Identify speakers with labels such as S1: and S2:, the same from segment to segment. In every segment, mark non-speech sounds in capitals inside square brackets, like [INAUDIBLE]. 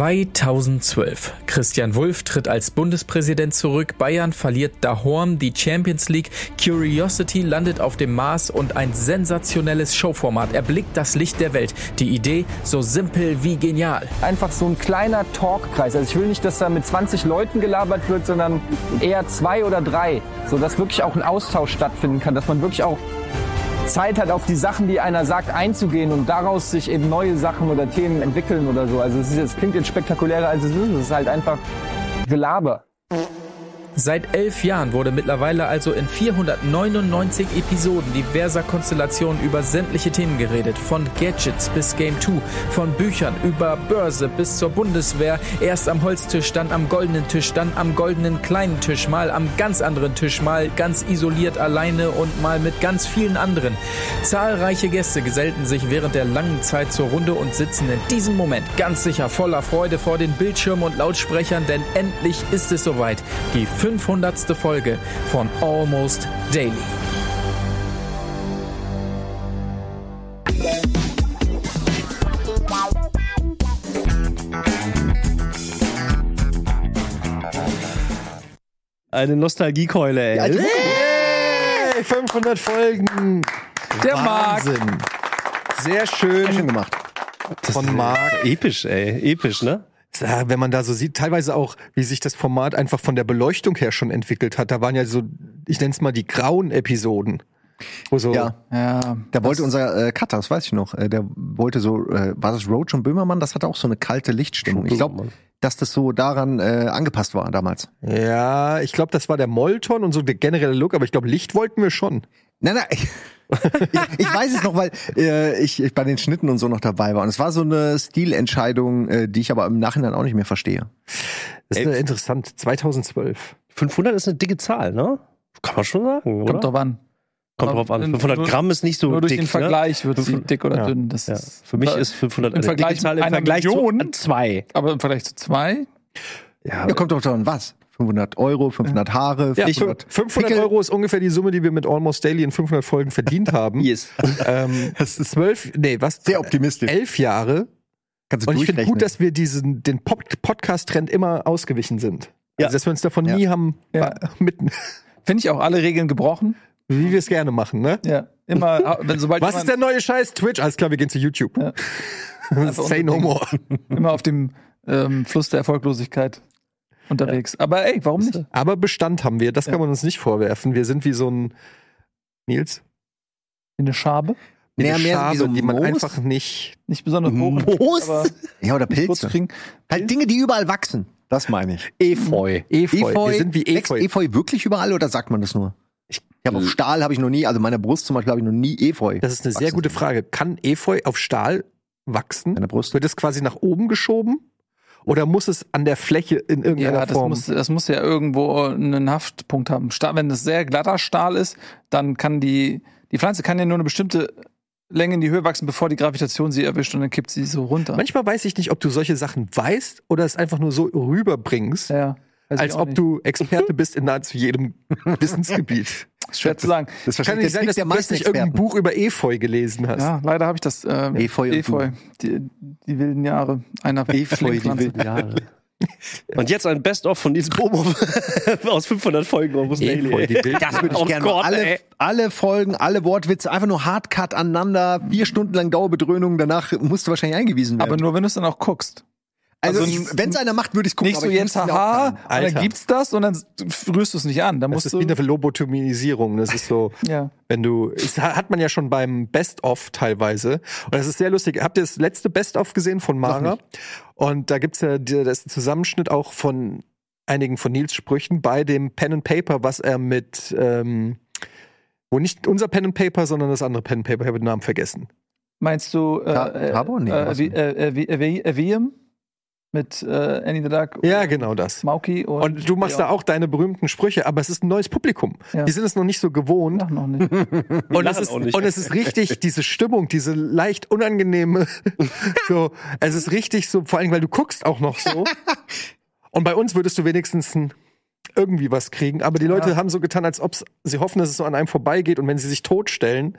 S1: 2012. Christian Wulff tritt als Bundespräsident zurück, Bayern verliert Dahorm die Champions League, Curiosity landet auf dem Mars und ein sensationelles Showformat erblickt das Licht der Welt. Die Idee so simpel wie genial.
S2: Einfach so ein kleiner Talkkreis. Also ich will nicht, dass da mit 20 Leuten gelabert wird, sondern eher zwei oder drei, sodass wirklich auch ein Austausch stattfinden kann, dass man wirklich auch Zeit hat, auf die Sachen, die einer sagt, einzugehen und daraus sich eben neue Sachen oder Themen entwickeln oder so. Also es, ist, es klingt jetzt spektakulärer, als es ist. Es ist halt einfach Gelaber.
S1: Seit elf Jahren wurde mittlerweile also in 499 Episoden diverser Konstellationen über sämtliche Themen geredet. Von Gadgets bis Game 2, von Büchern über Börse bis zur Bundeswehr. Erst am Holztisch, dann am goldenen Tisch, dann am goldenen kleinen Tisch, mal am ganz anderen Tisch, mal ganz isoliert alleine und mal mit ganz vielen anderen. Zahlreiche Gäste gesellten sich während der langen Zeit zur Runde und sitzen in diesem Moment ganz sicher voller Freude vor den Bildschirmen und Lautsprechern, denn endlich ist es soweit. Die 500. Folge von Almost Daily.
S3: Eine Nostalgiekeule, ey.
S4: Yeah, 500 Folgen.
S3: Der Marc.
S4: Sehr schön. Sehr schön gemacht.
S3: Das Von Marc. Episch, ey. Episch, ne?
S4: wenn man da so sieht, teilweise auch, wie sich das Format einfach von der Beleuchtung her schon entwickelt hat. Da waren ja so, ich nenne es mal die grauen Episoden.
S5: Wo so, ja, ja, da wollte unser äh, Cutter, das weiß ich noch, äh, der wollte so, äh, war das Roach und Böhmermann, das hatte auch so eine kalte Lichtstimmung. Ich glaube, dass das so daran äh, angepasst war damals.
S4: Ja, ich glaube, das war der Molton und so der generelle Look, aber ich glaube, Licht wollten wir schon.
S5: Nein, nein. [LAUGHS] ich, ich weiß es noch, weil äh, ich, ich bei den Schnitten und so noch dabei war. Und es war so eine Stilentscheidung, äh, die ich aber im Nachhinein auch nicht mehr verstehe.
S4: Das ist äh, interessant. 2012.
S3: 500 ist eine dicke Zahl, ne? Kann man schon sagen, Kommt oder?
S2: Kommt drauf an.
S3: Kommt drauf an. 500 nur, Gramm ist nicht so
S2: nur durch
S3: dick. ne?
S2: Den Vergleich wird sie dick oder ja, dünn. Das ja. ist,
S3: Für mich ist 500
S2: im Vergleich,
S3: Zahl
S2: im Vergleich Million,
S3: zu zwei.
S2: Aber im Vergleich zu zwei?
S5: Ja, ja kommt doch an was. 500 Euro, 500 Haare. 500,
S4: ja, 500 Euro ist ungefähr die Summe, die wir mit Almost Daily in 500 Folgen verdient [LAUGHS] haben.
S3: yes.
S4: Ähm, [LAUGHS] das ist zwölf, nee, was?
S5: Sehr optimistisch.
S4: Elf Jahre.
S5: Kannst
S4: du Und ich finde gut, dass wir diesen, den Podcast-Trend immer ausgewichen sind.
S3: Ja.
S4: Also, dass wir uns davon ja. nie haben ja. mitten.
S2: Finde ich auch alle Regeln gebrochen.
S4: Wie wir es gerne machen, ne?
S2: Ja. Immer, ah, wenn, sobald
S4: Was ist der neue Scheiß? Twitch? Alles klar, wir gehen zu YouTube. [LAUGHS] Ja. Also Say no more.
S2: Immer auf dem ähm, Fluss der Erfolglosigkeit unterwegs. Ja. Aber ey, warum nicht?
S4: Aber Bestand haben wir, das ja. kann man uns nicht vorwerfen. Wir sind wie so ein Nils.
S2: Wie eine Schabe?
S4: Wie eine mehr Schabe, so die man Moos? einfach nicht.
S2: Nicht besonders
S5: Moos? Hoch, ja, oder Pilze. Pilze. Halt Dinge, die überall wachsen. Das meine ich.
S3: Efeu.
S5: Efeu. Efeu.
S4: Wir sind wie Efeu. Äh.
S5: Wächst Efeu wirklich überall oder sagt man das nur? Ich, ich habe auf Stahl habe ich noch nie, also meiner Brust zum Beispiel habe ich noch nie Efeu.
S4: Das ist eine sehr gute Frage. Kann Efeu auf Stahl wachsen?
S5: Meine Brust.
S4: Wird es quasi nach oben geschoben? Oder muss es an der Fläche in irgendeiner
S2: ja, das
S4: Form?
S2: Muss, das muss ja irgendwo einen Haftpunkt haben. Stahl, wenn es sehr glatter Stahl ist, dann kann die, die Pflanze kann ja nur eine bestimmte Länge in die Höhe wachsen, bevor die Gravitation sie erwischt und dann kippt sie so runter.
S4: Manchmal weiß ich nicht, ob du solche Sachen weißt oder es einfach nur so rüberbringst,
S2: ja,
S4: als ob nicht. du Experte bist in
S2: [LAUGHS]
S4: nahezu jedem Wissensgebiet.
S2: Schwer zu sagen.
S4: Das kann nicht sein, dass du plötzlich irgendein Buch über Efeu gelesen hast.
S2: Ja, leider habe ich das. Äh,
S5: Efeu,
S2: Efeu die, die, wilden Jahre einer
S3: Efeu, die wilden Jahre. Und jetzt ein Best-of von Nils Bomo [LAUGHS] aus 500 Folgen Almost
S5: Daily. Das würde ich gerne. Oh Gott, alle, alle, Folgen, alle Wortwitze, einfach nur Hardcut aneinander, vier Stunden lang Dauerbedröhnung, danach musst du wahrscheinlich eingewiesen werden.
S2: Aber nur, wenn du es dann auch guckst.
S5: Also, also wenn es einer macht, würde ich gucken.
S2: Nicht so jetzt, haha, und dann gibt's das und dann rührst du es nicht an. Dann musst
S4: das ist
S2: du
S4: wie eine Lobotomisierung. Das ist so,
S2: ja.
S4: wenn du, das hat man ja schon beim Best-of teilweise. Und das ist sehr lustig. Habt ihr das letzte Best-of gesehen von Mara? Und da gibt's ja, da ist ein Zusammenschnitt auch von einigen von Nils Sprüchen bei dem Pen and Paper, was er mit, ähm, wo nicht unser Pen and Paper, sondern das andere Pen and Paper, ich habe den Namen vergessen.
S2: Meinst du, äh,
S5: Tabo? Nee,
S2: äh, Wiem? mit äh, Annie the Duck.
S4: Ja, genau das.
S2: Mauki
S4: und, und du machst ja. da auch deine berühmten Sprüche, aber es ist ein neues Publikum. Ja. Die sind es noch nicht so gewohnt.
S2: Ach, noch nicht.
S4: und, es ist, nicht. und es ist richtig diese Stimmung, diese leicht [LAUGHS] unangenehme. so, es ist richtig so, vor allem weil du guckst auch noch so. und bei uns würdest du wenigstens ein irgendwie was kriegen, aber die Leute ja. haben so getan, als ob sie hoffen, dass es so an einem vorbeigeht und wenn sie sich totstellen.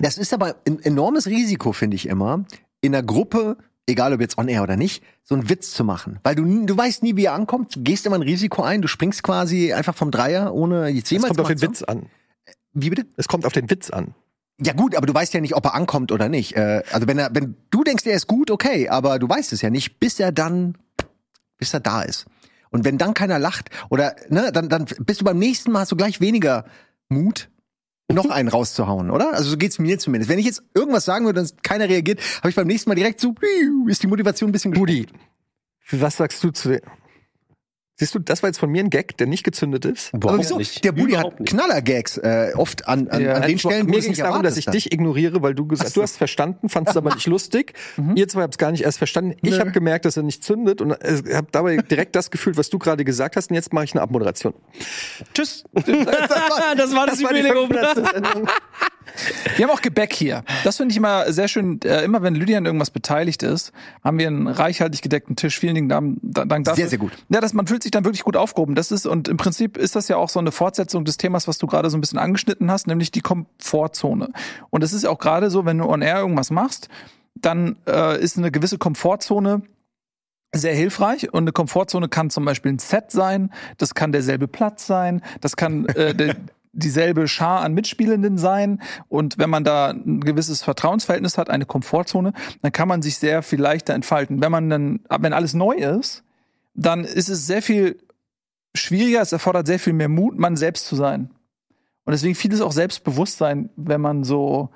S5: das ist aber ein enormes Risiko, finde ich immer, in einer Gruppe egal ob jetzt on air oder nicht, so einen Witz zu machen. Weil du, nie- du weißt nie, wie er ankommt, du gehst immer ein Risiko ein, du springst quasi einfach vom Dreier, ohne jetzt
S4: Es
S5: jemals
S4: kommt auf den
S5: gemacht
S4: Witz an.
S5: zu haben. Wie bitte?
S4: Es kommt auf den Witz an.
S5: Ja gut, aber du weißt ja nicht, ob er ankommt oder nicht. Äh, also wenn er, wenn du denkst, er ist gut, okay, aber du weißt es ja nicht, bis er dann, bis er da ist. Und wenn dann keiner lacht oder ne, dann dann bist du beim nächsten Mal hast du gleich weniger Mut, noch einen rauszuhauen, oder? Also so geht's mir zumindest. Wenn ich jetzt irgendwas sagen würde und keiner reagiert, habe ich beim nächsten Mal direkt so piu, ist die Motivation ein bisschen
S4: Rudi, was sagst du zu den. Siehst du, das war jetzt von mir ein Gag, der nicht gezündet ist.
S5: Aber
S3: Überhaupt
S5: wieso?
S3: nicht.
S5: Der Bulli
S3: Überhaupt
S5: hat
S3: nicht.
S5: Knallergags äh, oft an, an, an den
S4: Also,
S5: Stellen, wo
S4: mir
S5: es
S4: ging
S5: nicht
S4: es darum, dass
S5: erwartet
S4: ich
S5: dann.
S4: dich ignoriere, weil du gesagt, du hast verstanden,
S5: [LAUGHS]
S4: fandest es aber nicht lustig.
S5: Mhm.
S4: Ihr zwei habt es gar nicht erst verstanden. Ich habe gemerkt, dass er nicht zündet und äh, habe dabei direkt das Gefühl, was du gerade gesagt hast. Und jetzt mache ich eine Abmoderation.
S3: Tschüss.
S4: war-
S3: das war das,
S4: war die
S3: Jubiläum.
S4: 500. Sendung.
S6: Wir haben auch Gebäck hier. Das finde ich immer sehr schön. Äh, immer wenn Lydia an irgendwas beteiligt ist, haben wir einen reichhaltig gedeckten Tisch. Vielen lieben Dank, da- Dank dafür.
S5: Sehr, sehr gut.
S6: Ja, dass man fühlt sich dann wirklich gut aufgehoben. Das ist, und im Prinzip ist das ja auch so eine Fortsetzung des Themas, was du gerade so ein bisschen angeschnitten hast, nämlich die Komfortzone. Und es ist auch gerade so, wenn du on air irgendwas machst, dann äh, ist eine gewisse Komfortzone sehr hilfreich und eine Komfortzone kann zum Beispiel ein Set sein, das kann derselbe Platz sein, das kann äh, der, dieselbe Schar an Mitspielenden sein und wenn man da ein gewisses Vertrauensverhältnis hat, eine Komfortzone, dann kann man sich sehr viel leichter entfalten. Wenn man dann, wenn alles neu ist, dann ist es sehr viel schwieriger, es erfordert sehr viel mehr Mut, man selbst zu sein. Und deswegen vieles auch Selbstbewusstsein, wenn man so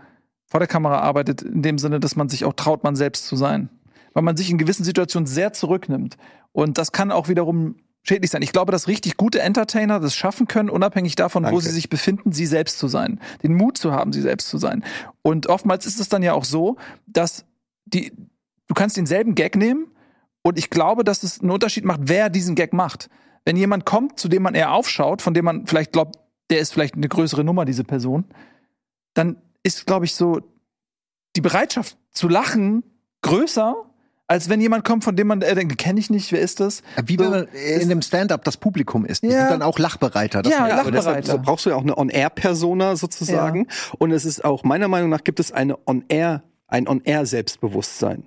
S6: vor der Kamera arbeitet, in dem Sinne, dass man sich auch traut, man selbst zu sein. Weil man sich in gewissen Situationen sehr zurücknimmt. Und das kann auch wiederum schädlich sein. Ich glaube, dass richtig gute Entertainer das schaffen können, unabhängig davon, wo
S4: Danke.
S6: sie sich befinden, sie selbst zu sein. Den Mut zu haben, sie selbst zu sein. Und oftmals ist es dann ja auch so, dass die, du kannst denselben Gag nehmen und ich glaube, dass es einen Unterschied macht, wer diesen Gag macht. Wenn jemand kommt, zu dem man eher aufschaut, von dem man vielleicht glaubt, der ist vielleicht eine größere Nummer, diese Person, dann ist, glaube ich, so die Bereitschaft zu lachen größer, als wenn jemand kommt, von dem man äh, denkt, kenne ich nicht, wer ist das?
S5: Wie wenn man in einem Stand-up das Publikum ist. Die
S6: Ja.
S5: sind dann auch lachbereiter. Das
S6: Ja,
S5: merkt man.
S4: Aber deshalb
S6: Lachbereiter.
S4: so brauchst du ja auch eine On-Air-Persona sozusagen. Und es ist auch, meiner Meinung nach, gibt es eine On-Air, ein On-Air-Selbstbewusstsein.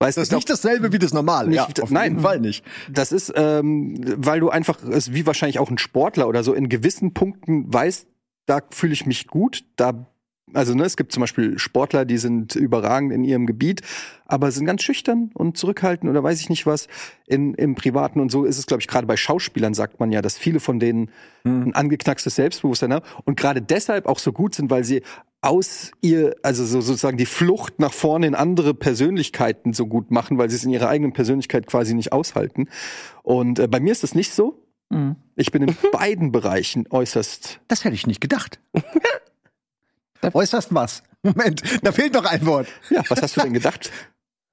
S4: Weißt
S5: Das ist
S4: du,
S5: nicht dasselbe wie das Normale.
S4: Nicht-
S5: ja, auf
S4: nein.
S5: jeden Fall nicht.
S4: Das ist, ähm, weil du einfach, es wie wahrscheinlich auch ein Sportler oder so, in gewissen Punkten weißt, da fühle ich mich gut, da also ne, es gibt zum Beispiel Sportler, die sind überragend in ihrem Gebiet, aber sind ganz schüchtern und zurückhaltend oder weiß ich nicht was in, im Privaten. Und so ist es, glaube ich, gerade bei Schauspielern sagt man ja, dass viele von denen ein angeknackstes Selbstbewusstsein haben und gerade deshalb auch so gut sind, weil sie aus ihr, also so sozusagen die Flucht nach vorne in andere Persönlichkeiten so gut machen, weil sie es in ihrer eigenen Persönlichkeit quasi nicht aushalten. Und äh, bei mir ist das nicht so.
S6: Mhm.
S4: Ich
S6: [LAUGHS]
S4: bin in beiden Bereichen äußerst.
S5: Das hätte ich nicht [LAUGHS] gedacht. Äußerst was? Moment, da fehlt noch ein Wort.
S4: Ja, was hast du denn gedacht?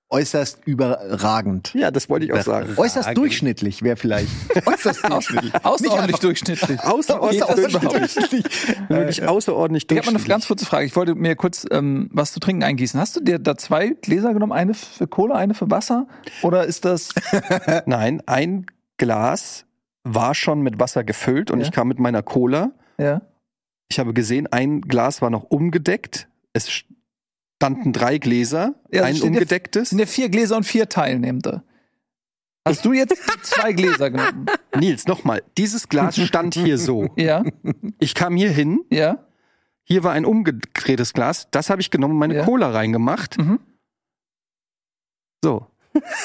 S5: Äußerst überragend.
S4: Ja, das wollte ich auch sagen.
S5: Äußerst durchschnittlich wäre vielleicht. Äußerst durchschnittlich.
S6: Außerordentlich durchschnittlich.
S4: Außerordentlich
S6: Geht das Äh,
S4: Wirklich außerordentlich
S6: Ich habe mal eine
S4: durchschnittlich.
S6: ganz kurze Frage. Ich wollte mir kurz ähm, was zu trinken eingießen. Hast du dir da zwei Gläser genommen? Eine für Cola, eine für Wasser? Oder ist das
S4: [LAUGHS] Nein, ein Glas war schon mit Wasser gefüllt und
S6: Ja.
S4: ich kam mit meiner Cola.
S6: ja?
S4: Ich habe gesehen, ein Glas war noch umgedeckt. Es standen drei Gläser,
S6: Ja, also
S4: ein
S6: steht ja-
S4: umgedecktes.
S6: sind ja vier Gläser und vier Teilnehmende. Hast du jetzt die zwei Gläser genommen?
S4: Nils, nochmal, dieses Glas stand hier so.
S6: [LAUGHS] Ja,
S4: Ich kam hier hin,
S6: ja.
S4: hier war ein umgedrehtes Glas, das habe ich genommen und meine
S6: Ja.
S4: Cola reingemacht.
S6: Mhm.
S4: So,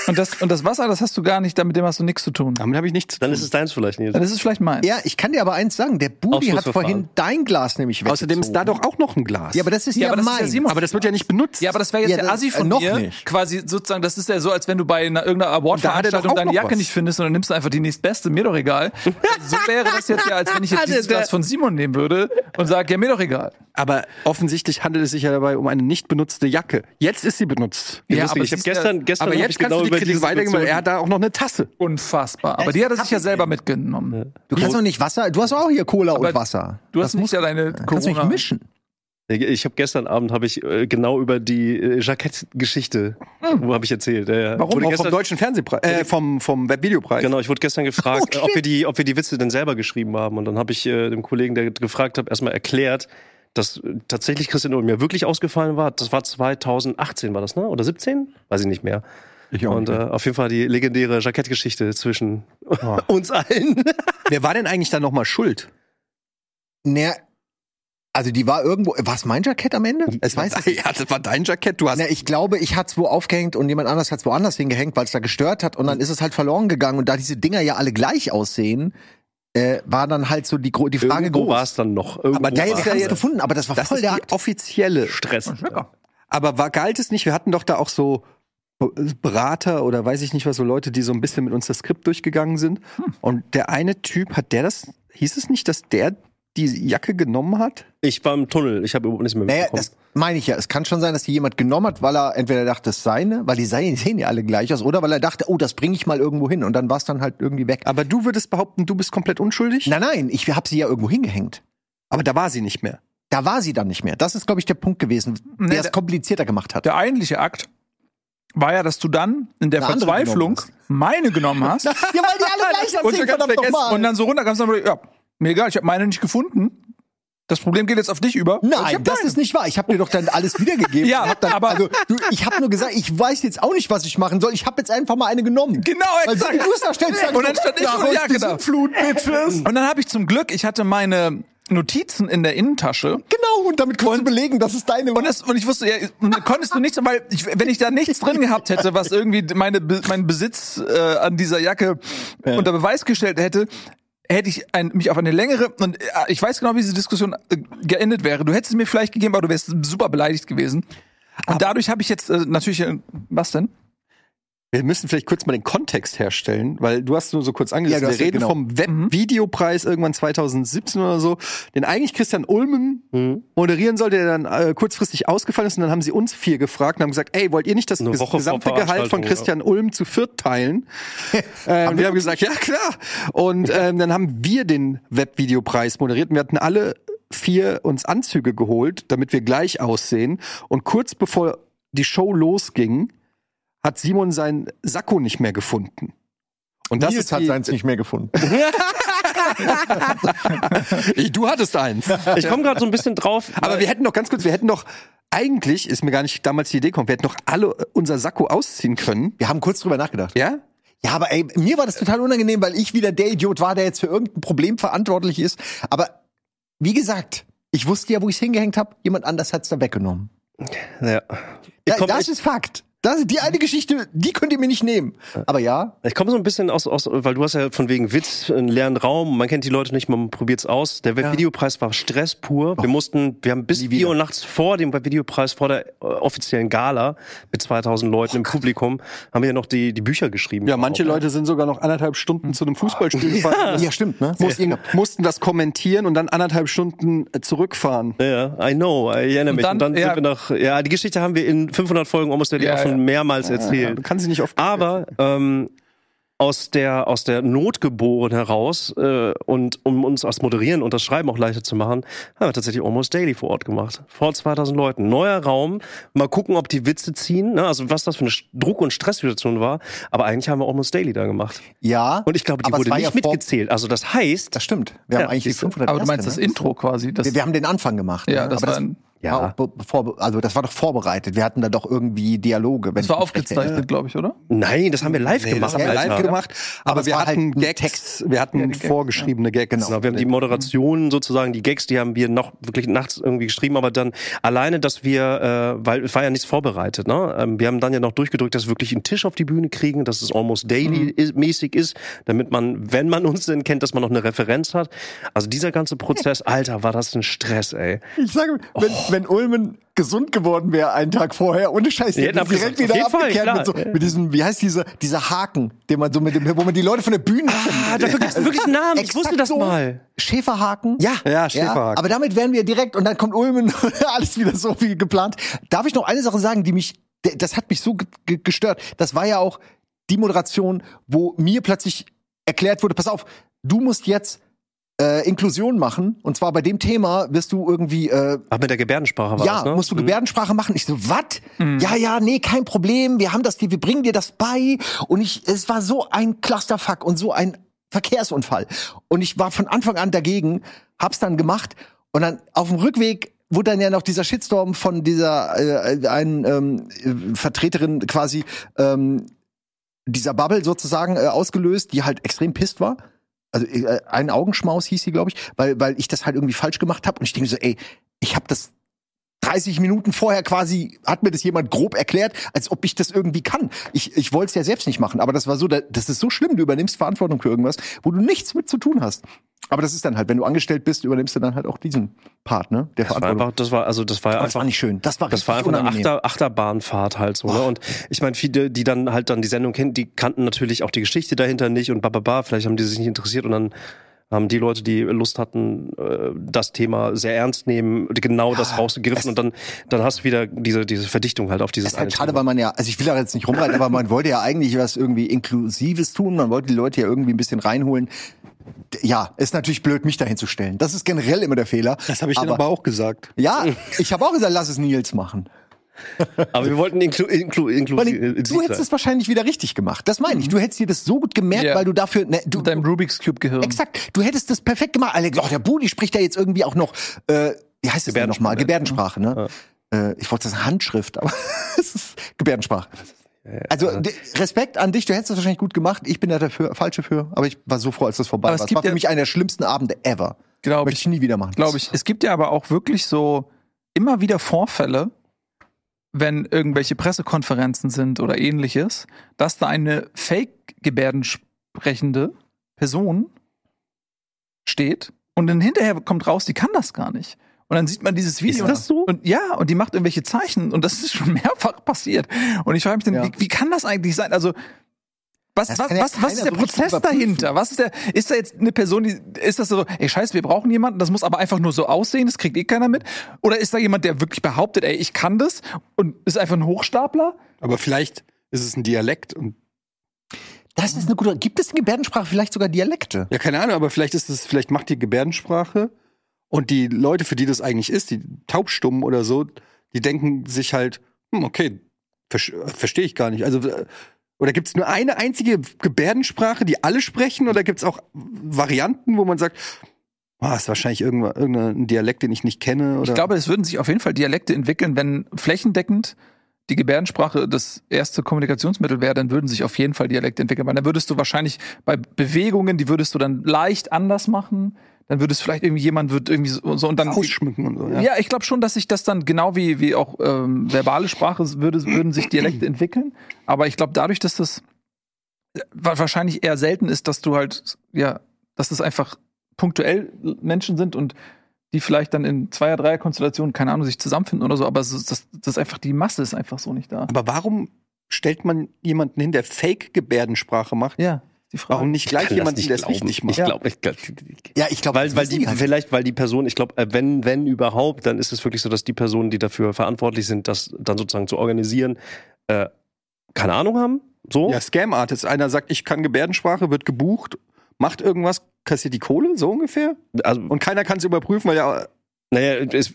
S6: Und das, und das Wasser, das hast du gar nicht, damit dem hast du nichts zu tun.
S4: damit habe ich nichts zu
S3: Dann
S4: tun.
S3: ist es deins vielleicht, Nils.
S6: Dann ist es vielleicht meins.
S5: ja, ich kann dir aber eins sagen. Der Budi hat
S3: Ausschlussverfahren.
S5: vorhin dein Glas nämlich weggezogen.
S4: Außerdem ist da doch auch noch ein Glas.
S5: Ja, aber das ist ja,
S6: aber das ist
S5: mein.
S6: ja Simon.
S4: Aber das wird ja nicht benutzt.
S6: Ja, aber das wäre jetzt
S5: Ja,
S6: der
S5: das-
S6: Assi
S5: äh,
S6: von
S5: noch
S6: dir.
S5: nicht.
S6: Quasi sozusagen, das ist ja so, als wenn du bei einer, irgendeiner
S4: Da hat er doch
S6: Award-Veranstaltung
S4: auch
S6: deine
S4: noch
S6: Jacke
S4: was.
S6: nicht findest und dann nimmst du einfach die nächstbeste, mir doch egal. Also so wäre das jetzt ja, als wenn ich jetzt dieses
S4: Der- der-
S6: Glas von Simon nehmen würde und sage, ja, mir doch egal.
S4: Aber offensichtlich handelt es sich ja dabei um eine nicht benutzte Jacke. Jetzt ist sie benutzt.
S6: Ja,
S4: Lustig.
S6: aber
S3: ich habe
S6: das ist
S3: gestern,
S6: ja-
S3: gestern
S4: aber
S3: hab
S4: jetzt
S3: ich
S4: kannst
S3: genau
S4: du
S3: über
S4: die Kritik
S3: diese
S4: weitergehen, weil
S3: Situation-
S4: er hat da auch noch eine Tasse.
S6: Unfassbar. Aber die hat er sich ja selber mitgenommen.
S5: du kannst doch nicht Wasser. Du hast auch hier Cola und
S6: Aber
S5: Wasser.
S6: Du
S5: Das
S6: hast nicht ja deine
S5: kannst du
S6: Corona.
S5: nicht mischen.
S3: Ich habe gestern Abend habe ich äh, genau über die äh, Jackett-Geschichte, wo habe ich erzählt. Ja, ja.
S6: Warum?
S3: Wurde
S4: Auch vom
S3: gestern,
S4: deutschen Fernsehpreis, äh, vom, vom Webvideopreis.
S3: genau, ich wurde gestern gefragt,
S5: Okay.
S3: äh, ob wir die, ob wir die Witze denn selber geschrieben haben. Und dann habe ich äh, dem Kollegen, der gefragt hat, erstmal erklärt, dass äh, tatsächlich Christian Ulm ja wirklich ausgefallen war. Das war 2018, war das, ne? Oder 17? Weiß ich nicht mehr.
S5: Ich
S3: Und äh, auf jeden Fall die legendäre Jackettgeschichte zwischen [LAUGHS] uns allen.
S4: Wer war denn eigentlich dann nochmal schuld?
S5: naja, also die war irgendwo. War es mein Jackett am [LAUGHS] Ende? Es weiß ich.
S4: [LAUGHS] ja, das war dein Jackett. Du hast.
S5: Na, ich glaube, ich hat's wo aufgehängt und jemand anders hat's woanders hingehängt, weil es da gestört hat und dann ist es halt verloren gegangen und da diese Dinger ja alle gleich aussehen, äh, war dann halt so die, gro- die Frage
S3: Irgendwo war
S5: groß.
S3: es dann noch. Irgendwo
S5: Aber da
S3: war
S5: jetzt
S3: es
S5: ja
S3: dann.
S5: jetzt gefunden, aber das war
S4: das
S5: voll
S4: ist
S5: der
S4: die offizielle.
S3: Stress.
S4: Aber war, galt es nicht? Wir hatten doch da auch so Be- Berater oder weiß ich nicht was, so Leute, die so ein bisschen mit uns das Skript durchgegangen sind. Und der eine Typ, hat der das, hieß es nicht, dass der die Jacke genommen hat?
S3: Ich war im Tunnel, ich habe überhaupt nichts mehr
S5: Naja,
S3: mitbekommen.
S5: das meine ich ja. Es kann schon sein, dass die jemand genommen hat, weil er entweder dachte, das ist seine, weil die seien- sehen ja alle gleich aus, oder weil er dachte, oh, das bringe ich mal irgendwo hin und dann war es dann halt irgendwie weg.
S4: Aber du würdest behaupten, du bist komplett unschuldig?
S5: Nein, nein, ich habe sie ja irgendwo hingehängt.
S4: Aber da war sie nicht mehr.
S5: Da war sie dann nicht mehr. Das ist, glaube ich, der Punkt gewesen,
S6: Nee,
S5: der es
S6: da-
S5: komplizierter gemacht hat.
S6: Der eigentliche Akt war ja, dass du dann in der
S5: Eine andere
S6: Verzweiflung
S5: genommen
S6: meine genommen
S5: [LAUGHS]
S6: hast.
S5: Ja,
S6: [LAUGHS]
S5: weil die alle gleich
S6: und,
S5: aussehen,
S6: schon ganz
S5: verdammt
S6: vergessen.
S5: nochmal.
S6: und dann so runterkamst und dann, ja, mir egal, ich habe meine nicht gefunden. Das Problem geht jetzt auf dich über. Und ich
S5: Nein,
S6: hab
S5: das
S6: deine.
S5: ist nicht wahr. Ich habe dir doch dann alles wiedergegeben.
S6: [LAUGHS] Ja,
S5: Ich hab dann,
S6: aber-
S5: also, du, ich habe nur gesagt, ich weiß jetzt auch nicht, was ich machen soll. Ich habe jetzt einfach mal eine genommen.
S6: Genau,
S5: Also,
S6: exakt.
S5: wenn du es da stellst, dann
S6: Und dann stand ich genau.
S5: ja,
S6: vor der Jacke da.
S5: Flut, Bitches.
S6: Und dann habe ich zum Glück, ich hatte meine Notizen in der Innentasche.
S5: Genau, und damit kannst du belegen, dass es deine
S6: Und, das, und ich wusste, ja, und dann konntest du nichts, weil ich, wenn ich da nichts drin gehabt hätte, was irgendwie meine, Be- meinen Besitz äh, an dieser Jacke unter Beweis gestellt hätte, hätte ich ein, mich auf eine längere, und äh, ich weiß genau, wie diese Diskussion äh, geendet wäre. Du hättest es mir vielleicht gegeben, aber du wärst super beleidigt gewesen. Und dadurch habe ich jetzt äh, natürlich, äh, was denn?
S4: Wir müssen vielleicht kurz mal den Kontext herstellen, weil du hast nur so kurz
S5: Ja,
S4: angerissen.
S5: du hast
S4: wir
S5: ja
S4: reden
S5: genau.
S4: vom Webvideopreis irgendwann 2017 oder so, den eigentlich Christian Ulmen moderieren sollte, der dann äh, kurzfristig ausgefallen ist. Und dann haben sie uns vier gefragt und haben gesagt, ey, wollt ihr nicht das
S3: Eine
S4: ges
S3: Woche vor
S4: gesamte Gehalt von
S3: Veranstaltung,
S4: Christian Ulm zu viert teilen? äh, und wir haben gesagt, ja klar. Und ähm, dann haben wir den Webvideopreis moderiert und wir hatten alle vier uns Anzüge geholt, damit wir gleich aussehen. Und kurz bevor die Show losging, hat Simon seinen Sakko nicht mehr gefunden. Und das ist halt
S5: hat
S4: die-
S5: seins nicht mehr gefunden.
S4: Ich, du hattest [LAUGHS] eins.
S3: Ich komme gerade so ein bisschen drauf.
S4: Aber wir hätten doch ganz kurz, wir hätten doch eigentlich ist mir gar nicht damals die Idee gekommen, wir hätten doch alle äh, unser Sakko ausziehen können.
S5: Wir haben kurz drüber nachgedacht.
S4: Ja?
S5: Ja, aber ey, mir war das total unangenehm, weil ich wieder der Idiot war, der jetzt für irgendein Problem verantwortlich ist. Aber wie gesagt, ich wusste ja, wo ich es hingehängt habe. Jemand anders hat's da weggenommen.
S3: Ja. Ich
S5: Da,
S3: komme
S5: das ist Fakt. Das, die eine Geschichte, die könnt ihr mir nicht nehmen. Aber ja,
S3: komm so ein bisschen aus, aus, weil du hast ja von wegen Witz einen leeren Raum, man kennt die Leute nicht, man probiert's aus. Der Webvideopreis war Stress pur. Wir mussten, wir haben bis 4 Uhr nachts vor dem Webvideopreis, vor der äh, offiziellen Gala mit 2000 Leuten im Publikum, haben wir ja noch die, die Bücher geschrieben.
S4: Oh Ja, manche
S3: Auch.
S4: Leute sind sogar noch anderthalb Stunden zu einem Fußballspiel gefahren.
S5: ja stimmt, ne?
S4: Mussten, mussten das kommentieren und dann anderthalb Stunden äh, zurückfahren.
S3: Ja, I know, ich erinnere mich.
S6: dann-
S3: Und dann,
S6: ja.
S3: sind wir nach, ja, die Geschichte haben wir in 500 Folgen almost Daily
S6: Ja,
S3: auch schon
S6: ja.
S3: mehrmals
S4: Ja,
S3: erzählt.
S4: man kann sie nicht oft.
S3: Aber ähm, aus der aus der Not geboren heraus äh, und um uns als Moderieren und das Schreiben auch leichter zu machen, haben wir tatsächlich Almost Daily vor Ort gemacht. Vor 2000 Leuten. Neuer Raum. Mal gucken, ob die Witze ziehen. Ne? Also was das für eine Sch- Druck- und Stresssituation war. Aber eigentlich haben wir Almost Daily da gemacht.
S5: Ja.
S3: Und ich glaube, die
S5: aber es
S3: wurde
S5: war
S3: nicht
S5: ja vor-
S3: mitgezählt. Also das heißt,
S5: Das stimmt. Wir
S3: Ja,
S5: haben eigentlich die
S3: siehst du.
S5: 500
S6: Aber du meinst
S5: erste,
S6: das
S5: ne?
S6: Intro quasi. Das,
S5: Wir, wir haben den Anfang gemacht.
S6: Ja,
S5: ne?
S6: das war ein-
S5: war auch be- vorbe- also das war doch vorbereitet. Wir hatten da doch irgendwie Dialoge.
S6: das war aufgezeichnet, glaube ich, oder?
S3: nein, das haben wir live
S4: das
S3: gemacht.
S4: haben wir
S3: Alter.
S4: live gemacht, aber,
S5: es
S4: wir
S5: war halt
S4: hatten
S5: ein
S4: Gags,
S5: Text.
S4: wir hatten
S6: die Gags,
S4: vorgeschriebene Gags.
S3: Genau, wir haben die
S5: Mhm.
S3: Moderationen sozusagen, die Gags, die haben wir noch wirklich nachts irgendwie geschrieben, aber dann alleine, dass wir, äh, weil es war ja nichts vorbereitet, ne? Ähm, wir haben dann ja noch durchgedrückt, dass wir wirklich einen Tisch auf die Bühne kriegen, dass es almost
S5: Mhm.
S3: daily is mäßig ist, damit man, wenn man uns denn kennt, dass man noch eine Referenz hat. Also dieser ganze
S5: [LAUGHS]
S3: Prozess, Alter, war das ein Stress, ey.
S5: Ich sage, wenn, wenn Ulmen gesund geworden wäre einen Tag vorher, ohne Scheiß,
S3: Die hätten
S5: hätte
S3: abgesagt. Auf jeden Fall,
S5: mit, so,
S3: klar.
S5: mit diesem, wie heißt dieser, dieser Haken, den man so mit dem, wo man die Leute von der Bühne
S3: Ah, dafür gibt's wirklich einen Namen. Ich
S5: Exakt
S3: wusste das
S5: so.
S3: mal.
S5: Schäferhaken?
S4: Ja, Schäferhaken.
S5: aber damit wären wir direkt und dann kommt Ulmen [LAUGHS] alles wieder so wie geplant. Darf ich noch eine Sache sagen, die mich, d- das hat mich so ge- ge- gestört. Das war ja auch die Moderation, wo mir plötzlich erklärt wurde, pass auf, du musst jetzt äh, Inklusion machen und zwar bei dem Thema wirst du irgendwie äh,
S3: Aber mit der Gebärdensprache war
S5: ja,
S3: das, ne?
S5: musst du Gebärdensprache machen. Ich so, was? Ja, ja, nee, kein Problem. Wir haben das dir, wir bringen dir das bei. Und ich, es war so ein Clusterfuck und so ein Verkehrsunfall. Und ich war von Anfang an dagegen, hab's dann gemacht. Und dann auf dem Rückweg wurde dann ja noch dieser Shitstorm von dieser äh, einen ähm, Vertreterin quasi ähm, dieser Bubble sozusagen äh, ausgelöst, die halt extrem pisst war. Also äh, ein Augenschmaus hieß sie, glaube ich, weil weil ich das halt irgendwie falsch gemacht habe und ich denke so, ey, ich habe das 30 Minuten vorher quasi hat mir das jemand grob erklärt, als ob ich das irgendwie kann. Ich, ich wollte es ja selbst nicht machen, aber das war so, da- das ist so schlimm, du übernimmst Verantwortung für irgendwas, wo du nichts mit zu tun hast. Aber das ist dann halt, wenn du angestellt bist, übernimmst du dann halt auch diesen Part, ne? Der
S3: Das war
S5: Verantwortung.
S3: einfach, das war, also das war
S5: Aber das
S3: einfach
S5: war nicht schön. Das war,
S3: Das war einfach
S5: richtig
S3: eine
S5: unangenehm.
S3: Achter, Achterbahnfahrt halt so. Ne? Und ich meine, viele, die dann halt dann die Sendung kennen, die kannten natürlich auch die Geschichte dahinter nicht und bababa, vielleicht haben die sich nicht interessiert und dann haben die Leute, die Lust hatten, äh, das Thema sehr ernst nehmen, genau das rausgegriffen und dann, dann hast du wieder diese, diese Verdichtung halt auf dieses
S5: Das ist halt
S3: eine
S5: schade,
S3: Thema.
S5: weil man ja, also ich will da jetzt nicht rumreiten, aber man wollte ja eigentlich was irgendwie Inklusives tun, man wollte die Leute ja irgendwie ein bisschen reinholen. D- Ja, ist natürlich blöd, mich dahin zu stellen. Das ist generell immer der Fehler.
S4: Das habe ich dann aber auch gesagt.
S5: Ja, ich habe auch gesagt, lass es Nils machen.
S3: Aber wir wollten inklu, inklu, inklu,
S5: Weil ich, du hättest es wahrscheinlich wieder richtig gemacht. Das meine ich. Du hättest dir das so gut gemerkt,
S6: Ja.
S5: weil du dafür. Ne, du,
S6: Mit deinem Rubik's Cube-Gehirn.
S5: Exakt. Du hättest das perfekt gemacht. Alex, oh, der Budi spricht ja jetzt irgendwie auch noch, äh, wie heißt das denn nochmal? Gebärdensprache, ne? Äh, ich wollte sagen Handschrift, aber [LAUGHS] es ist Gebärdensprache. Also d- Respekt an dich, du hättest das wahrscheinlich gut gemacht. Ich bin da dafür, falsche für, aber ich war so froh, als das vorbei
S6: Aber
S5: war.
S6: es
S5: Es
S6: gibt
S5: war für
S6: ja-
S5: mich einer der schlimmsten Abende ever.
S6: Glaub
S5: Möchte ich nie wieder machen.
S6: glaube ich. Es gibt ja aber auch wirklich so immer wieder Vorfälle, wenn irgendwelche Pressekonferenzen sind oder ähnliches, dass da eine Fake-Gebärdensprechende Person steht und dann hinterher kommt raus, die kann das gar nicht. Und dann sieht man dieses Video.
S5: Ist das
S6: so? Und ja, und die macht irgendwelche Zeichen und das ist schon [LAUGHS] mehrfach passiert. Und ich frage mich dann,
S5: Ja.
S6: wie, wie kann das eigentlich sein? Also, was,
S5: Das
S6: was,
S5: kann ja
S6: was, was
S5: keiner
S6: ist der
S5: so richtig
S6: Prozess
S5: überprüfen.
S6: dahinter? Was ist der, ist da jetzt eine Person, die, ist das so, ey, scheiße, wir brauchen jemanden, das muss aber einfach nur so aussehen, das kriegt eh keiner mit? Oder ist da jemand, der wirklich behauptet, ey, ich kann das und ist einfach ein Hochstapler?
S4: Aber vielleicht ist es ein Dialekt und
S5: Das ist eine gute. Gibt es in Gebärdensprache vielleicht sogar Dialekte?
S4: ja, keine Ahnung, aber vielleicht ist es, vielleicht macht die Gebärdensprache und die Leute, für die das eigentlich ist, die taubstummen oder so, die denken sich halt, hm, okay, versch- äh, verstehe ich gar nicht. Also äh, oder gibt es nur eine einzige Gebärdensprache, die alle sprechen, oder gibt es auch Varianten, wo man sagt, ah, ist wahrscheinlich irgendwa- irgendein Dialekt, den ich nicht kenne? Oder?
S6: Ich glaube, es würden sich auf jeden Fall Dialekte entwickeln, wenn flächendeckend die Gebärdensprache das erste Kommunikationsmittel wäre, dann würden sich auf jeden Fall Dialekte entwickeln. Weil dann würdest du wahrscheinlich bei Bewegungen, die würdest du dann leicht anders machen. Dann würdest vielleicht irgendwie jemand wird irgendwie so so- und dann
S4: ausschmücken und so.
S6: Ja, ich glaube schon, dass sich das dann genau wie, wie auch ähm, verbale Sprache würde, würden sich [CLEARS THROAT] Dialekte entwickeln. Aber ich glaube, dadurch, dass das äh, wa- wahrscheinlich eher selten ist, dass du halt, ja, dass es einfach punktuell Menschen sind und die vielleicht dann in Zweier-, Dreier-Konstellationen, keine Ahnung, sich zusammenfinden oder so, aber so, das, das einfach, die Masse ist einfach so nicht da.
S4: Aber warum stellt man jemanden hin, der Fake-Gebärdensprache macht?
S6: Ja, die Frage.
S4: Warum nicht gleich
S3: Kann das
S4: jemanden,
S3: nicht
S4: der es
S3: glauben.
S4: richtig
S3: Ich
S4: macht?
S3: glaube, ich glaub-
S5: Ja, ich glaube,
S3: weil,
S5: das
S3: weil
S5: wissen
S3: die,
S5: halt.
S3: vielleicht, weil die Person, ich glaube, wenn, wenn überhaupt, dann ist es wirklich so, dass die Personen, die dafür verantwortlich sind, das dann sozusagen zu organisieren, äh, keine Ahnung haben. So?
S4: Ja, Scam-Artist. Einer sagt, ich kann Gebärdensprache, wird gebucht, macht irgendwas, kassiert die Kohle, so ungefähr.
S3: Also,
S4: Und keiner kann es überprüfen, weil ja.
S3: naja, es,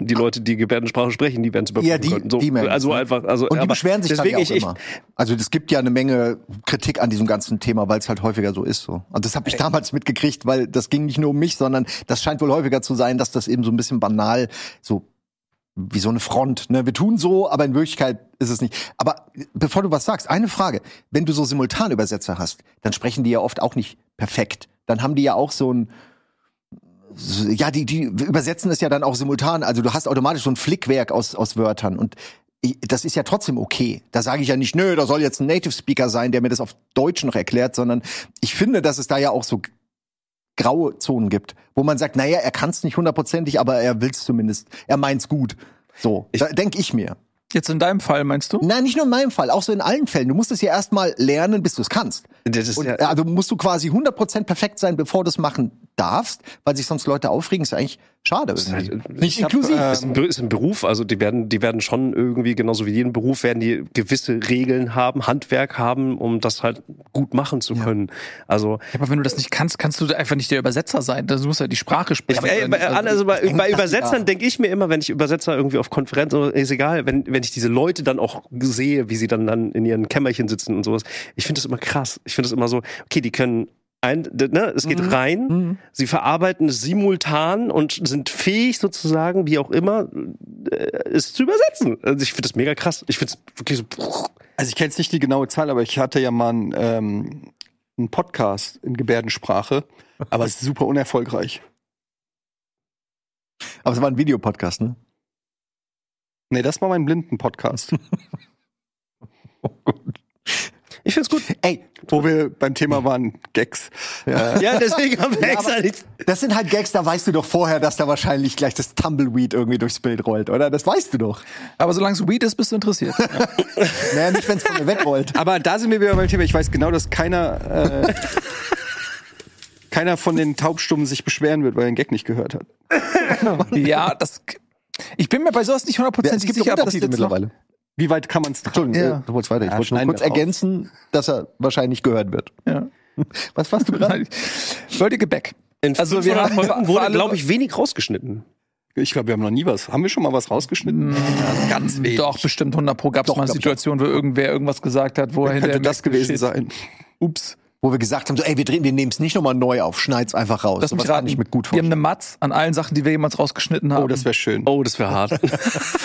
S3: die Leute, die Gebärdensprache sprechen, die werden es überprüfen
S5: Ja, die-
S3: können. So,
S5: die merken es,
S3: also
S5: ne?
S3: einfach, also
S5: Und die
S3: aber
S5: beschweren sich dann
S3: deswegen
S5: ja auch
S3: ich,
S5: immer. Also es gibt ja eine Menge Kritik an diesem ganzen Thema, weil es halt häufiger so ist. So. Also das habe ich
S3: Äh.
S5: damals mitgekriegt, weil das ging nicht nur um mich, sondern das scheint wohl häufiger zu sein, dass das eben so ein bisschen banal, so wie so eine Front. Ne? Wir tun so, aber in Wirklichkeit ist es nicht. Aber bevor du was sagst, eine Frage. Wenn du so Simultanübersetzer hast, dann sprechen die ja oft auch nicht perfekt. Dann haben die ja auch so ein so- ja, die, die übersetzen es ja dann auch simultan. Also du hast automatisch so ein Flickwerk aus, aus Wörtern und ich, das ist ja trotzdem okay. Da sage ich ja nicht, nö, da soll jetzt ein Native Speaker sein, der mir das auf Deutsch noch erklärt, sondern ich finde, dass es da ja auch so graue Zonen gibt, wo man sagt, naja, er kann es nicht hundertprozentig, aber er will es zumindest, er meint's gut. So, da denke ich mir.
S6: Jetzt in deinem Fall, meinst du?
S5: Nein, nicht nur in meinem Fall, auch so in allen Fällen. Du musst es ja erstmal lernen, bis du es kannst.
S3: Das ist
S5: Und,
S3: ja-
S5: also musst du quasi 100% perfekt sein, bevor du es machen darfst, weil sich sonst Leute aufregen, ist halt- ja eigentlich schade. irgendwie. nicht inklusiv.
S3: ist ein, Be- ist ein Beruf, also die werden, die werden schon irgendwie, genauso wie jeden Beruf, werden die gewisse Regeln haben, Handwerk haben, um das halt gut machen zu können. Also
S6: Ja, aber wenn du das nicht kannst, kannst du einfach nicht der Übersetzer sein. Du musst ja die Sprache sprechen.
S3: Ey, bei, also bei,
S5: denk,
S3: bei
S5: dass-
S3: Übersetzern
S5: ja.
S3: denke ich mir immer, wenn ich Übersetzer irgendwie auf Konferenz oder ist egal, wenn, wenn ich diese Leute dann auch sehe, wie sie dann, dann in ihren Kämmerchen sitzen und sowas, ich finde das immer krass. Ich finde das immer so, okay, die können ein, ne, es geht rein, sie verarbeiten es simultan und sind fähig sozusagen, wie auch immer, äh, es zu übersetzen. Also ich finde das mega krass. Ich finde es wirklich so.
S4: Also ich kenne jetzt nicht die genaue Zahl, aber ich hatte ja mal einen, ähm, einen Podcast in Gebärdensprache, aber es ist super unerfolgreich.
S5: Aber es war ein Videopodcast, ne?
S4: Nee, das war mein Blinden-Podcast,
S3: Ich finde es gut.
S5: Ey,
S4: wo wir beim Thema waren, Gags.
S3: [LAUGHS] Ja, deswegen haben wir extra nichts.
S5: das sind halt Gags, da weißt du doch vorher, dass da wahrscheinlich gleich das Tumbleweed irgendwie durchs Bild rollt, oder? Das weißt du doch.
S6: Aber solange es Weed ist, bist du interessiert. [LAUGHS]
S5: Naja, nicht, wenn es von mir [LAUGHS] wegrollt.
S4: Aber da sind wir wieder beim Thema. Ich weiß genau, dass keiner, äh, keiner von den Taubstummen sich beschweren wird, weil er einen Gag nicht gehört hat.
S6: ja, das. Ich bin mir bei sowas
S5: Ja, es
S6: nicht hundertprozentig
S5: gibt ja
S6: sicher, ob das
S5: Untertitel
S6: jetzt noch,
S5: mittlerweile.
S4: Wie weit kann man es tragen?
S5: Entschuldigung, ja. Äh, du wolltest weiter. Ich
S4: Ja,
S5: wollte nur
S4: schneiden
S5: kurz
S4: wir raus.
S5: ergänzen, dass er wahrscheinlich gehört wird.
S6: Ja.
S5: [LAUGHS] Was warst du gerade?
S6: Leute, Gebäck.
S3: In also wir haben Folgen
S6: für
S3: wurde,
S6: alle-
S3: glaube ich, wenig rausgeschnitten.
S4: Ich glaube, wir haben noch nie was. Haben wir schon mal was rausgeschnitten? Ja, ganz wenig.
S6: Doch, bestimmt 100 Pro gab es
S5: Doch,
S6: mal eine
S5: glaub ich
S6: Situation, wo irgendwer irgendwas gesagt hat, wo er hinterher
S4: Könnte das
S6: merkte,
S4: gewesen
S6: shit,
S4: sein.
S6: Ups.
S5: Wo wir gesagt haben, so, ey, wir drehen, wir nehmen es nicht nochmal neu auf, schneid's einfach raus.
S6: Lass mich
S5: Sowas
S6: raten.
S5: ich mir gut
S6: die haben
S5: vorstellen.
S6: eine Matz an allen Sachen, die wir jemals rausgeschnitten haben.
S4: Oh, das wäre schön.
S3: Oh, das wäre hart.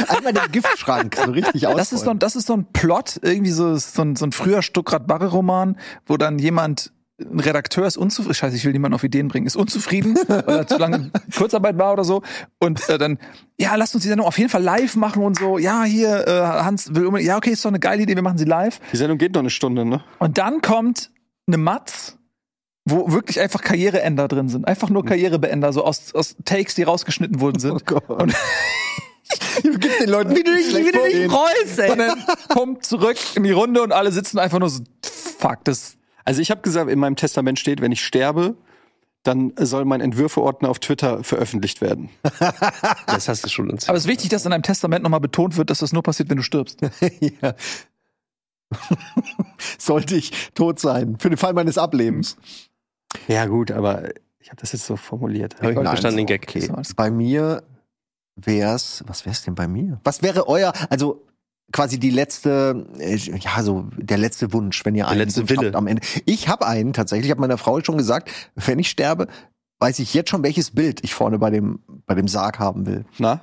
S5: Einmal den Giftschrank so richtig aus.
S6: Das ist, so, ein- das ist so ein Plot, irgendwie so, so, ein, so ein früher Stuckrad-Barre-Roman, wo dann jemand, ein Redakteur ist unzufrieden, scheiße, ich will niemanden auf Ideen bringen,
S5: [LAUGHS]
S6: ist unzufrieden, weil er zu lange in Kurzarbeit war oder so. Und äh, dann, ja, lasst uns die Sendung auf jeden Fall live machen und so. Ja, hier, äh, Hans will unbedingt, ja, okay, ist doch eine geile Idee, wir machen sie live.
S4: Die Sendung geht noch eine Stunde, ne?
S6: Und dann kommt eine Matz, wo wirklich einfach Karriereänder drin sind. Einfach nur Karrierebeender, so aus, aus Takes, die rausgeschnitten worden sind.
S5: Gott.
S6: [LAUGHS] Und
S5: Gib den Leuten
S6: wie du dich,
S5: schlecht
S6: wie du dich
S5: vorgehen.
S6: rollst, ey. Und dann kommt zurück in die Runde und alle sitzen einfach nur so, fuck, das.
S4: Also ich habe gesagt, in meinem Testament steht, wenn ich sterbe, dann soll mein Entwürfeordner auf Twitter veröffentlicht werden.
S3: Das hast du schon uns.
S6: Aber es ist wichtig, dass in einem Testament nochmal betont wird, dass das nur passiert, wenn du stirbst.
S5: [LAUGHS] Ja. Sollte ich tot sein, für den Fall meines Ablebens.
S4: Ja gut, aber ich habe das jetzt so formuliert.
S3: Habe ich
S5: Nein,
S3: nicht verstanden, den
S5: ist
S3: Gag.
S5: Okay.
S6: So, alles
S5: Bei mir wär's, was wär's denn bei mir? Was wäre euer, also quasi die letzte, äh, ja, so der letzte Wunsch, wenn ihr einen
S3: letzte
S5: Wunsch
S3: Wille.
S5: habt am Ende. Ich habe einen tatsächlich, ich habe meiner Frau schon gesagt, wenn ich sterbe, weiß ich jetzt schon, welches Bild ich vorne bei dem, bei dem Sarg haben will.
S4: Na?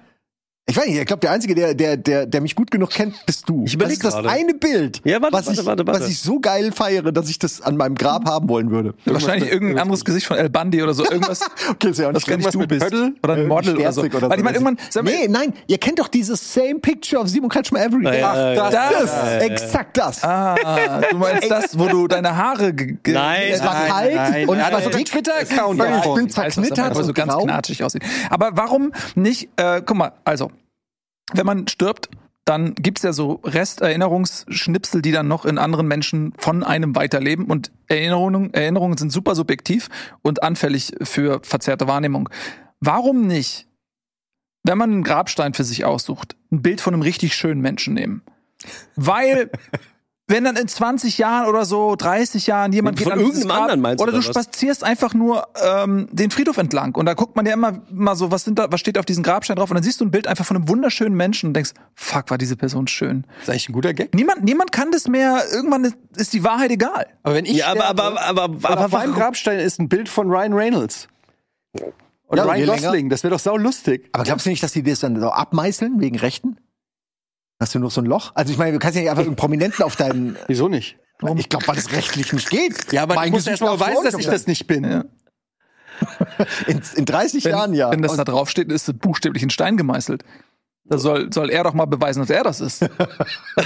S5: Ich weiß nicht, ich glaube, der Einzige, der, der, der, der mich gut genug kennt, bist du.
S3: Ich überleg
S5: das ist das
S3: gerade.
S5: eine Bild,
S3: Ja, warte,
S5: was,
S3: warte,
S5: ich,
S3: warte, warte.
S5: was ich so geil feiere, dass ich das an meinem Grab haben wollen würde.
S6: Wahrscheinlich irgendein anderes Gesicht von El Bandi oder so. [LAUGHS] Irgendwas,
S5: [LAUGHS] Okay, ist ja auch
S6: das
S5: nicht
S6: kann
S5: schlimm.
S6: nicht du bist. Oder ein
S5: Irgendwie
S6: Model oder so.
S5: Sterzig oder
S6: Weil ich meine,
S5: so.
S6: irgendwann, sag mal,
S5: Nee, nein, ihr kennt doch dieses Same Picture of Simon Kretschmer every day.
S3: Ja, ja,
S5: Ach,
S3: ja,
S6: ja,
S5: das,
S6: ja,
S5: das, exakt das.
S6: Ah, du meinst das, wo du deine Haare ge ge-
S3: Nein,
S5: es war
S3: nein,
S5: kalt
S4: nein,
S5: und
S4: nein.
S5: es war
S4: Er hat
S5: dick.
S4: Twitter-Account
S5: Ich
S4: davon.
S5: bin
S6: Weiß, was er meint,
S5: zerknittert
S6: aber so
S5: und
S6: ganz
S5: grau.
S6: knatschig aussieht. Aber warum nicht, äh, guck mal, also, wenn man stirbt, dann gibt's ja so Resterinnerungsschnipsel, die dann noch in anderen Menschen von einem weiterleben. Und Erinnerungen, Erinnerungen sind super subjektiv und anfällig für verzerrte Wahrnehmung. Warum nicht, wenn man einen Grabstein für sich aussucht, ein Bild von einem richtig schönen Menschen nehmen? Weil wenn dann in 20 Jahren oder so, 30 Jahren jemand
S3: Von
S6: geht an dieses
S3: irgendeinem
S6: Grab,
S3: anderen meinst du,
S6: oder du
S3: oder was?
S6: spazierst einfach nur ähm, den Friedhof entlang und da guckt man ja immer mal so, was sind da, was steht auf diesem Grabstein drauf und dann siehst du ein Bild einfach von einem wunderschönen Menschen und denkst, fuck, war diese Person schön.
S4: Das ist eigentlich ein guter Gag.
S6: Niemand, niemand kann das mehr. Irgendwann ist, ist die Wahrheit egal.
S4: Aber wenn ich
S3: Ja, aber,
S4: sterbe,
S3: aber, aber, aber,
S4: aber auf
S3: aber
S4: meinem
S3: warum?
S4: Grabstein ist ein Bild von Ryan Reynolds. Und
S5: Ja, je
S4: Ryan
S5: länger-
S4: Gosling, das wäre doch sau lustig.
S5: Aber glaubst du nicht, dass die das dann so abmeißeln wegen Rechten? Hast du noch so ein Loch? Also ich meine, du kannst ja nicht einfach einen Prominenten auf deinen.
S4: Wieso nicht?
S5: Ich glaube, weil es rechtlich nicht geht.
S4: Ja, aber
S5: Mein
S4: ich muss
S5: Gesicht
S4: erst mal
S5: auf
S4: weiß, dass ich
S5: Ordnung.
S4: das nicht bin.
S5: in, in 30
S6: Wenn,
S5: Jahren ja.
S6: wenn das
S5: Und-
S6: da draufsteht, ist es buchstäblich in Stein gemeißelt. Da soll, soll er doch mal beweisen, dass er das ist.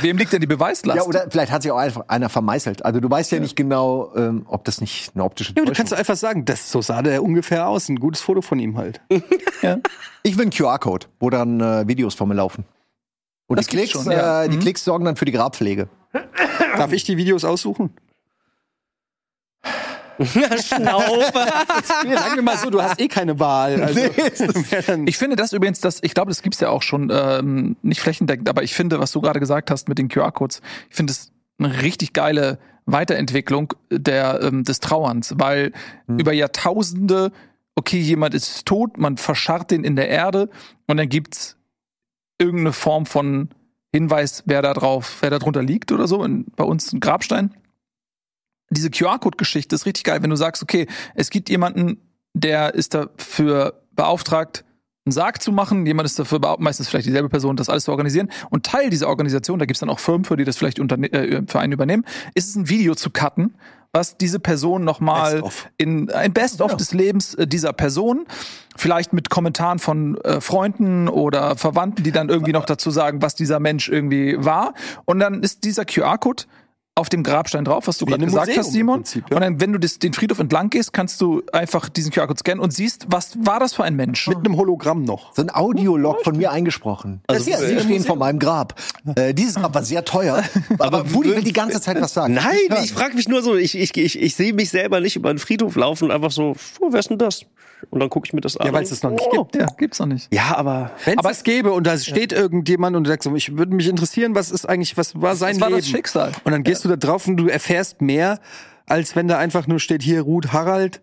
S6: Wem liegt denn die Beweislast?
S5: ja, oder vielleicht hat sich auch einfach einer vermeißelt. Also du weißt ja, nicht genau, ähm, ob das nicht eine optische
S4: Ja, aber du
S5: Täuschung
S4: kannst doch einfach sagen, das, so sah der ungefähr aus. Ein gutes Foto von ihm halt.
S5: Ich will einen QR-Code, wo dann äh, Videos von mir laufen. Und
S6: Das
S5: die Klicks,
S6: gibt's schon, ja.
S5: äh,
S4: Mhm.
S5: die Klicks sorgen dann für die Grabpflege.
S4: Darf ich die Videos aussuchen? [LAUGHS] Schnaufe. Sagen wir mal so, du hast eh keine Wahl. Also, [LAUGHS] wär dann-
S6: Ich finde das übrigens, das, ich glaube, das gibt's ja auch schon ähm, nicht flächendeckend, aber ich finde, was du gerade gesagt hast mit den QR-Codes, ich finde es eine richtig geile Weiterentwicklung der, ähm, des Trauerns, weil über Jahrtausende, okay, jemand ist tot, man verscharrt den in der Erde und dann gibt's irgendeine Form von Hinweis, wer da drauf, wer da drunter liegt oder so, in, bei uns ein Grabstein. diese QR-Code-Geschichte ist richtig geil, wenn du sagst, okay, es gibt jemanden, der ist dafür beauftragt, einen Sarg zu machen, jemand ist dafür beauftragt, meistens vielleicht dieselbe Person, das alles zu organisieren. Und Teil dieser Organisation, da gibt's dann auch Firmen, für die das vielleicht unterne- äh, für einen übernehmen, ist es ein Video zu cutten, was diese Person nochmal
S4: Best-of.
S6: in ein Best-of des Lebens äh, dieser Person, vielleicht mit Kommentaren von äh, Freunden oder Verwandten, die dann irgendwie noch dazu sagen, was dieser Mensch irgendwie war. Und dann ist dieser QR-Code auf dem Grabstein drauf, was du
S4: Wie
S6: gerade
S4: in einem
S6: gesagt
S4: Museum
S6: hast, Simon.
S4: im Prinzip, ja.
S6: Und dann, wenn du das, den Friedhof entlang gehst, kannst du einfach diesen QR-Code scannen und siehst, was war das für ein Mensch?
S4: Mit einem Hologramm noch.
S5: So ein
S4: Oh,
S5: Audiolog von mir eingesprochen. Also hier, Sie stehen vor meinem Grab. Äh, dieses Grab war
S4: [LAUGHS]
S5: sehr teuer, aber Woody will die ganze Zeit was sagen.
S3: Nein, ich frage mich nur so, ich, ich, ich, ich sehe mich selber nicht über den Friedhof laufen und einfach so, oh, wer ist denn das? Und dann gucke ich mir das an.
S4: Ja, weil es
S3: und-
S4: das noch nicht
S3: oh.
S4: gibt.
S6: Ja, gibt's noch nicht.
S3: Ja, aber
S4: Wenn es das gäbe und da steht irgendjemand und du sagst, so, ich würde mich interessieren, was ist eigentlich, was war sein
S6: war
S4: Leben?
S6: das Schicksal.
S4: Und dann gehst du da drauf und du erfährst mehr, als wenn da einfach nur steht, hier ruht Harald,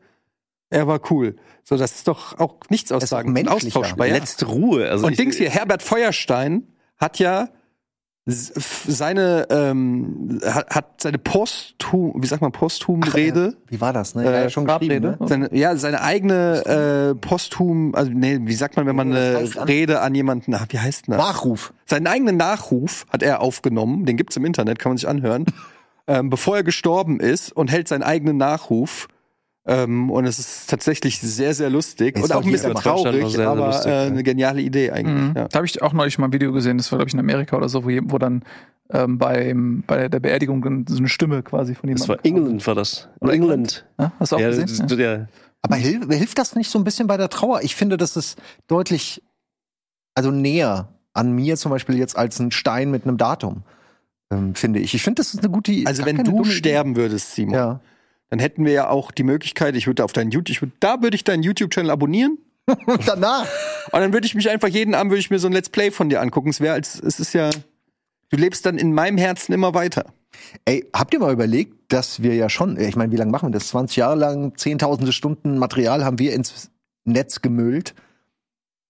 S4: er war cool. So, das ist doch auch nichts
S5: ist auch
S4: aussagen.
S5: menschlicher.
S4: Austauschbar. Ja.
S3: letzte Ruhe. Also
S4: Und
S3: ich-
S4: Dings hier, Herbert Feuerstein hat ja s- f- seine ähm, hat, hat seine posthum, wie sagt man, posthum Rede. Äh,
S5: Wie war das? Ne? Ja, ja, schon geschrieben. Ne?
S4: Seine, ja, seine eigene äh, posthum, also nee, wie sagt man, wenn man
S5: Das
S4: eine
S5: heißt an-
S4: Rede an jemanden, ah, wie heißt denn das?
S5: Nachruf.
S4: Seinen eigenen Nachruf hat er aufgenommen, den gibt's im Internet, kann man
S3: [LAUGHS]
S4: sich anhören, ähm, bevor er gestorben ist und hält seinen eigenen Nachruf. Ähm, und es ist tatsächlich sehr, sehr lustig
S5: Ist
S4: und auch
S5: auch
S4: ein
S5: hier
S4: bisschen
S3: in Deutschland
S4: traurig,
S3: noch sehr, sehr
S4: aber
S3: lustig,
S4: äh,
S3: ja. Mhm.
S4: eine geniale Idee eigentlich. Ja.
S6: Da habe ich auch neulich mal ein Video gesehen, das war, glaube ich, in Amerika oder so, wo, je- wo dann ähm, beim, bei der Beerdigung dann so eine Stimme quasi von
S3: das
S6: jemandem.
S3: war England, war das. Oder England.
S6: Ja, hast du auch
S3: Ja,
S6: gesehen?
S3: das-
S6: Ja.
S3: ja.
S5: Aber hilf, hilft das nicht so ein bisschen bei der Trauer? Ich finde, das ist deutlich, also näher an mir zum Beispiel jetzt als ein Stein mit einem Datum, ähm, finde ich. Ich finde, das ist eine gute
S4: Also
S5: gar
S4: wenn
S5: keine
S4: du
S5: dumme Idee.
S4: sterben würdest, Simon,
S5: Ja.
S4: dann hätten wir ja auch die Möglichkeit, ich würde auf deinen YouTube, ich würde, da würde ich deinen YouTube-Channel abonnieren
S5: Und danach.
S4: und dann würde ich mich einfach jeden Abend würde ich mir so ein Let's Play von dir angucken. Es wäre als, es ist ja, du lebst dann in meinem Herzen immer weiter.
S5: Ey, habt ihr mal überlegt, dass wir ja schon, ich meine, wie lange machen wir das? 20 Jahre lang, zehntausende Stunden Material haben wir ins Netz gemüllt.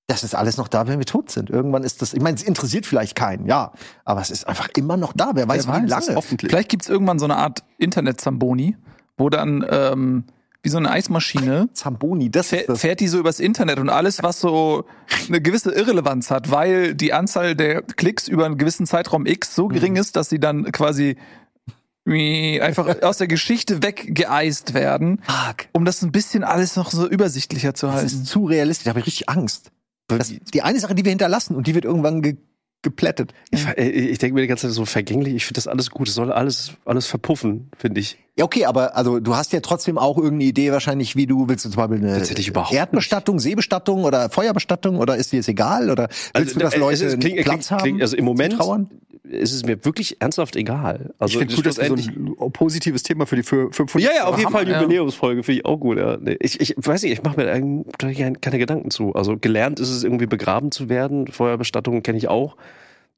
S5: Das ist alles noch da, wenn wir tot sind. Irgendwann ist das, ich meine, es interessiert vielleicht keinen, ja, aber es ist einfach immer noch da. Wer weiß, wie
S4: Das ist
S5: lange.
S4: hoffentlich.
S6: Vielleicht gibt's irgendwann so eine Art Internet-Zamboni, wo dann ähm, wie so eine Eismaschine
S5: Zamboni, das ist
S6: fäh-
S5: das.
S6: fährt die so übers Internet und alles, was so eine gewisse Irrelevanz hat, weil die Anzahl der Klicks über einen gewissen Zeitraum X
S3: Mhm.
S6: so gering ist, dass sie dann quasi wie einfach aus der Geschichte weggeeist werden,
S5: Fuck.
S6: um das ein bisschen alles noch so übersichtlicher zu
S5: Das
S6: halten.
S5: ist zu realistisch, da habe ich richtig Angst. Das ist die eine Sache, die wir hinterlassen und die wird irgendwann ge geplättet.
S3: Ich, äh, ich denke mir die ganze Zeit so vergänglich, ich finde das alles gut, es soll alles, alles verpuffen, finde ich.
S5: Ja, okay, aber also du hast ja trotzdem auch irgendeine Idee wahrscheinlich, wie du willst du zum Beispiel eine
S3: Tatsächlich überhaupt
S5: Erdbestattung, Seebestattung oder Feuerbestattung oder ist dir das egal oder willst du, dass
S3: äh,
S5: Leute
S3: es ist- klingt-
S5: einen Platz
S3: klingt-
S5: haben?
S3: klingt- also im
S5: zum
S3: Moment
S5: trauern?
S3: ist es mir wirklich ernsthaft egal. Also
S4: ich finde gut, dass wir so
S3: schlussendlich-
S4: ein positives Thema für die für 500.
S3: Ja, ja, auf jeden
S6: Hammer,
S3: Fall
S6: ja.
S3: Jubiläumsfolge finde ich auch gut. Ja. Nee, Ich, ich weiß nicht, ich mache mir eigentlich keine Gedanken zu. Also gelernt ist es irgendwie begraben zu werden. Feuerbestattung kenne ich auch.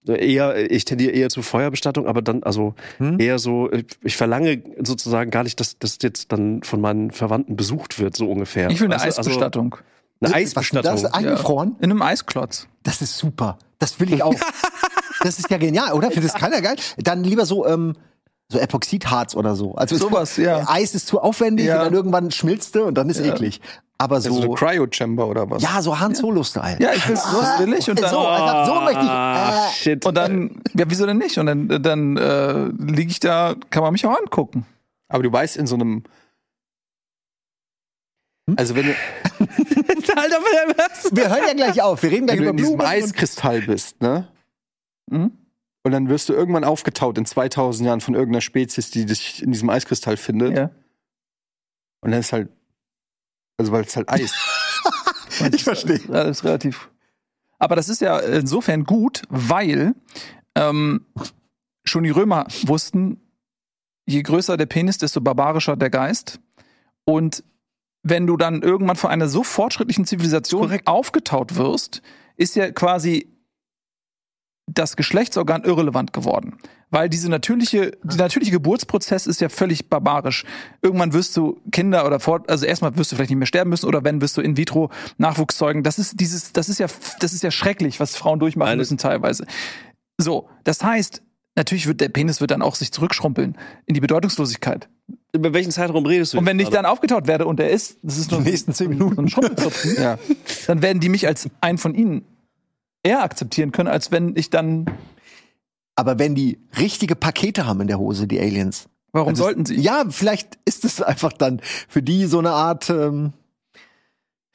S3: Eher, ich tendiere eher zu Feuerbestattung, aber dann, also
S6: Hm?
S3: eher so, ich- ich verlange sozusagen gar nicht, dass das jetzt dann von meinen Verwandten besucht wird, so ungefähr.
S6: Ich will eine
S3: Weißt du,
S6: Eisbestattung.
S3: Also, eine
S5: Was ist
S3: Eisbestattung.
S5: das? Eingefroren?
S6: In einem Eisklotz.
S5: Das ist super. Das will
S6: [LAUGHS]
S5: ich auch. das ist ja genial, oder? Findet das keiner geil? Dann lieber so, ähm, so Epoxidharz oder so. Also
S6: Sowas,
S5: es-
S6: ja.
S5: Eis ist zu aufwendig
S6: Ja. Also
S5: und dann irgendwann schmilzt du und dann ist eklig. Aber
S4: Also so
S3: Also-
S4: eine
S5: so,
S4: Cryo Chamber oder was?
S5: ja, so Han Solo-Style.
S6: Ja, ich will sowas will ich und
S5: Ah.
S6: dann,
S5: so, also, so möchte ich.
S3: Ah,
S5: Äh,
S3: shit.
S6: und dann, ja, wieso denn nicht? Und dann, dann äh, liege ich da, kann man mich auch angucken.
S4: Aber du weißt in so einem
S5: Hm?
S4: also wenn du,
S5: äh, wir hören ja gleich auf. Wir reden gleich
S4: wenn du
S5: über
S4: in diesem
S5: Blumen. und-
S4: Eiskristall bist, ne?
S6: Mhm.
S4: Und dann wirst du irgendwann aufgetaut in 2000 Jahren von irgendeiner Spezies, die dich in diesem Eiskristall findet.
S6: Ja.
S4: Und dann ist halt, also weil es halt Eis.
S5: Ich verstehe.
S6: Ja, das ist relativ. Aber das ist ja insofern gut, weil ähm, schon die Römer wussten, je größer der Penis, desto barbarischer der Geist. Und wenn du dann irgendwann von einer so fortschrittlichen Zivilisation aufgetaut wirst, ist ja quasi das Geschlechtsorgan irrelevant geworden. Weil diese natürliche, der natürliche Geburtsprozess ist ja völlig barbarisch. Irgendwann wirst du Kinder oder fort, also erstmal wirst du vielleicht nicht mehr sterben müssen oder wenn wirst du in vitro Nachwuchs zeugen. Das ist dieses, das ist ja, das ist ja schrecklich, was Frauen durchmachen
S3: Eine-
S6: müssen teilweise. So, das heißt, natürlich wird der Penis wird dann auch sich zurückschrumpeln in die Bedeutungslosigkeit.
S3: Über welchen Zeitraum redest du?
S6: Und wenn ich
S3: jetzt gerade?
S6: dann aufgetaut werde und er ist, das ist nur
S5: Die nächsten zehn Minuten.
S6: so
S5: [LAUGHS]
S6: ein Schrumpelzupfen,
S4: Ja.
S6: dann werden die mich als einen von ihnen eher akzeptieren können, als wenn ich dann.
S5: Aber wenn die richtige Pakete haben in der Hose, die Aliens.
S6: Warum
S5: dann ist-
S6: sollten sie?
S5: Ja, vielleicht ist es einfach dann für die so eine Art, ähm,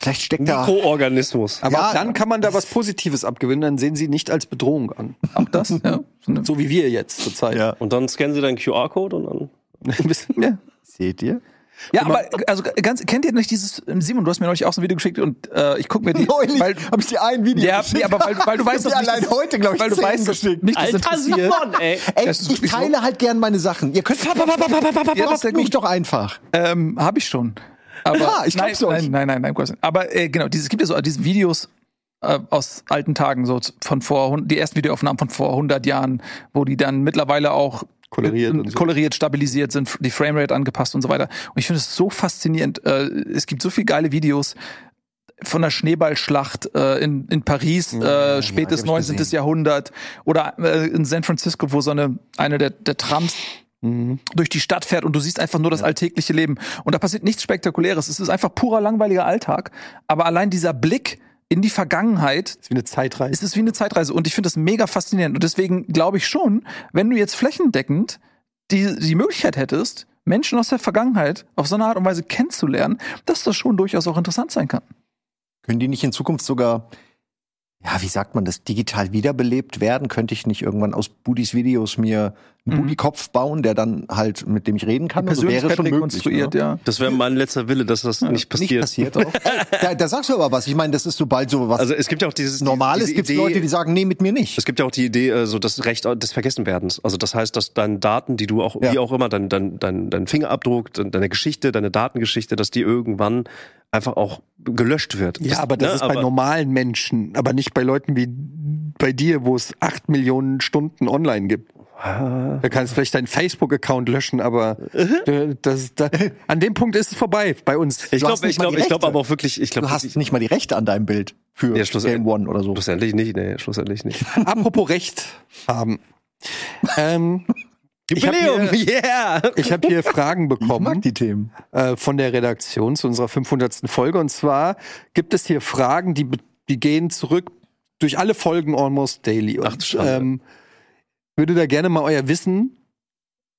S5: vielleicht steckt da.
S3: Mikroorganismus.
S4: Aber
S5: Ja.
S4: auch dann kann man da was Positives abgewinnen, dann sehen sie nicht als Bedrohung an.
S6: Auch das? Ja.
S4: So wie wir jetzt zurzeit. [LAUGHS]
S5: Ja.
S3: Und dann scannen sie deinen QR-Code und dann.
S6: ja.
S5: Seht ihr?
S6: Ja, aber also ganz kennt ihr nicht dieses ähm, Simon, du hast mir neulich auch so ein Video geschickt und äh, ich guck mir
S5: [LAUGHS]
S6: die
S5: Neulich
S6: weil
S5: habe ich dir ein Video
S6: Ja, nee, aber weil- weil du
S5: Ich hab
S6: weißt,
S5: dir
S6: dass mich
S5: allein
S6: das-
S5: heute, glaube ich,
S6: weil du
S5: zehn
S6: weißt, dass
S5: geschickt.
S6: mich das interessiert.
S3: Mann, ey.
S5: Ey,
S6: Das ist
S5: ich
S6: sowieso-
S5: teile halt gern meine Sachen. Ihr könnt
S6: Ja, das ist
S5: Lasst
S6: sehr
S5: mich
S6: gut.
S5: doch einfach.
S6: Ähm, habe ich schon. Aber
S5: Ja, ich glaub's
S6: nein,
S5: euch.
S6: nein, nein, nein, nein, Gott sei Dank. Aber äh, genau, dieses, es gibt ja so diese Videos äh, aus alten Tagen, so z- von vor hun- die ersten Videoaufnahmen von vor 100 Jahren, wo die dann mittlerweile auch
S4: Koloriert
S6: äh,
S4: und so.
S6: koloriert, stabilisiert sind, f- die Framerate angepasst und so weiter. Und ich finde es so faszinierend. Äh, es gibt so viele geile Videos von der Schneeballschlacht äh, in, in Paris, äh, spätes
S5: die hab ich
S6: 19.
S5: gesehen.
S6: Jahrhundert oder äh, in San Francisco, wo so eine, eine der, der Trams durch die Stadt fährt und du siehst einfach nur das alltägliche Leben. Und da passiert nichts Spektakuläres. Es ist einfach purer, langweiliger Alltag. Aber allein dieser Blick in die Vergangenheit,
S4: Ist wie eine Zeitreise.
S6: es ist wie eine Zeitreise. Und ich finde das mega faszinierend. Und deswegen glaube ich schon, wenn du jetzt flächendeckend die, die Möglichkeit hättest, Menschen aus der Vergangenheit auf so eine Art und Weise kennenzulernen, dass das schon durchaus auch interessant sein kann.
S5: Können die nicht in Zukunft sogar, ja, wie sagt man das, digital wiederbelebt werden? Könnte ich nicht irgendwann aus Budis Videos mir einen Budikopf bauen, der dann halt, mit dem ich reden kann? Also wäre schon möglich.
S6: rekonstruiert,
S5: ne?
S6: ja.
S3: Das wäre mein letzter Wille, dass das nicht passiert.
S5: Nicht passiert auch. Ey, da, da sagst du aber was. Ich meine, das ist sobald sowas
S3: Also es gibt ja auch dieses
S5: Normales.
S3: diese
S5: Gibt es
S3: Idee-
S5: Leute, die sagen, nee, mit mir nicht.
S3: Es gibt ja auch die Idee, äh, so das Recht des Vergessenwerdens. Also das heißt, dass deine Daten, die du auch,
S5: Ja.
S3: wie auch immer, dein, dein, dein, dein Fingerabdruck, dein- deine Geschichte, deine Datengeschichte, dass die irgendwann einfach auch gelöscht wird.
S4: Ja, aber das
S3: ne,
S4: ist bei normalen Menschen, aber nicht bei Leuten wie bei dir, wo es acht Millionen Stunden online gibt. Da kannst du vielleicht deinen Facebook-Account löschen, aber äh, das, da, an dem Punkt ist es vorbei bei uns.
S3: Ich
S5: du hast
S3: glaube,
S5: nicht
S3: ich
S5: mal
S3: glaube,
S5: die
S3: ich glaube
S5: Rechte.
S3: aber auch wirklich, ich glaube,
S5: Du hast nicht mal die Rechte an deinem Bild für
S3: Ja, schlussendlich-
S5: Game One oder so.
S3: schlussendlich nicht, nee, schlussendlich nicht.
S4: Apropos Recht haben. Ähm, ich habe
S3: Jubiläum,
S4: hier, Mhm.
S3: yeah!
S4: ich hab hier Fragen
S5: Ich mag
S4: bekommen.
S5: die Themen.
S4: äh, von der Redaktion zu unserer 500. Folge. Und zwar gibt es hier Fragen, die, be- die gehen zurück durch alle Folgen almost daily. Und, ähm,
S3: Ach, schade.
S4: würde da gerne mal euer Wissen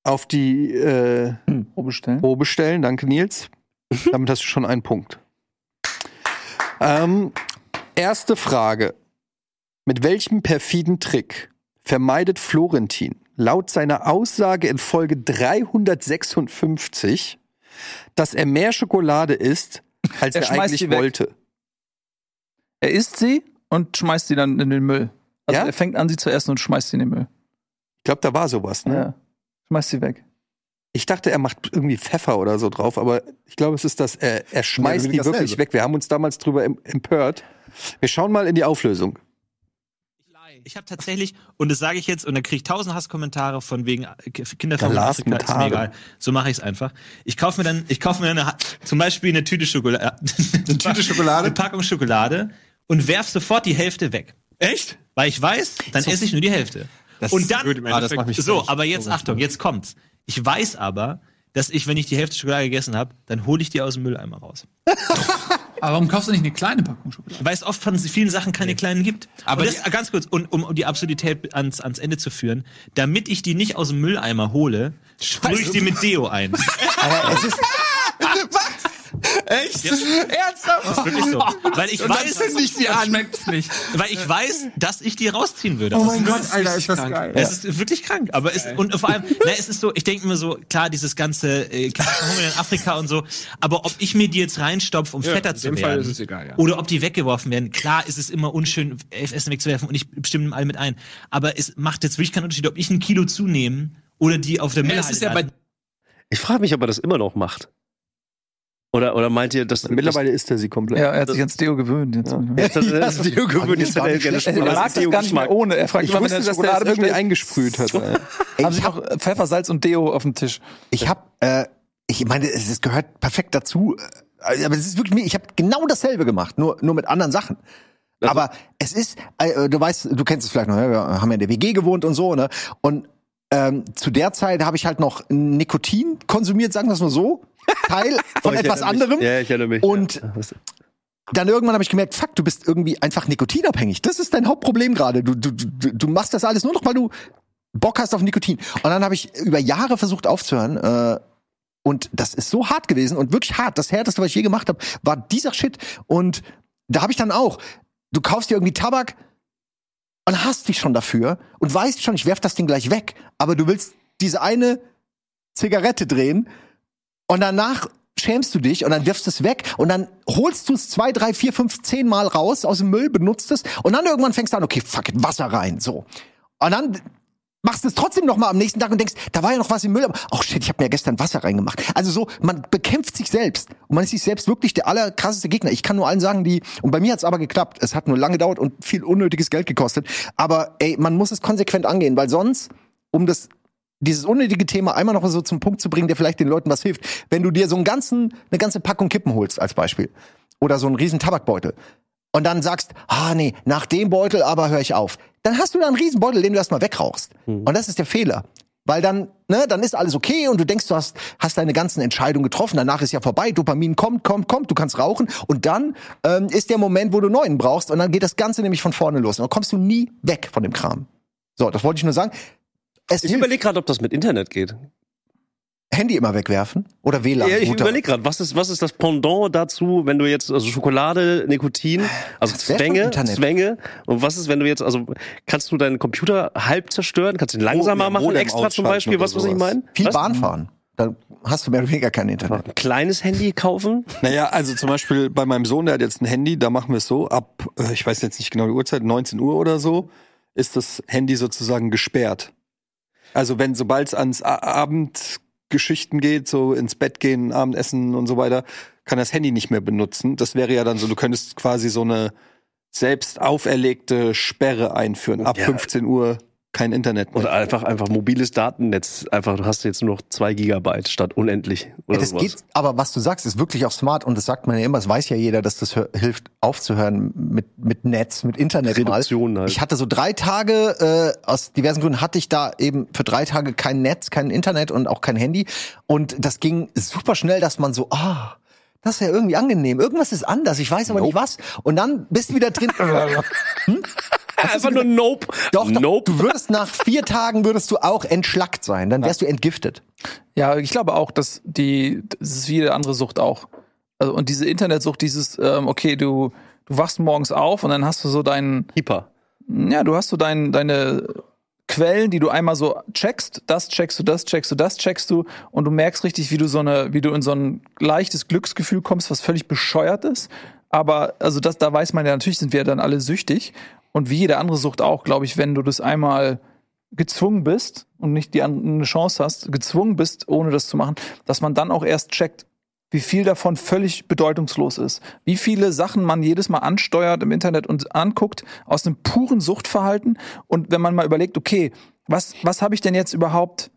S4: auf die äh,
S6: Probestellen.
S4: Probe stellen. Danke,
S6: [LAUGHS]
S4: Nils. Damit hast du schon einen Punkt. Ähm, erste Frage. Mit welchem perfiden Trick vermeidet Florentin laut seiner Aussage in Folge 356, dass er mehr Schokolade isst, als
S6: Er
S4: er,
S6: schmeißt
S4: eigentlich
S6: die weg.
S4: wollte?
S6: Er isst sie und schmeißt sie dann in den Müll. Also
S4: Ja?
S6: er fängt an, sie zu essen und schmeißt sie in den Müll.
S4: Ich glaube, da war sowas. Ne?
S6: Ja. Schmeißt sie weg.
S4: Ich dachte, er macht irgendwie Pfeffer oder so drauf, aber ich glaube, es ist das, er, er schmeißt
S5: Ja,
S4: die
S5: dasselbe.
S4: wirklich weg. Wir haben uns damals drüber em- empört. Wir schauen mal in die Auflösung.
S7: Ich habe tatsächlich, und das sage ich jetzt, und dann kriege ich tausend Hasskommentare von wegen äh, K- Kinder von
S4: Galas
S7: Afrika,
S4: mit
S7: ist mir
S4: Haaren.
S7: egal. So mache ich es einfach. Ich kaufe mir dann, ich kaufe mir eine, Ha- zum Beispiel eine Tüte Schokolade, äh, [LAUGHS] eine
S8: Tüte Schokolade?
S7: eine Packung Schokolade und werf sofort die Hälfte weg.
S8: Echt?
S7: Weil ich weiß, dann esse ich nur die Hälfte.
S8: Das
S7: und dann,
S8: ist gut, im
S7: ah, das
S8: Endeffekt.
S7: macht mich so,
S8: fertig.
S7: aber jetzt Achtung, jetzt kommt's. Ich weiß aber, dass ich, wenn ich die Hälfte Schokolade gegessen habe, dann hole ich die aus dem Mülleimer raus.
S6: Aber warum kaufst du nicht eine kleine Packung Schokolade?
S7: weil es oft von vielen Sachen keine kleinen gibt.
S8: Aber
S7: Aber das, ganz kurz, und, um, um die Absurdität ans, ans Ende zu führen, damit ich die nicht aus dem Mülleimer hole, sprühe ich die mit Deo ein.
S5: Aber es ist,
S8: Echt?
S7: Jetzt-
S8: Ernsthaft?
S7: Das ist wirklich so. [LAUGHS] Weil ich weiß,
S8: nicht die an. Schmeckt's nicht.
S7: weil ich weiß, dass ich die rausziehen würde.
S8: Oh
S7: Das
S8: mein
S7: ist-
S8: Gott, Alter, ist das geil.
S7: Es ist wirklich krank, aber es, und vor allem, na, es ist so, ich denke mir so, klar, dieses ganze äh, Kinder verhungern in Afrika und so, aber ob ich mir die jetzt reinstopfe, um fetter
S8: in
S7: zu
S8: dem
S7: werden,
S8: Fall ist es egal, ja.
S7: oder ob die weggeworfen werden, klar ist es immer unschön, Essen wegzuwerfen und ich stimme dem allen mit ein, aber es macht jetzt wirklich keinen Unterschied, ob ich ein Kilo zunehme oder die auf der
S8: Ja,
S7: Müllhalde
S8: es ist ja bei
S7: landen.
S3: Ich frage mich, ob er das immer noch macht. Oder, oder meint ihr, dass
S4: Mittlerweile isst er sie komplett.
S6: Ja, er hat sich ans Deo gewöhnt. Jetzt.
S3: Das,
S5: [LAUGHS]
S3: das, das, das ist Theo gewöhnt, jetzt hat er gerne
S6: Er mag das gar nicht mehr ohne. Er fragt
S4: Ich
S6: immer, wenn
S4: wusste,
S6: er
S4: dass der das
S6: Schokolade
S4: irgendwie
S6: irgendwie
S4: eingesprüht [LAUGHS] hat. ey.
S6: Haben sie noch Pfeffer, Salz und Deo auf dem Tisch?
S5: ich habe, äh, ich meine, es, es gehört perfekt dazu. Äh, Aber es ist wirklich, mir- ich habe genau dasselbe gemacht, nur, nur mit anderen Sachen. aber es ist, äh, du weißt, du kennst es vielleicht noch, ne? wir haben ja in der WG gewohnt und so, ne? Und ähm, zu der Zeit habe ich halt noch Nikotin konsumiert, sagen wir es mal so. Teil
S3: [LAUGHS] Oh,
S5: von
S3: ich
S5: etwas
S3: erinnere mich.
S5: anderem.
S3: Ja, ich erinnere mich.
S5: Und dann irgendwann habe ich gemerkt, fuck, du bist irgendwie einfach nikotinabhängig. Das ist dein Hauptproblem gerade. Du, du, du, du machst das alles nur noch, weil du Bock hast auf Nikotin. Und dann habe ich über Jahre versucht aufzuhören. Äh, und das ist so hart gewesen und wirklich hart. Das härteste, was ich je gemacht habe, war dieser Shit. Und da habe ich dann auch, du kaufst dir irgendwie Tabak und hast dich schon dafür und weißt schon, ich werf das Ding gleich weg. Aber du willst diese eine Zigarette drehen und danach schämst du dich und dann wirfst es weg und dann holst du es zwei, drei, vier, fünf, zehn Mal raus aus dem Müll, benutzt es und dann irgendwann fängst du an, okay, fuck it, Wasser rein, so. Und dann machst es trotzdem noch mal am nächsten Tag und denkst, da war ja noch was im Müll. aber- Ach shit, ich habe mir ja gestern Wasser reingemacht. Also so, man bekämpft sich selbst und man ist sich selbst wirklich der allerkrasseste Gegner. Ich kann nur allen sagen, die und bei mir hat's aber geklappt. Es hat nur lange gedauert und viel unnötiges Geld gekostet, aber ey, man muss es konsequent angehen, weil sonst um das dieses unnötige Thema einmal noch so zum Punkt zu bringen, der vielleicht den Leuten was hilft. Wenn du dir so einen ganzen, eine ganze Packung Kippen holst als Beispiel oder so einen riesen Tabakbeutel und dann sagst, ah nee, nach dem Beutel aber höre ich auf, dann hast du da einen riesen Beutel, den du erstmal wegrauchst. Und das ist der Fehler. Weil dann, ne, dann ist alles okay und du denkst, du hast, hast deine ganzen Entscheidungen getroffen, danach ist ja vorbei, Dopamin kommt, kommt, kommt, du kannst rauchen und dann ähm, ist der Moment, wo du neuen brauchst und dann geht das Ganze nämlich von vorne los und dann kommst du nie weg von dem Kram. So, das wollte ich nur sagen. Es
S3: Ich
S5: hilft.
S3: überlege gerade, ob das mit Internet geht.
S5: Handy immer wegwerfen oder WLAN.
S3: Ja, ich
S5: Router.
S3: überlege gerade, was ist, was ist das Pendant dazu, wenn du jetzt, also Schokolade, Nikotin, also
S5: wär schon
S3: Zwänge,
S5: Internet.
S3: Zwänge. Und was ist, wenn du jetzt, also kannst du deinen Computer halb zerstören, kannst ihn langsamer
S5: Oh, ja,
S3: machen,
S5: Modem
S3: extra zum
S5: ausschalten
S3: Beispiel,
S5: oder
S3: was, was ich
S5: sowas.
S3: meine?
S5: Viel
S3: was?
S5: Bahn fahren. Dann hast du mehr oder weniger kein Internet.
S3: Ein kleines Handy kaufen?
S4: Naja, also zum Beispiel bei meinem Sohn, der hat jetzt ein Handy, da machen wir es so, ab, äh, ich weiß jetzt nicht genau die Uhrzeit, 19 Uhr oder so, ist das Handy sozusagen gesperrt. Also wenn, sobald es ans A- Abendgeschichten geht, so ins Bett gehen, Abendessen und so weiter, kann das Handy nicht mehr benutzen. Das wäre ja dann so, du könntest quasi so eine selbst auferlegte Sperre einführen. Ab
S3: Ja.
S4: 15 Uhr kein Internet mehr.
S3: Oder einfach, einfach mobiles Datennetz. Einfach, du hast jetzt nur noch zwei Gigabyte statt unendlich. Oder
S5: Ja, das
S3: sowas.
S5: geht, aber was du sagst, ist wirklich auch smart und das sagt man ja immer, das weiß ja jeder, dass das hör- hilft, aufzuhören mit, mit Netz, mit Internet
S3: Reduktion
S5: mal.
S3: halt.
S5: Ich hatte so drei Tage, äh, aus diversen Gründen hatte ich da eben für drei Tage kein Netz, kein Internet und auch kein Handy. Und das ging super schnell, dass man so, ah, das ist ja irgendwie angenehm. Irgendwas ist anders, ich weiß aber nicht was. Und dann bist du
S3: [LAUGHS]
S5: wieder drin. hm?
S3: einfach nur Nope.
S5: Doch, doch,
S3: Nope.
S5: du würdest nach vier Tagen würdest du auch entschlackt sein, dann wärst du entgiftet.
S6: Ja, ich glaube auch, dass die, das ist wie jede andere Sucht auch. Also, und diese Internetsucht, dieses, ähm, okay, du, du wachst morgens auf und dann hast du so deinen,
S3: Keeper.
S6: ja, du hast so dein, deine Quellen, die du einmal so checkst, das checkst du, das checkst du, das checkst du und du merkst richtig, wie du so eine, wie du in so ein leichtes Glücksgefühl kommst, was völlig bescheuert ist. Aber also das, da weiß man ja natürlich, sind wir dann alle süchtig und wie jede andere Sucht auch, glaube ich, wenn du das einmal gezwungen bist und nicht die an- eine Chance hast, gezwungen bist, ohne das zu machen, dass man dann auch erst checkt, wie viel davon völlig bedeutungslos ist. Wie viele Sachen man jedes Mal ansteuert im Internet und anguckt aus einem puren Suchtverhalten. Und wenn man mal überlegt, okay, was, was habe ich denn jetzt überhaupt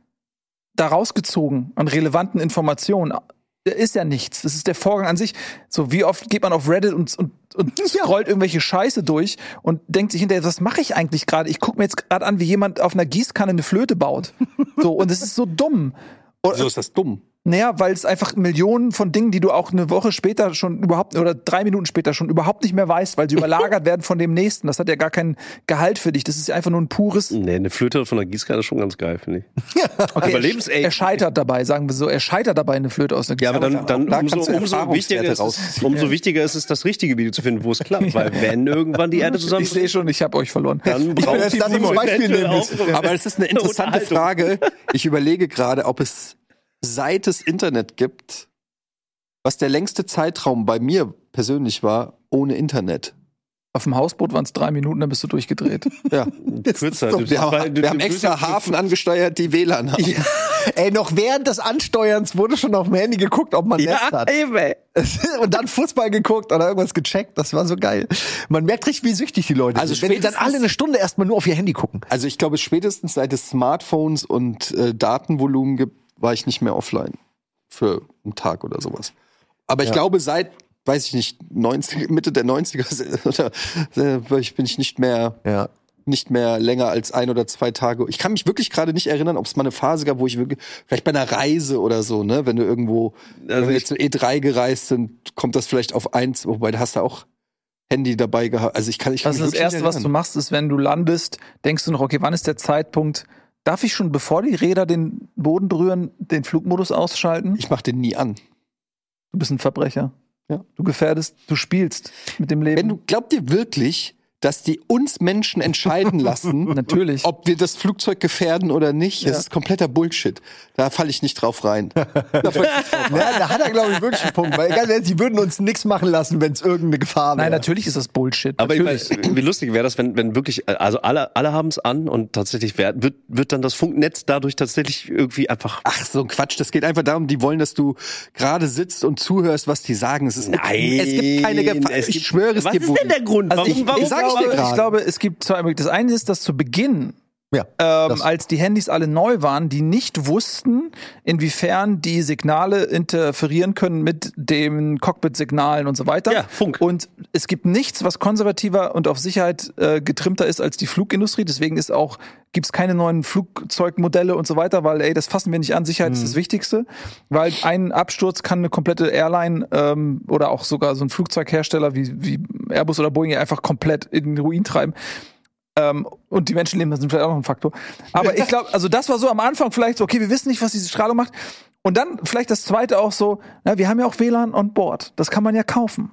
S6: da rausgezogen an relevanten Informationen? Da Ist ja nichts. Das ist der Vorgang an sich. So, wie oft geht man auf Reddit und, und, und scrollt irgendwelche Scheiße durch und denkt sich hinterher, was mache ich eigentlich gerade? Ich gucke mir jetzt gerade an, wie jemand auf einer Gießkanne eine Flöte baut. So, und es ist so dumm.
S4: So ist das dumm.
S6: Naja, weil es einfach Millionen von Dingen, die du auch eine Woche später schon überhaupt oder drei Minuten später schon überhaupt nicht mehr weißt, weil sie
S4: [LAUGHS]
S6: überlagert werden von dem nächsten. Das hat ja gar keinen Gehalt für dich. Das ist ja einfach nur ein
S4: Mhm.
S6: pures.
S3: Nee, eine Flöte von der Gießkanne ist schon ganz geil, finde ich.
S5: [LAUGHS]
S6: Okay,
S3: Überlebens-
S6: er, er scheitert dabei, sagen wir so. Er scheitert dabei eine Flöte aus.
S3: Ja, aber dann, dann
S4: da
S3: umso,
S4: kannst du
S3: umso, wichtiger
S4: Erfahrungswerte
S3: ist, es- umso wichtiger ist es, das richtige Video zu finden, wo es klappt. Weil wenn irgendwann die Erde zusammen
S6: ich sehe schon, [LAUGHS] ich habe euch verloren.
S3: dann
S5: Ich will
S3: braucht
S5: jetzt dann zum Beispiel nehmen.
S4: Aber es ist eine interessante
S3: Unterhaltung.
S4: Frage. Ich überlege gerade, ob es seit es Internet gibt, was der längste Zeitraum bei mir persönlich war, ohne Internet.
S6: Auf dem Hausboot waren es drei Minuten, dann bist du [LAUGHS] durchgedreht.
S4: Ja.
S3: [LAUGHS] Kürzer. Du-
S4: Wir
S3: weil
S4: haben,
S3: du-
S4: wir haben
S3: du-
S4: extra Hafen angesteuert, die WLAN haben.
S5: Ey, noch während des Ansteuerns wurde schon auf dem Handy geguckt, ob man Netz
S3: Ja,
S5: hat.
S3: eben. ey.
S5: [LAUGHS] Und dann Fußball geguckt oder irgendwas gecheckt. Das war so geil. Man merkt richtig, wie süchtig die Leute
S4: Also
S5: sind. Wenn die dann
S4: spätestens-
S5: alle eine Stunde erstmal nur auf ihr Handy gucken.
S4: Also ich glaube, spätestens seit es Smartphones und äh, Datenvolumen gibt, war ich nicht mehr offline für einen Tag oder sowas. Aber ich glaube, seit, [LAUGHS] weiß ich nicht, 90, Mitte der 90er oder, äh, bin ich nicht mehr
S5: Ja.
S4: nicht mehr länger als ein oder zwei Tage. Ich kann mich wirklich gerade nicht erinnern, ob es mal eine Phase gab, wo ich wirklich, vielleicht bei einer Reise oder so, ne, wenn du irgendwo,
S6: Also
S4: wenn wir jetzt zu E3 gereist sind, kommt das vielleicht auf eins, wobei da hast du auch Handy dabei gehabt. Also ich kann, ich kann
S6: Das
S4: mich
S6: ist das
S4: wirklich
S6: Erste,
S4: nicht
S6: was du
S4: erinnern.
S6: machst, ist, wenn du landest, denkst du noch, okay, wann ist der Zeitpunkt? Darf ich schon, bevor die Räder den Boden berühren, den Flugmodus ausschalten?
S4: Ich mach den nie an.
S6: Du bist ein Verbrecher.
S4: Ja.
S6: Du gefährdest, du spielst mit dem Leben.
S4: Wenn du, glaubt ihr wirklich, dass die uns Menschen
S6: [LAUGHS]
S4: entscheiden lassen,
S6: Natürlich.
S4: ob wir das Flugzeug gefährden oder nicht, das ist kompletter Bullshit. Da falle ich nicht drauf rein. Da fall ich nicht drauf rein.
S5: Ja, da hat er, glaube ich, wirklich einen Punkt. Weil ganz ehrlich, sie würden uns nichts machen lassen, wenn es irgendeine Gefahr wäre.
S6: Nein, natürlich ist das Bullshit.
S3: Aber ich meine,
S6: natürlich.
S3: wie lustig wäre das, wenn, wenn wirklich, also alle, alle haben es an und tatsächlich wär, wird, wird dann das Funknetz dadurch tatsächlich irgendwie einfach.
S4: Ach, so ein Quatsch. Das geht einfach darum, die wollen, dass du gerade sitzt und zuhörst, was die sagen. Es ist es gibt keine Gefahr.
S3: es
S4: Ich
S3: gibt-
S4: schwöre es
S3: was
S4: dir.
S3: ist
S4: Budi.
S3: denn der Grund?
S6: Also ich,
S4: warum
S6: ich,
S4: sag's dir
S6: glaube,
S4: gerade?
S6: ich glaube, es gibt zwei Möglichkeiten. Das eine ist, dass zu Beginn,
S5: Ja,
S6: ähm,
S5: das-
S6: als die Handys alle neu waren, die nicht wussten, inwiefern die Signale interferieren können mit den Cockpit-Signalen und so weiter.
S3: Ja, Funk.
S6: Und es gibt nichts, was konservativer und auf Sicherheit äh, getrimmter ist als die Flugindustrie. Deswegen ist auch gibt's keine neuen Flugzeugmodelle und so weiter, weil ey, das fassen wir nicht an. Sicherheit
S3: Mhm.
S6: ist das Wichtigste, weil ein Absturz kann eine komplette Airline ähm, oder auch sogar so ein Flugzeughersteller wie, wie Airbus oder Boeing ja einfach komplett in den Ruin treiben. Ähm, und die Menschenleben sind vielleicht auch noch ein Faktor. Aber ich glaube, also das war so am Anfang vielleicht so, okay, wir wissen nicht, was diese Strahlung macht. Und dann vielleicht das zweite auch so, na, wir haben ja auch WLAN on board. Das kann man ja kaufen.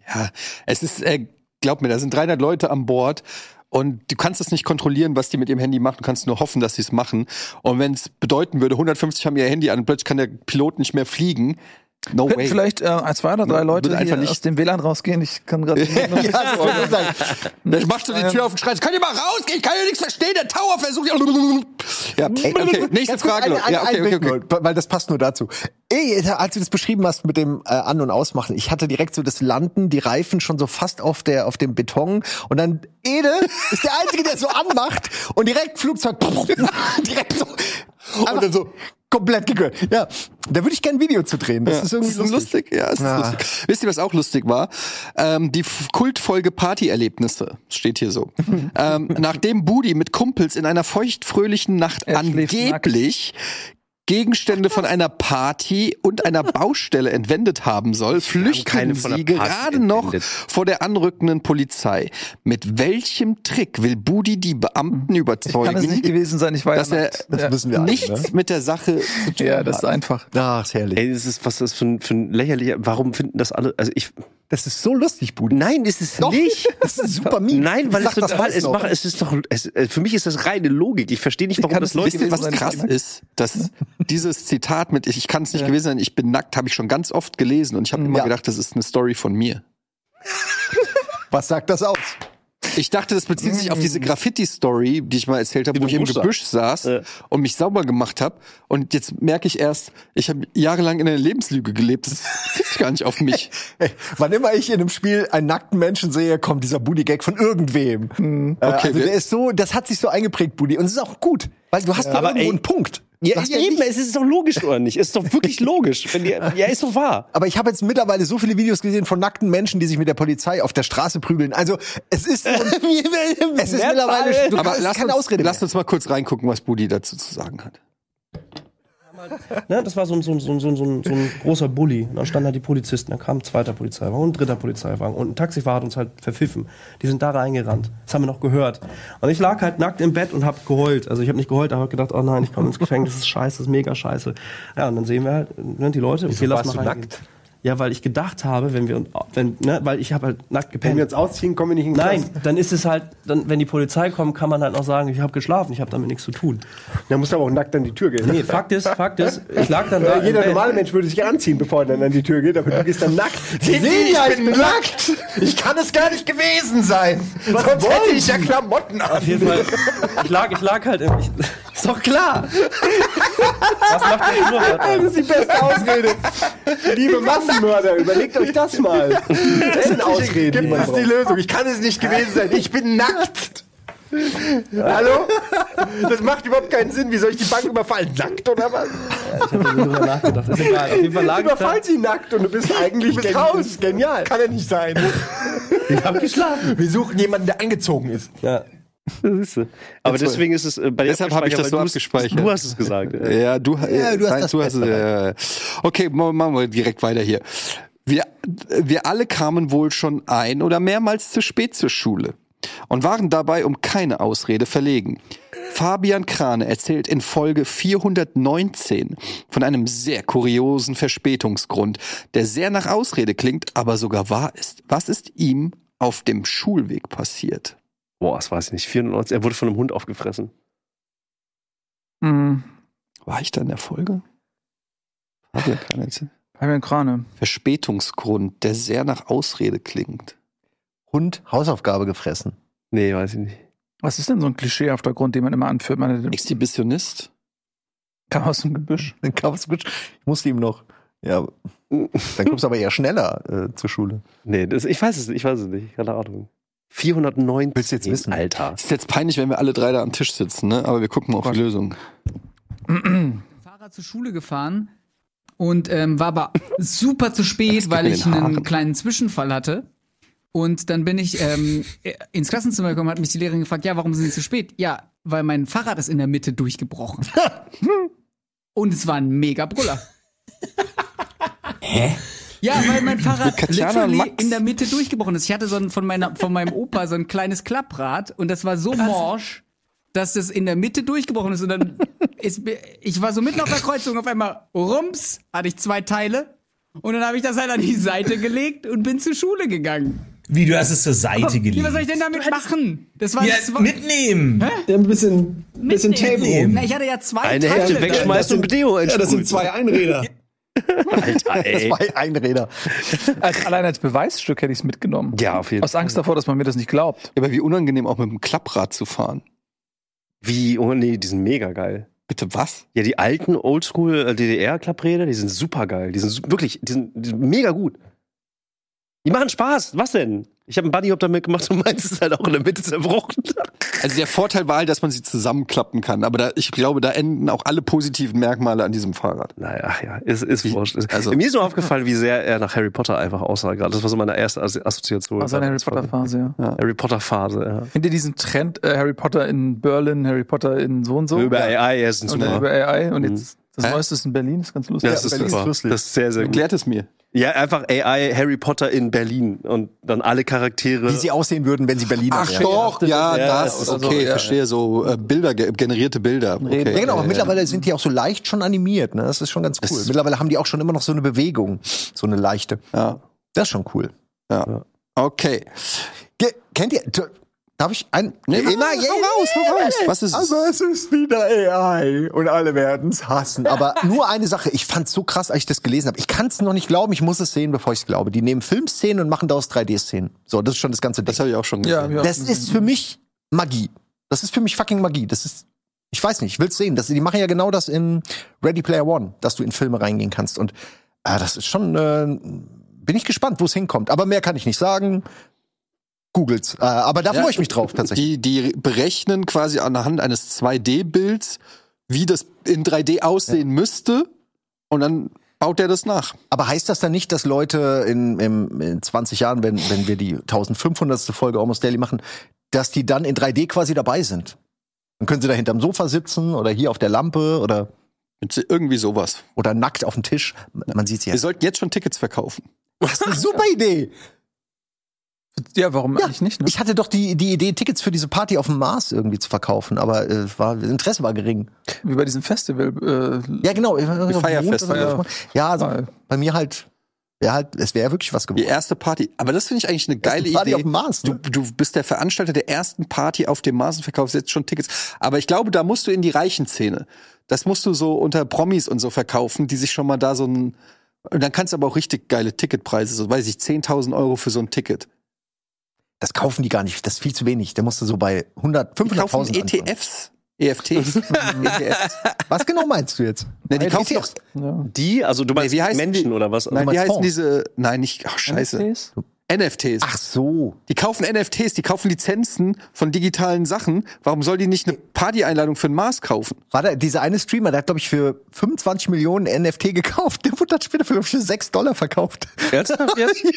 S4: Ja, Ah, es ist, äh, glaub mir, da sind 300 Leute an Bord und du kannst es nicht kontrollieren, was die mit ihrem Handy machen. Du kannst nur hoffen, dass sie es machen. Und wenn es bedeuten würde, 150 haben ihr Handy an und plötzlich kann der Pilot nicht mehr fliegen. No
S6: Könnten
S4: way.
S6: vielleicht äh, zwei oder drei Leute
S4: würde einfach
S6: hier
S4: nicht-
S6: aus dem WLAN rausgehen. Ich kann gerade.
S5: Ja, so
S4: [LAUGHS]
S5: würde ich Ähm. sagen.
S4: Dann machst du die Tür auf und schreist, kann ihr mal rausgehen? Ich kann ja nichts verstehen. Der Tower versucht ja. Ja, okay. Nächste
S5: Ganz kurz
S4: Frage,
S5: eine-
S4: Leute.
S5: eine-
S4: Ja, okay,
S5: einen
S4: okay,
S5: Blick
S4: okay.
S5: nur, Weil das passt nur dazu. Ey, als du das beschrieben hast mit dem äh, An- und Ausmachen, ich hatte direkt so das Landen, die Reifen schon so fast auf, der, auf dem Beton und dann Ede ist der Einzige, der so anmacht und direkt Flugzeug [LAUGHS] direkt so. Und dann so komplett gekühlt. Ja, da würde ich gerne ein Video zu drehen. Das ist irgendwie
S4: Das ist
S5: lustig.
S4: lustig. Ja, es ist
S5: Ja.
S4: lustig. Wisst ihr, was auch lustig war? Ähm, die F- Kultfolge Partyerlebnisse steht hier so. ähm, nachdem Budi mit Kumpels in einer feuchtfröhlichen Nacht
S6: Er schläft
S4: angeblich Gegenstände von einer Party und einer Baustelle entwendet haben soll, flüchten
S3: keine von der
S4: sie
S3: Party
S4: gerade noch
S3: entwendet.
S4: vor der anrückenden Polizei. Mit welchem Trick will Budi die Beamten
S6: Kann es nicht
S4: überzeugen,
S6: gewesen sein, ich
S4: dass
S6: weiß
S4: er [LAUGHS]
S6: nicht.
S5: Das wissen wir alle.
S4: nichts
S5: Ne?
S4: mit der Sache zu tun
S6: Ja, das ist
S4: hat?
S6: einfach.
S5: Ach, ist herrlich.
S3: Ey, das ist, was das für ein, für ein lächerlicher, warum finden das alle, also ich,
S5: Das ist so lustig, Budi.
S3: nein, ist es nicht.
S5: [LAUGHS] Das ist ein super Meme.
S3: Nein, weil es
S5: Sag das
S3: total,
S5: heute
S3: es,
S5: noch.
S3: macht, es ist doch, es, äh, für mich ist das reine Logik. Ich verstehe nicht, warum
S6: kann
S3: das
S6: es nicht
S3: Leute
S4: Wisst ihr, was
S6: gewesen sein,
S4: krass
S6: Frank?
S4: ist? Dass dieses Zitat mit Ich kann es nicht gewesen sein, ich bin nackt, habe ich schon ganz oft gelesen und ich habe immer
S5: Ja.
S4: gedacht, das ist eine Story von mir.
S5: Was sagt das aus?
S4: Ich dachte, das bezieht sich auf diese Graffiti-Story, die ich mal erzählt habe,
S3: Die
S4: wo
S3: du
S4: ich im
S3: musst
S4: Gebüsch saß
S3: Ja.
S4: und mich sauber gemacht habe. Und jetzt merke ich erst, ich habe jahrelang in einer Lebenslüge gelebt. Das ist gar nicht auf mich.
S5: Ey, wann immer ich in einem Spiel einen nackten Menschen sehe, kommt dieser Booty-Gag von irgendwem. Äh,
S4: Okay,
S5: also
S4: wir-
S5: der ist so, das hat sich so eingeprägt, Booty. Und es ist auch gut, weil du hast ja,
S3: Aber
S5: irgendwo
S3: ey-
S5: einen Punkt. Du
S3: Ja,
S5: hast
S3: ja, eben,
S5: nicht-
S3: es ist doch logisch oder nicht? Es ist doch [LAUGHS] wirklich logisch. Wenn die, ja, ist doch wahr.
S5: aber ich habe jetzt mittlerweile so viele Videos gesehen von nackten Menschen, die sich mit der Polizei auf der Straße prügeln. Also es ist, es ist mittlerweile du,
S4: Aber
S5: es ist
S4: lasst
S5: keine
S4: uns,
S5: Ausrede
S4: lasst
S5: mehr.
S4: uns mal kurz reingucken, was Budi dazu zu sagen hat.
S9: Ne, das war so ein, so, ein, so, ein, so, ein, so, ein, so ein großer Bulli. Und dann standen da die Polizisten. Da kam ein zweiter Polizeiwagen und ein dritter Polizeiwagen. Und ein Taxifahrer hat uns halt verpfiffen. Die sind da reingerannt. Das haben wir noch gehört. Und ich lag halt nackt im Bett und habe geheult. Also ich habe nicht geheult, aber habe gedacht, oh nein, ich komme ins Gefängnis. Das ist scheiße, das ist mega scheiße. Ja, und dann sehen wir halt ne, die Leute. Okay, lass mal reingehen. Ja, weil ich gedacht habe, wenn wir, wenn, ne, weil ich habe halt nackt gepennt.
S10: Wenn wir uns ausziehen, kommen wir nicht in den
S9: Nein,
S10: Knast.
S9: dann ist es halt, dann, wenn die Polizei kommt, kann man halt noch sagen, ich habe geschlafen, ich habe damit nichts zu tun.
S10: Dann musst du aber auch nackt an die Tür gehen.
S9: Nee, Fakt ist, Fakt ist, ich lag dann da.
S10: Äh,
S9: im
S10: Jeder
S9: Bett.
S10: normale Mensch würde sich anziehen, bevor er dann an die Tür geht, aber du gehst dann
S9: [LAUGHS]
S10: nackt. Sie sehen ja, ich bin nackt! Ich kann es gar nicht gewesen sein! Sonst hätte ich ja Klamotten
S9: Auf
S10: an.
S9: jeden Fall, ich lag, ich lag halt im. Ich, ist doch klar! Was macht der Schnurrbart
S10: Das
S9: an?
S10: ist die beste Ausrede. Liebe Massenmörder, überlegt euch das mal. Das sind Ausreden. Gibt es die Lösung? Ich kann es nicht gewesen sein. Ich bin nackt. Hallo? Das macht überhaupt keinen Sinn. Wie soll ich die Bank überfallen? Nackt oder was?
S9: Ich hab darüber nachgedacht. Ist egal. Auf jeden Fall lag ich da.
S10: Überfall sie nackt und du
S9: [LAUGHS]
S10: bist eigentlich bist raus. Genial. Kann ja nicht sein.
S9: Ich hab geschlafen.
S10: Wir suchen jemanden, der angezogen ist.
S9: Ja.
S3: Siehst du. Aber
S4: Jetzt
S3: deswegen ist es äh, bei der
S4: Deshalb habe ich das so
S3: Abspeicher, weil
S4: abgespeichert.
S3: Du hast es gesagt. äh.
S4: Ja, du,
S5: Ja, du hast
S4: nein,
S5: das
S4: du hast
S5: Beste
S4: ja, ja. Okay, ma- machen wir direkt weiter hier. Wir, wir alle kamen wohl schon ein oder mehrmals zu spät zur Schule und waren dabei um keine Ausrede verlegen. Fabian Krane erzählt in Folge 419 von einem sehr kuriosen Verspätungsgrund, der sehr nach Ausrede klingt, aber sogar wahr ist. Was ist ihm auf dem Schulweg passiert?
S3: [LAUGHS] Boah, das weiß ich nicht. 94, er wurde von einem Hund aufgefressen.
S6: Mhm.
S4: War ich da in der Folge? Fabian Krane erzählt.
S6: Fabian Krane.
S4: Verspätungsgrund, der sehr nach Ausrede klingt.
S5: Hund Hausaufgabe gefressen.
S3: Nee, weiß ich nicht.
S6: Was ist denn so ein klischeehafter Grund, den man immer anführt? Man
S4: Exhibitionist?
S6: kam aus dem
S5: [LAUGHS]
S6: Gebüsch.
S5: Dann kam es gut. Ich musste ihm noch. Ja, dann kommst du aber eher schneller äh, zur Schule.
S3: Nee, das, ich weiß es nicht. Ich weiß es nicht. Keine Ahnung. 409.
S5: Willst du jetzt wissen?
S3: Alter.
S4: Ist jetzt peinlich, wenn wir alle drei da am Tisch sitzen, ne? Aber wir gucken mal auf die Lösung.
S8: [CLEARS THROAT] Fahrrad zur Schule gefahren und ähm, war aber super zu spät, weil
S4: mir
S8: ich
S4: den
S8: einen
S4: Haaren.
S8: kleinen Zwischenfall hatte. Und dann bin ich ähm, [LAUGHS] ins Klassenzimmer gekommen, hat mich die Lehrerin gefragt, ja, warum sind Sie zu spät? Ja, weil mein Fahrrad ist in der Mitte
S4: [LAUGHS]
S8: durchgebrochen. und es war ein mega Brüller. Hä? Ja, weil mein Fahrrad
S4: Katjana
S8: literally
S4: Max.
S8: in der Mitte durchgebrochen ist. Ich hatte so ein, von, meiner, von meinem Opa so ein kleines Klapprad und das war so morsch, dass das in der Mitte durchgebrochen ist und dann ist mir, ich war so mitten auf der Kreuzung auf einmal rums hatte ich zwei Teile und dann habe ich das halt an die Seite gelegt und bin zur Schule gegangen.
S7: Wie, du hast es zur Seite
S8: Wie,
S7: gelegt.
S8: was soll ich denn damit machen? Das war
S7: ja,
S8: zwei,
S7: mitnehmen.
S11: Der ein bisschen, bisschen Tape oben.
S8: Na, ich hatte ja zwei
S3: Eine
S8: Teile.
S3: Hälfte wegschmeißt und mit Deo
S11: Ja, das sind zwei Einräder.
S3: [LAUGHS] Alter, ey.
S5: Zwei Einräder.
S6: Als, allein als Beweisstück hätte ich es mitgenommen.
S3: Ja, auf jeden
S6: Aus Angst davor, dass man mir das nicht glaubt.
S4: Aber wie unangenehm auch mit dem Klapprad zu fahren.
S3: Wie? Oh nee, die sind mega geil.
S4: Bitte was?
S3: Ja, die alten äh, Oldschool-DDR-Klappräder, die sind super geil. Die sind su- wirklich, die sind, die sind mega gut. Die machen Spaß. Was denn? Ich habe einen Bunnyhop damit gemacht und [LAUGHS] meins ist halt auch in der Mitte zerbrochen.
S4: Also der Vorteil war halt, dass man sie zusammenklappen kann. Aber da, ich glaube, da enden auch alle positiven Merkmale an diesem Fahrrad.
S3: Naja, ach ja, ist, ist wurscht. Ist-
S4: also-
S3: Mir ist nur aufgefallen, wie sehr er nach Harry Potter einfach aussah gerade. Das war so meine erste As Assoziation.
S6: Aus einer Harry Potter-Phase, ja.
S3: Harry Potter-Phase, ja.
S6: Kennt ihr diesen Trend, äh, Harry Potter in Berlin, Harry Potter in so und so?
S3: Über
S6: Ja.
S3: AI, er ist ein
S6: Und dann über
S3: super.
S6: AI. Und
S3: Mhm.
S6: jetzt das Neueste ist in Berlin, ist ganz lustig.
S3: Das
S5: Ja,
S3: ist
S5: Berlin ist
S3: super. Das
S5: lustig.
S3: ist sehr, sehr gut.
S4: Also Erklärt es mir.
S3: Ja, einfach AI Harry Potter in Berlin und dann alle Charaktere.
S5: Wie sie aussehen würden, wenn sie Berliner
S4: Ach
S5: wären.
S4: doch, ja,
S3: ja,
S4: das.
S3: das-
S4: Okay, verstehe. So äh, Bilder, ge- generierte Bilder. Okay.
S5: Ja, genau. Aber mittlerweile sind die auch so leicht schon animiert. Ne? Das ist schon ganz cool. Mittlerweile haben die auch schon immer noch so eine Bewegung. So eine leichte.
S4: Ja.
S5: Das ist schon cool.
S4: Okay.
S5: Ge kennt ihr? t- Darf ich ein?
S4: Nee, nee, nein, hau raus, hau raus. Was ist es?
S5: also es ist wieder AI und alle werden es
S4: [LAUGHS]
S5: hassen. Aber nur eine Sache, ich fand's so krass, als ich das gelesen habe. Ich kann's noch nicht glauben, ich muss es sehen, bevor ich's glaube. Die nehmen Filmszenen und machen daraus 3D-Szenen. So, das ist schon das ganze Ding.
S4: Das habe ich auch schon gesehen.
S6: Ja, ja.
S5: Das ist für mich Magie. Das ist für mich fucking Magie. Das ist, ich weiß nicht, ich will's sehen. Das, die machen ja genau das in Ready Player One, dass du in Filme reingehen kannst. Und ah, das ist schon, äh, bin ich gespannt, wo es hinkommt. Aber mehr kann ich nicht sagen. Googles. Äh, aber da
S4: Ja.
S5: freue ich mich
S4: [LAUGHS]
S5: drauf tatsächlich.
S4: Die, die berechnen quasi anhand eines 2D-Bilds, wie das in 3D aussehen müsste. Und dann baut er das nach.
S5: Aber heißt das dann nicht, dass Leute in, im- in 20 Jahren, wenn, wenn wir die 1500. Folge Almost Daily machen, dass die dann in 3D quasi dabei sind? Dann können sie da hinterm Sofa sitzen oder hier auf der Lampe oder,
S4: Mit irgendwie sowas.
S5: oder nackt auf dem Tisch. Man sieht sie ja.
S4: Wir sollten jetzt schon Tickets verkaufen.
S5: Das ist eine super Idee.
S6: Ja, warum eigentlich nicht? Ne?
S5: Ich hatte doch die, die Idee, Tickets für diese Party auf dem Mars irgendwie zu verkaufen, aber äh, war, Interesse war gering.
S6: Wie bei diesem Festival. Äh,
S5: Ja, genau. Die
S4: Feierfest,
S5: ja,
S6: Feier-
S5: ja also,
S6: Feier.
S5: bei mir halt, wäre halt, es wäre wirklich was
S4: Die
S5: geworden.
S4: erste Party. Aber das finde ich eigentlich eine geile
S5: Party
S4: Idee.
S5: auf dem Mars,
S4: du,
S5: ne?
S4: du bist der Veranstalter der ersten Party auf dem Mars und verkaufst jetzt schon Tickets. Aber ich glaube, da musst du in die reichen Szene. Das musst du so unter Promis und so verkaufen, die sich schon mal da so ein. Und dann kannst du aber auch richtig geile Ticketpreise, so weiß ich, 10.000 Euro für so ein Ticket.
S5: Das kaufen die gar nicht, das ist viel zu wenig. Da musst du so bei 100,
S4: Die E kaufen
S5: 500.000 anfangen.
S4: ETFs.
S5: [LAUGHS]
S4: EFTs. ETFs.
S5: Was genau meinst du jetzt?
S4: Ne, die
S5: Äh,
S4: kaufen doch.
S5: ETFs.
S3: die, also du meinst
S4: wie heißen
S3: Menschen
S4: die?
S3: oder was?
S4: Nein,
S5: meinst
S4: wie heißen
S5: Fonds?
S4: diese. Nein, nicht. Ach, scheiße.
S6: NFTs?
S4: NFTs.
S5: Ach so.
S4: Die kaufen NFTs, die kaufen Lizenzen von digitalen Sachen. Warum soll die nicht eine Party-Einladung für den Mars kaufen?
S5: War da dieser eine Streamer, der hat, glaube ich, für 25 Millionen NFT gekauft. Der wurde dann später für, glaub ich, für 6 Dollar verkauft.
S3: Ernsthaft jetzt?
S5: [LAUGHS] ja.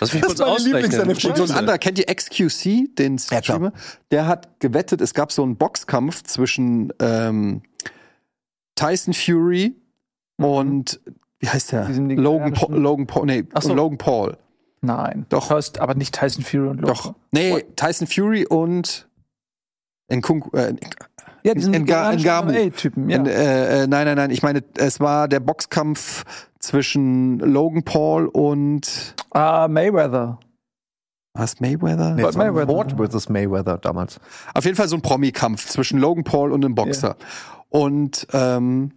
S3: Lass mich
S5: Das
S3: kurz
S5: war meine
S3: ausrechnen.
S5: Lieblings-NFT.
S4: Und so ein anderer, kennt ihr XQC, den
S5: Ja, klar.
S4: Streamer? Der hat gewettet, es gab so einen Boxkampf zwischen ähm, Tyson Fury
S5: Mhm.
S4: und, wie heißt der?
S2: Diesem
S4: Logan Paul, Logan Paul, nee,
S6: Ach so.
S4: Logan Paul.
S6: Nein. Doch. Heißt aber nicht Tyson Fury und Logan.
S4: Doch. Nee, Tyson Fury und Nkung, äh,
S6: Ja,
S4: diesen Nga- Ngamu.
S6: typen ja.
S4: N- äh, äh, nein, nein, nein. Ich meine, es war der Boxkampf zwischen Logan Paul und
S6: Ah, Mayweather.
S4: was Mayweather.
S5: Nee, das war
S6: Mayweather.
S5: Ward versus Mayweather damals.
S4: Auf jeden Fall so ein Promi-Kampf zwischen Logan Paul und einem Boxer. Und ähm,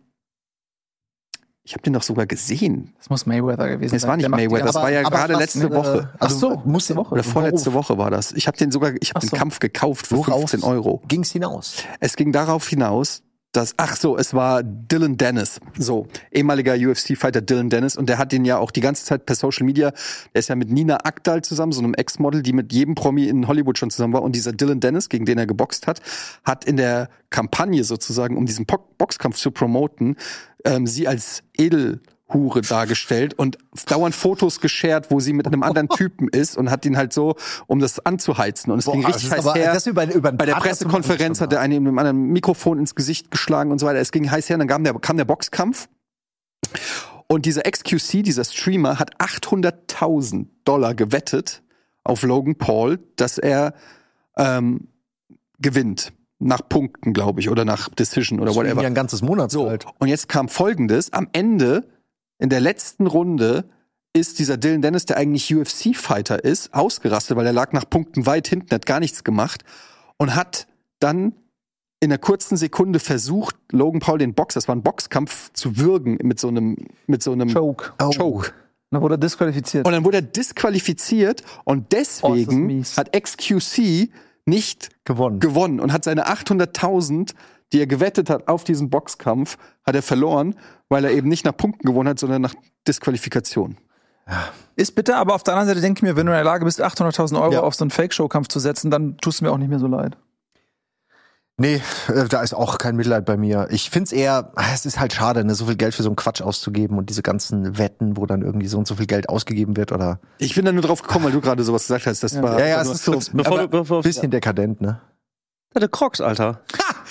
S4: ich habe den doch sogar gesehen.
S6: Das muss Mayweather gewesen sein.
S4: Es war nicht
S6: Der macht die
S4: Mayweather, das
S6: ganze-
S4: war ja
S5: aber
S4: gerade
S5: krass,
S4: letzte
S5: ne,
S4: Woche.
S5: äh, also
S6: Ach so,
S5: musste-
S6: Woche.
S4: Oder
S5: Worauf-
S4: vorletzte Woche war das. Ich habe den sogar, ich habe
S6: Ach
S4: den
S6: so.
S4: Kampf gekauft für
S5: Worauf
S4: 15 Euro.
S5: Ging es hinaus?
S4: Es ging darauf hinaus, dass, ach so, es war Dylan Dennis, so, ehemaliger UFC-Fighter Dylan Dennis, und der hat den ja auch die ganze Zeit per Social Media, der ist ja mit Nina Akdal zusammen, so einem Ex-Model, die mit jedem Promi in Hollywood schon zusammen war, und dieser Dylan Dennis, gegen den er geboxt hat, hat in der Kampagne sozusagen, um diesen Po- Boxkampf zu promoten, ähm, sie als Edelhure dargestellt und dauernd Fotos geshared, wo sie mit einem
S5: [LAUGHS]
S4: anderen Typen ist und hat ihn halt so, um das anzuheizen. Und es
S5: Boah,
S4: ging
S5: das
S4: richtig
S5: ist
S4: heiß
S5: aber-
S4: her.
S5: das über- über einen
S4: Bei der
S5: Partner zu machen,
S4: Pressekonferenz
S5: schon
S4: hat er einen mit einem anderen Mikrofon ins Gesicht geschlagen und so weiter. Es ging heiß her, dann kam der, kam der Boxkampf. Und dieser XQC, dieser Streamer, hat 800.000 Dollar gewettet auf Logan Paul, dass er ähm, gewinnt. Nach Punkten, glaube ich, oder nach Decision oder
S5: Das ging
S4: whatever.
S5: Ja, ein ganzes halt. Monat
S4: So,
S5: alt.
S4: und jetzt kam folgendes: Am Ende, in der letzten Runde, ist dieser Dylan Dennis, der eigentlich UFC-Fighter ist, ausgerastet, weil er lag nach Punkten weit hinten, hat gar nichts gemacht und hat dann in einer kurzen Sekunde versucht, Logan Paul den Box, das war ein Boxkampf, zu würgen mit so einem, mit so einem
S6: Choke.
S5: Oh.
S4: Choke.
S6: Dann wurde er disqualifiziert.
S4: Und dann wurde er disqualifiziert und
S6: Oh,
S4: deswegen
S6: ist das
S4: hat
S6: mies.
S4: XQC nicht
S5: Gewonnen.
S4: gewonnen und hat seine 800.000, die er gewettet hat auf diesen Boxkampf, hat er verloren, weil er eben nicht nach Punkten gewonnen hat, sondern nach Disqualifikation.
S6: Ist bitter, aber auf der anderen Seite denke ich mir, wenn du in der Lage bist, 800.000 Euro
S5: Ja.
S6: auf so einen Fake-Show-Kampf zu setzen, dann tust du mir auch nicht mehr so leid.
S5: Nee, äh, da ist auch kein Mitleid bei mir. Ich find's eher, ah, es ist halt schade, ne, so viel Geld für so einen Quatsch auszugeben und diese ganzen Wetten, wo dann irgendwie so und so viel Geld ausgegeben wird oder.
S4: Ich bin da nur drauf gekommen, weil du gerade sowas gesagt hast. Das war
S5: es ist so
S3: Bevor
S5: aber
S3: du- bevor-
S5: bisschen dekadent, ne?
S3: Hatte Crocs, Alter.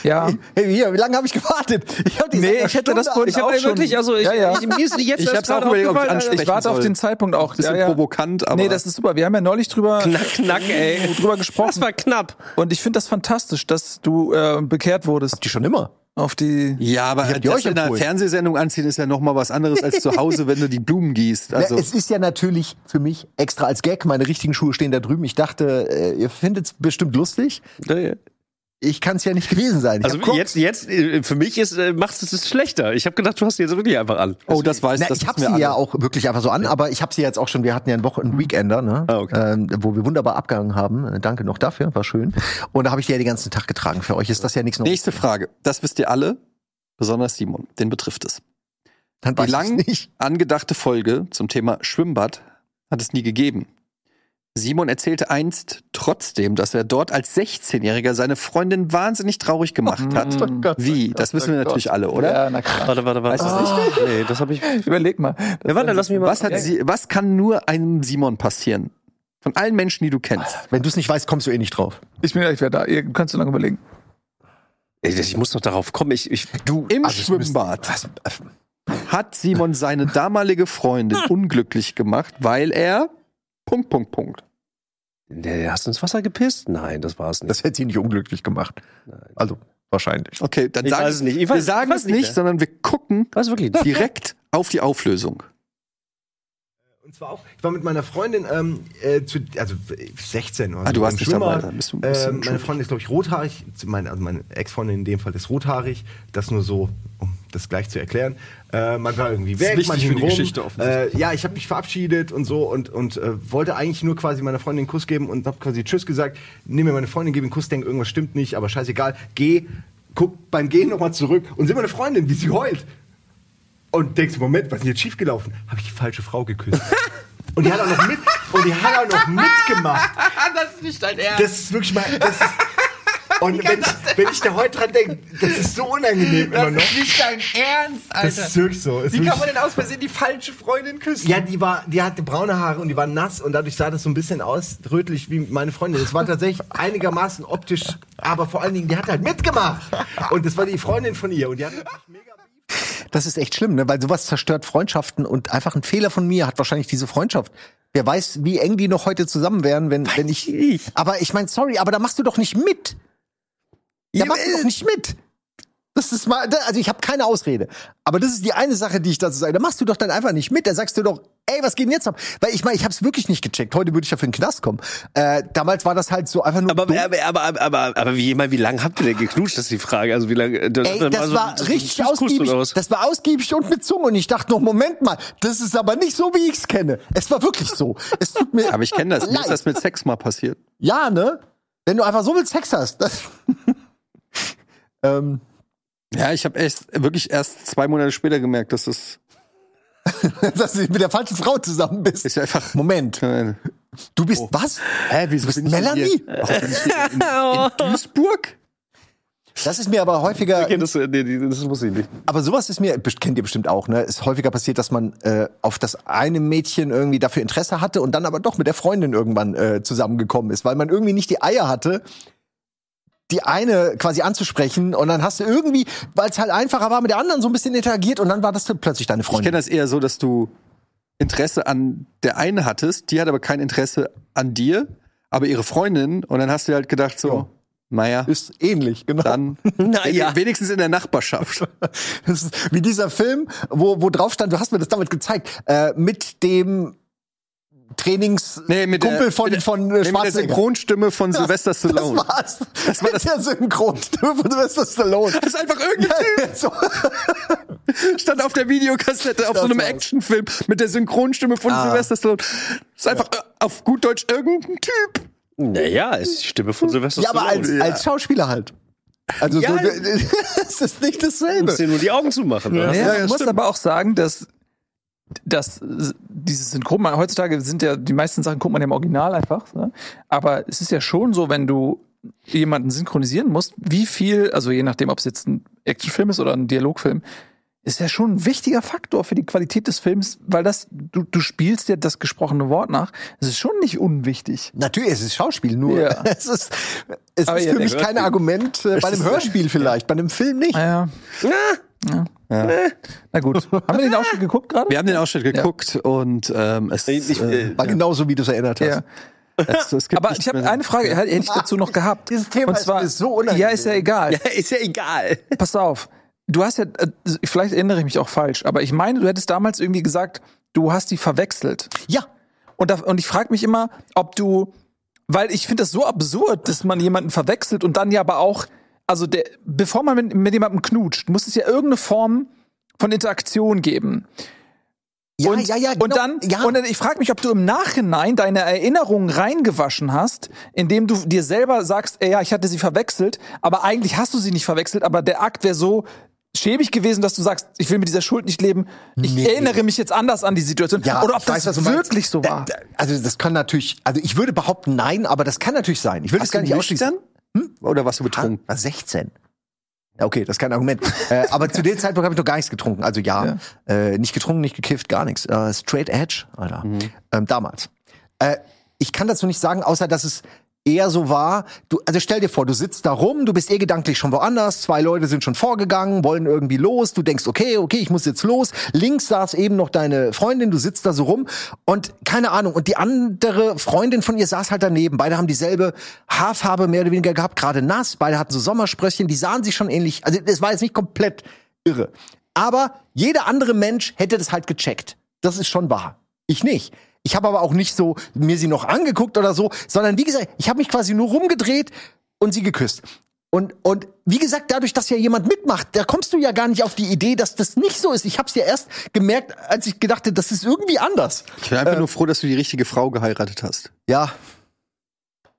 S6: Ja.
S5: Hey, hier, wie lange habe ich gewartet? Ich hab die
S6: Nee, ich hätte das vorhin
S7: Ich
S6: auch
S7: habe
S6: schon.
S7: wirklich, also ich,
S6: ja, ja.
S7: ich, mir ist jetzt
S4: Ich
S7: erst
S4: hab's auch
S7: gerade
S4: überlegt, ob ich
S7: aufgefallen,
S4: anspreche.
S7: Alter.
S4: sprechen
S6: Ich
S5: also
S6: warte auf
S4: soll.
S6: den Zeitpunkt auch.
S4: bisschen provokant, aber-
S6: Nee, das ist super. Wir haben ja neulich drüber,
S3: Knack, knack,
S5: [LAUGHS]
S3: ey.
S6: drüber gesprochen.
S7: Das war knapp.
S6: Und ich finde das fantastisch, dass du äh, bekehrt wurdest
S5: die schon immer.
S6: auf die.
S4: ja, aber
S5: Ich hab die
S4: das
S5: euch
S4: in einer
S5: empfohlen.
S4: Fernsehsendung anziehen ist ja noch mal was anderes als zu Hause, wenn du die Blumen gießt. Also
S5: Na, Ne, es ist ja natürlich für mich extra als Gag. Meine richtigen Schuhe stehen da drüben. Ich dachte, äh, ihr findet's bestimmt lustig. Ich kann's ja nicht gewesen sein. Ich
S3: Also
S5: hab Crocs.
S3: jetzt, jetzt, äh, für mich ist, äh, macht es es schlechter. Ich habe gedacht, du hast die jetzt wirklich einfach an.
S4: oh, das weiß
S5: Na,
S4: das
S5: ich habe
S4: wissen
S5: sie
S4: wir
S5: ja
S4: alle.
S5: auch wirklich einfach so an, aber ich habe sie jetzt auch schon, wir hatten ja ein Wochen ein Weekender, ne?
S3: Ah, okay.
S5: ähm, wo wir wunderbar abgehangen haben. Äh, Danke noch dafür, war schön. Und da habe ich die ja den ganzen Tag getragen. Für euch ist das ja nichts Neues.
S4: Nächste Frage. Das wisst ihr alle, besonders Simon. Den betrifft es.
S5: Dann
S4: Die
S5: weiß ich's
S4: lang
S5: nicht.
S4: angedachte Folge zum Thema Schwimmbad hat es nie gegeben. Simon erzählte einst trotzdem, dass er dort als 16-Jähriger seine Freundin wahnsinnig traurig
S6: Mhm.
S4: gemacht hat.
S6: Oh
S4: Wie? Das wissen wir natürlich alle, oder?
S6: Ja, na klar. Ah.
S3: Warte, warte, warte.
S4: Weißt du's
S3: nicht? Nee, das habe ich. Ja,
S6: Überleg mal.
S3: warte, lass mich mal.
S4: Was, hat sie, was kann nur einem Simon passieren? Von allen Menschen, die du
S6: Ah,
S4: kennst.
S5: Wenn du es nicht weißt, kommst du eh nicht drauf.
S6: Ich bin gleich wieder da. Ihr könnt so lange überlegen.
S3: Ey, Ich muss doch darauf kommen. Ich, ich,
S5: Du also
S4: Im
S6: also
S4: Schwimmbad
S6: äh,
S4: hat Simon seine damalige
S6: [LAUGHS]
S4: Freundin unglücklich gemacht, weil er Punkt, Punkt, Punkt.
S3: nee, hast du ins Wasser gepisst? Nein, das war's nicht.
S5: Das hätte sie nicht unglücklich gemacht. Also wahrscheinlich.
S4: Okay, dann
S3: Ich
S4: sagen
S3: weiß es nicht. Ich
S4: wir
S3: weiß-
S4: sagen
S3: ich weiß
S4: es
S3: nicht
S4: nicht,
S3: mehr.
S4: sondern wir
S5: [LAUGHS]
S4: gucken
S3: Was wirklich?
S4: direkt auf die Auflösung.
S11: Und zwar auch, ich war mit meiner Freundin, ähm, äh, zu, also äh, 16 oder
S4: Ah, du
S11: beim
S4: warst nicht dabei,
S11: Schwimmbad.
S4: dann bist du ein bisschen
S11: ähm, meine
S4: schuldig.
S11: Freundin ist, glaube ich, rothaarig. Meine, also meine Ex-Freundin in dem Fall ist rothaarig. Das nur so, um das gleich zu erklären. Äh, man war irgendwie weg,
S4: wichtig
S11: man
S4: für
S11: ging
S4: die
S11: rum.
S4: Geschichte
S11: äh,
S4: offensichtlich.
S11: ja, ich habe mich verabschiedet und so und, und äh, wollte eigentlich nur quasi meiner Freundin einen Kuss geben und habe quasi Tschüss gesagt. Nimm mir meine Freundin, gebe einen Kuss, denk, irgendwas stimmt nicht, aber scheißegal. Geh, guck beim Gehen nochmal zurück und sehe meine Freundin, wie sie heult. Und denkst, Moment, was ist denn jetzt schiefgelaufen? Habe ich die falsche Frau geküsst? Und die hat auch noch mit, und die hat auch noch mitgemacht.
S6: das ist nicht dein Ernst.
S11: Das ist wirklich mal. Das ist, und wenn ich, wenn ich da heute dran denke, das ist so unangenehm immer noch.
S6: nicht dein Ernst,
S11: Das ist wirklich so. Ist wirklich,
S4: denn aus Versehen die falsche Freundin küssen?
S11: ja, die war, die hatte braune Haare und die war nass und dadurch sah das so ein bisschen aus, rötlich wie meine Freundin. Das war tatsächlich einigermaßen optisch, aber vor allen Dingen, die hat halt mitgemacht. Und das war die Freundin von ihr und die hat mega
S5: Das ist echt schlimm, ne? weil sowas zerstört Freundschaften und einfach ein Fehler von mir hat wahrscheinlich diese Freundschaft. Wer weiß, wie eng die noch heute zusammen wären, wenn, wenn ich, Aber ich meine, sorry, aber da machst du doch nicht mit. Da machst du doch nicht mit. Das ist mal, da- also ich habe keine Ausrede. Aber das ist die eine Sache, die ich dazu sage. Da machst du doch dann einfach nicht mit. Da sagst du doch, ey, was geht denn jetzt ab? Weil ich meine, ich habe es wirklich nicht gecheckt. Heute würde ich ja für den Knast kommen. Äh, damals war das halt so einfach nur.
S3: Aber, äh,
S5: dumm.
S3: aber, aber, aber, aber, aber wie, ich meine, wie lange habt ihr denn geknutscht, das ist die Frage. Also wie lange, das,
S5: Ey, das
S3: so-
S5: war
S3: so ein
S5: richtig
S3: Tschüsskuss
S5: ausgiebig.
S3: oder was?
S5: Das war ausgiebig und mit Zunge. Und ich dachte noch, Moment mal, das ist aber nicht so, wie ich es kenne. Es war wirklich so. Es tut mir
S4: Aber ich kenne das. Mir
S5: leid.
S4: ist Also, das mit Sex mal passiert.
S5: Ja, ne? Wenn du einfach so viel Sex hast. [LAUGHS] Das ähm,
S4: Ja, ich habe echt wirklich erst zwei Monate später gemerkt, dass das
S5: dass du mit der falschen Frau zusammen bist.
S4: ist ja einfach. [LAUGHS]
S5: Moment,
S4: Hä,
S5: du bist was?
S4: wieso
S5: Du bist
S4: bin ich denn
S5: Melanie?
S4: Hier? Warum bin ich hier in, in Duisburg?
S5: Das ist mir aber häufiger,
S3: Okay, [LAUGHS] das, äh, nee, die- das muss ich nicht.
S5: aber sowas ist mir, best- kennt ihr bestimmt auch, ne? Ist häufiger passiert, dass man äh, auf das eine Mädchen irgendwie dafür Interesse hatte und dann aber doch mit der Freundin irgendwann äh, zusammengekommen ist, weil man irgendwie nicht die Eier hatte, die eine quasi anzusprechen und dann hast du irgendwie, weil es halt einfacher war, mit der anderen so ein bisschen interagiert und dann war das dann plötzlich deine
S4: Ich kenne
S5: Freundin.
S4: das eher so, dass du Interesse an der einen hattest, die hat aber kein Interesse an dir, aber ihre Freundin. Und dann hast du dir halt gedacht so, naja,
S5: Ist ähnlich, genau.
S4: dann
S3: Naja.
S4: wenigstens in der Nachbarschaft.
S5: [LAUGHS] Das ist wie dieser Film, wo, wo drauf stand, du hast mir das damals gezeigt, äh, mit dem Trainingskumpel
S4: Nee, mit der,
S5: von,
S4: mit der,
S5: von
S4: nee,
S5: äh,
S4: mit der
S5: Schwarzenegger.
S4: Synchronstimme von Sylvester Stallone.
S5: Das war's. Das
S6: [LAUGHS]
S5: war das der Synchronstimme von Sylvester Stallone.
S4: Das ist einfach irgendein Typ.
S5: So,
S4: Stand auf der Videokassette auf so einem
S5: war's. Ah.
S4: Actionfilm mit der Synchronstimme von Sylvester Stallone. Das ist einfach äh, auf gut Deutsch irgendein Typ.
S3: Naja, ist die Stimme von Silvester
S5: ja, aber als,
S3: Stallone.
S5: als Schauspieler halt. Also so, [LAUGHS] es ist nicht dasselbe.
S3: Kannst dir nur die Augen zumachen. oder?
S6: Ja,
S5: ja,
S6: man muss
S5: stimmt.
S6: aber auch sagen, dass dass äh, dieses Synchron, man, heutzutage sind ja die meisten Sachen guckt man ja im Original einfach, ne? aber es ist ja schon so, wenn du jemanden synchronisieren musst, wie viel, also je nachdem, ob es jetzt ein Actionfilm ist oder ein Dialogfilm, ist ja schon ein wichtiger Faktor für die Qualität des Films, weil das du du spielst ja das gesprochene Wort nach. Es ist schon nicht unwichtig.
S5: Natürlich, es ist Schauspiel nur.
S6: Ja.
S5: [LAUGHS] Es ist, es
S6: Aber
S5: ist
S6: ja,
S5: für
S6: der
S5: mich kein Argument äh, bei einem Hörspiel vielleicht, bei einem Film nicht.
S6: Ja. Ja. Na gut, haben wir den auch schon geguckt gerade?
S4: Wir haben den Ausschnitt geguckt und ähm, es,
S3: Ich, ich,
S4: äh,
S3: äh,
S5: War genauso, wie du es erinnert hast.
S6: Ja.
S4: es, es gibt
S6: Aber
S4: nichts
S6: ich habe
S4: mehr-
S6: eine Frage, hätte ich dazu noch
S5: [LAUGHS]
S6: gehabt.
S5: Dieses Thema ist mir so unangenehm.
S6: Ja, ist ja
S5: [LAUGHS]
S6: egal.
S3: [LAUGHS] ist ja egal.
S6: Pass auf. Du hast ja, äh, vielleicht erinnere ich mich auch falsch, aber ich meine, du hättest damals irgendwie gesagt, du hast die verwechselt.
S5: Ja.
S6: Und, da, und ich frage mich immer, ob du, weil ich finde das so absurd, dass man jemanden verwechselt und dann ja aber auch, also der, bevor man mit, mit jemandem knutscht, muss es ja irgendeine Form von Interaktion geben.
S5: Ja,
S6: und,
S5: Ah, ja, ja, genau.
S6: und dann,
S5: ja.
S6: und dann, ich frage mich, ob du im Nachhinein deine Erinnerungen reingewaschen hast, indem du dir selber sagst, ey, ja, ich hatte sie verwechselt, aber eigentlich hast du sie nicht verwechselt, aber der Akt wäre so schäbig gewesen, dass du sagst, ich will mit dieser Schuld nicht leben. Ich
S5: Nee.
S6: erinnere mich jetzt anders an die Situation.
S5: Ja,
S6: Oder ob
S5: ich
S6: das
S5: weiß, was du meinst.
S6: wirklich so
S5: Da-
S6: war.
S5: da- also das kann natürlich, also ich würde behaupten nein, aber das kann natürlich sein. Ich würde
S4: Warst
S5: es gar
S4: du
S5: nicht ausschließen.
S4: nüchtern? Oder warst du betrunken?
S5: Ah, 16. Ja, okay, das ist kein Argument. äh, aber zu dem Zeitpunkt habe ich noch gar nichts getrunken. Also ja, Äh, nicht getrunken, nicht gekifft, gar nichts. Äh, straight Edge, Alter. Ähm, damals. Äh, ich kann dazu nicht sagen, außer dass es eher so war, du, also stell dir vor, du sitzt da rum, du bist eh gedanklich schon woanders, zwei Leute sind schon vorgegangen, wollen irgendwie los, du denkst, okay, okay, ich muss jetzt los, links saß eben noch deine Freundin, du sitzt da so rum und keine Ahnung, und die andere Freundin von ihr saß halt daneben, beide haben dieselbe Haarfarbe mehr oder weniger gehabt, gerade nass, beide hatten so Sommersprösschen, die sahen sich schon ähnlich, also es war jetzt nicht komplett irre, aber jeder andere Mensch hätte das halt gecheckt, das ist schon wahr. Ich nicht. Ich habe aber auch nicht so mir sie noch angeguckt oder so, sondern wie gesagt, ich habe mich quasi nur rumgedreht und sie geküsst. Und, und wie gesagt, dadurch, dass ja jemand mitmacht, da kommst du ja gar nicht auf die Idee, dass das nicht so ist. Ich habe es ja erst gemerkt, als ich gedachte, das ist irgendwie anders.
S4: Ich bin einfach nur froh, dass du die richtige Frau geheiratet hast.
S5: Ja,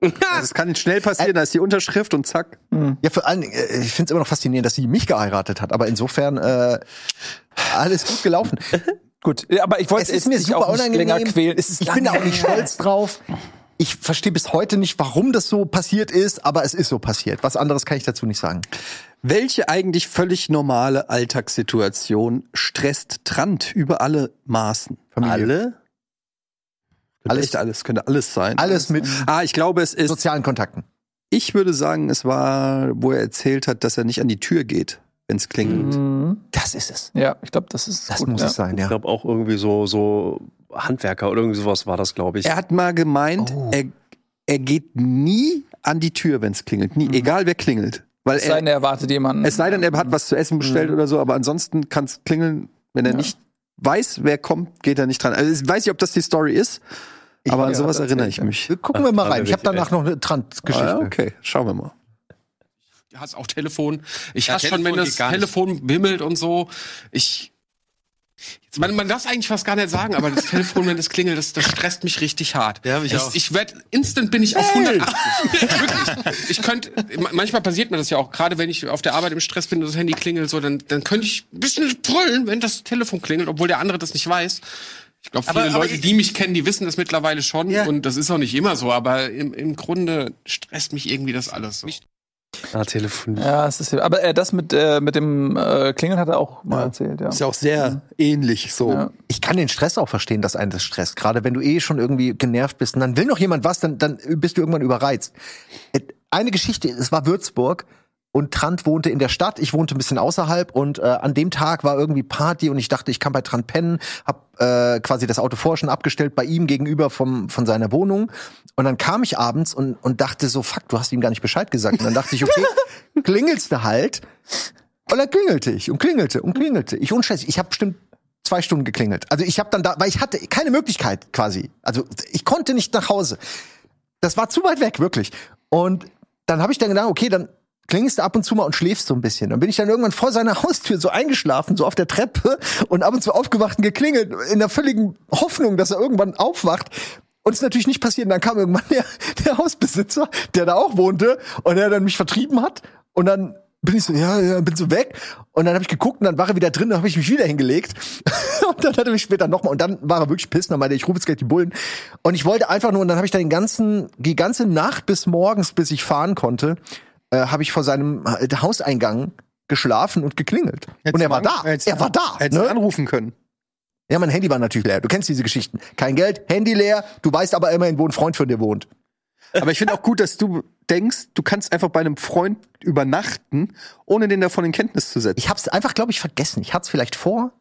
S4: Also, das kann schnell passieren, da ist die Unterschrift und zack.
S5: ja vor allen Dingen, äh, ich finde es immer noch faszinierend, dass sie mich geheiratet hat. Aber insofern äh, alles gut gelaufen.
S6: Gut, ja, aber ich
S5: es
S6: wollte
S5: ist mir
S6: dich
S5: super
S6: auch nicht länger
S5: unangenehm.
S6: quälen. Es ist
S5: ich bin da
S6: lange
S5: auch nicht
S6: her.
S5: stolz drauf. Ich verstehe bis heute nicht, warum das so passiert ist, aber es ist so passiert. Was anderes kann ich dazu nicht sagen.
S4: Welche eigentlich völlig normale Alltagssituation stresst Trant über alle Maßen?
S3: Alle?
S4: Alles, Echt alles, könnte alles sein.
S5: Alles mit
S4: Ah, ich glaube, es ist,
S5: sozialen Kontakten.
S4: ich würde sagen, es war, wo er erzählt hat, dass er nicht an die Tür geht, wenn es klingelt.
S5: Das ist es.
S6: Mhm. Ja, ich glaube, das
S5: Mhm.
S6: ist
S5: Das
S6: gut,
S5: muss
S6: ja.
S5: es sein,
S3: Ich
S5: ja.
S3: glaube auch irgendwie so, so Handwerker oder irgendwie sowas war das, glaube ich.
S4: Er hat mal gemeint,
S5: Oh.
S4: er, er geht nie an die Tür, wenn es klingelt.
S5: Mhm.
S4: Nie, egal wer klingelt. Weil
S6: Es sei denn,
S4: er,
S6: er erwartet jemanden.
S4: es sei denn, er hat was zu essen bestellt oder so, aber ansonsten kann es klingeln, wenn er nicht weiß, wer kommt, geht er nicht dran. Also ich weiß nicht, ob das die Story ist, aber an sowas erinnere ich mich.
S5: Gucken wir mal
S3: Ach,
S5: rein. Ich habe
S3: wirklich,
S5: danach noch eine Trant-Geschichte.
S4: Ah, okay, schauen wir mal.
S12: Du hast auch Telefon. Ich
S10: Ja,
S12: hasse schon,
S10: Telefon
S12: wenn
S10: geht
S12: das
S10: gar nicht.
S12: Telefon bimmelt und so. Ich. Man, man darf eigentlich fast gar nicht sagen, aber das Telefon, wenn es klingelt, das, das stresst mich richtig hart.
S10: Ja, mich
S12: ich
S10: auch.
S12: Ich werd, instant bin ich auf 180. [LAUGHS] Wirklich. Ich könnte, ma- manchmal passiert mir das ja auch, gerade wenn ich auf der Arbeit im Stress bin und das Handy klingelt, so, dann, dann könnte ich ein bisschen brüllen, wenn das Telefon klingelt, obwohl der andere das nicht weiß. Ich glaube, viele
S10: Aber- aber
S12: Leute,
S10: ich-
S12: die mich kennen, die wissen das mittlerweile schon
S10: Ja.
S12: und das ist auch nicht immer so, aber im, im Grunde stresst mich irgendwie das alles so.
S3: Ah, telefoniert.
S6: ja, es ist, aber äh, das mit, äh, mit dem äh, Klingeln hat er auch mal erzählt, ja.
S4: Ist ja auch sehr ähnlich so.
S6: Ja.
S5: Ich kann den Stress auch verstehen, dass einen das stresst. Gerade wenn du eh schon irgendwie genervt bist und dann will noch jemand was, dann, dann bist du irgendwann überreizt. Äh, Eine Geschichte, es war Würzburg und Trant wohnte in der Stadt, ich wohnte ein bisschen außerhalb und äh, an dem Tag war irgendwie Party und ich dachte, ich kann bei Trant pennen, hab äh, quasi das Auto vor schon abgestellt bei ihm gegenüber vom, von seiner Wohnung und dann kam ich abends und, und dachte so, fuck, du hast ihm gar nicht Bescheid gesagt. Und dann dachte ich, okay, klingelst du halt. Und dann klingelte ich und klingelte und klingelte. Ich unschätze, ich habe bestimmt zwei Stunden geklingelt. Also ich habe dann da, weil ich hatte keine Möglichkeit quasi. Also ich konnte nicht nach Hause. Das war zu weit weg, wirklich. Und dann habe ich dann gedacht, okay, dann klingelst du ab und zu mal und schläfst so ein bisschen. Dann bin ich dann irgendwann vor seiner Haustür so eingeschlafen, so auf der Treppe und ab und zu aufgewacht und geklingelt, in der völligen Hoffnung, dass er irgendwann aufwacht. Und es ist natürlich nicht passiert. Und dann kam irgendwann [LAUGHS] der, der Hausbesitzer, der da auch wohnte und der dann mich vertrieben hat. Und dann bin ich so, ja, ja, bin so weg. Und dann habe ich geguckt und dann war er wieder drin, dann habe ich mich wieder hingelegt. [LAUGHS] und dann hat er mich später nochmal, und dann war er wirklich pissen, dann meinte er, ich rufe jetzt gleich die Bullen. Und ich wollte einfach nur, und dann habe ich dann den ganzen, die ganze Nacht bis morgens, bis ich fahren konnte, äh, habe ich vor seinem äh, Hauseingang geschlafen und geklingelt. und er war da. Er war da.
S4: Hättest du
S5: Ne?
S4: anrufen können.
S5: Ja, mein Handy war natürlich leer. Du kennst diese Geschichten. Kein Geld, Handy leer, du weißt aber immerhin, wo ein Freund von dir wohnt.
S4: Aber ich finde auch gut, dass du denkst, du kannst einfach bei einem Freund übernachten, ohne den davon in Kenntnis zu setzen.
S5: Ich hab's einfach, glaube ich, vergessen. Ich hatte es vielleicht vor.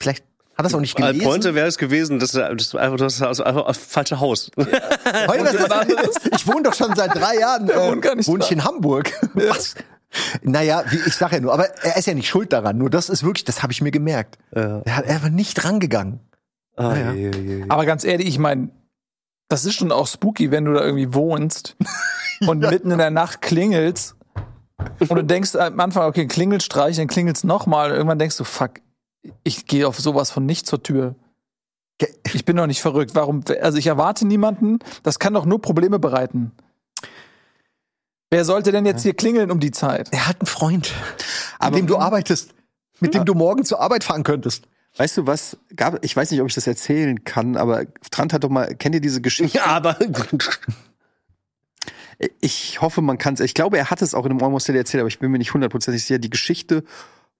S5: Vielleicht hat er es auch nicht
S3: Ein
S5: gelesen.
S3: Äh, Pointe wäre es gewesen, dass er- das, einfach- das, das, einfach das falsche Haus.
S5: Heute, was ist denn- ich wohne doch schon seit
S4: [LAUGHS]
S5: drei Jahren. Äh,
S6: wohnt gar nicht
S5: wohne ich
S6: da.
S5: in Hamburg. Was? Naja, wie, ich sage ja nur, aber er ist ja nicht schuld daran. Nur das ist wirklich, das habe ich mir gemerkt.
S3: Ja.
S5: Er hat einfach nicht rangegangen.
S3: Ah,
S5: Ja, ja.
S3: je, je, je.
S6: Aber ganz ehrlich, ich meine, das ist schon auch spooky, wenn du da irgendwie wohnst und mitten in der Nacht klingelst und du denkst am Anfang, okay, Klingelstreich, dann klingelt's nochmal. Irgendwann denkst du, fuck, ich gehe auf sowas von nicht zur Tür.
S5: Ge-
S6: Ich bin doch nicht verrückt. Warum? Also ich erwarte niemanden. Das kann doch nur Probleme bereiten. Wer sollte denn jetzt hier klingeln um die Zeit?
S5: Er hat einen Freund, mit dem du arbeitest, mit dem du morgen zur Arbeit fahren könntest.
S4: Weißt du was? Gab, ich weiß nicht, ob ich das erzählen kann, aber Trant hat doch mal, kennt ihr diese Geschichte?
S3: ja, aber
S4: [LAUGHS] Ich hoffe, man kann es. Ich glaube, er hat es auch in einem Almost Daily erzählt, aber ich bin mir nicht hundertprozentig sicher. Die Geschichte,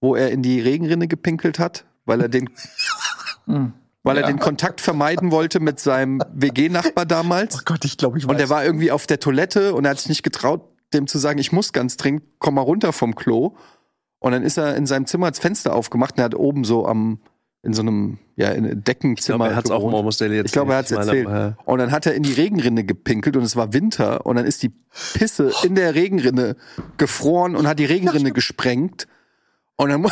S4: wo er in die Regenrinne gepinkelt hat, weil
S3: [LAUGHS]
S4: er den,
S3: Hm.
S4: weil er den Kontakt vermeiden wollte mit seinem WG-Nachbar
S3: Oh
S4: damals.
S5: Gott, ich glaube, ich
S4: Und er war irgendwie auf der Toilette und er hat sich nicht getraut, dem zu sagen, ich muss ganz dringend, komm mal runter vom Klo. Und dann ist er in seinem Zimmer das Fenster aufgemacht und er hat oben so am, in so einem, ja, in einem Deckenzimmer.
S3: er hat's auch im
S4: gewohnt.
S3: Almost Daily
S4: Ich glaube, er hat's
S3: erzählt. Ich
S4: erzählt.
S3: meine, äh,
S4: Und dann hat er in die Regenrinne gepinkelt und es war Winter und dann ist die Pisse in der Regenrinne gefroren und hat die Regenrinne gesprengt. Und dann, mu-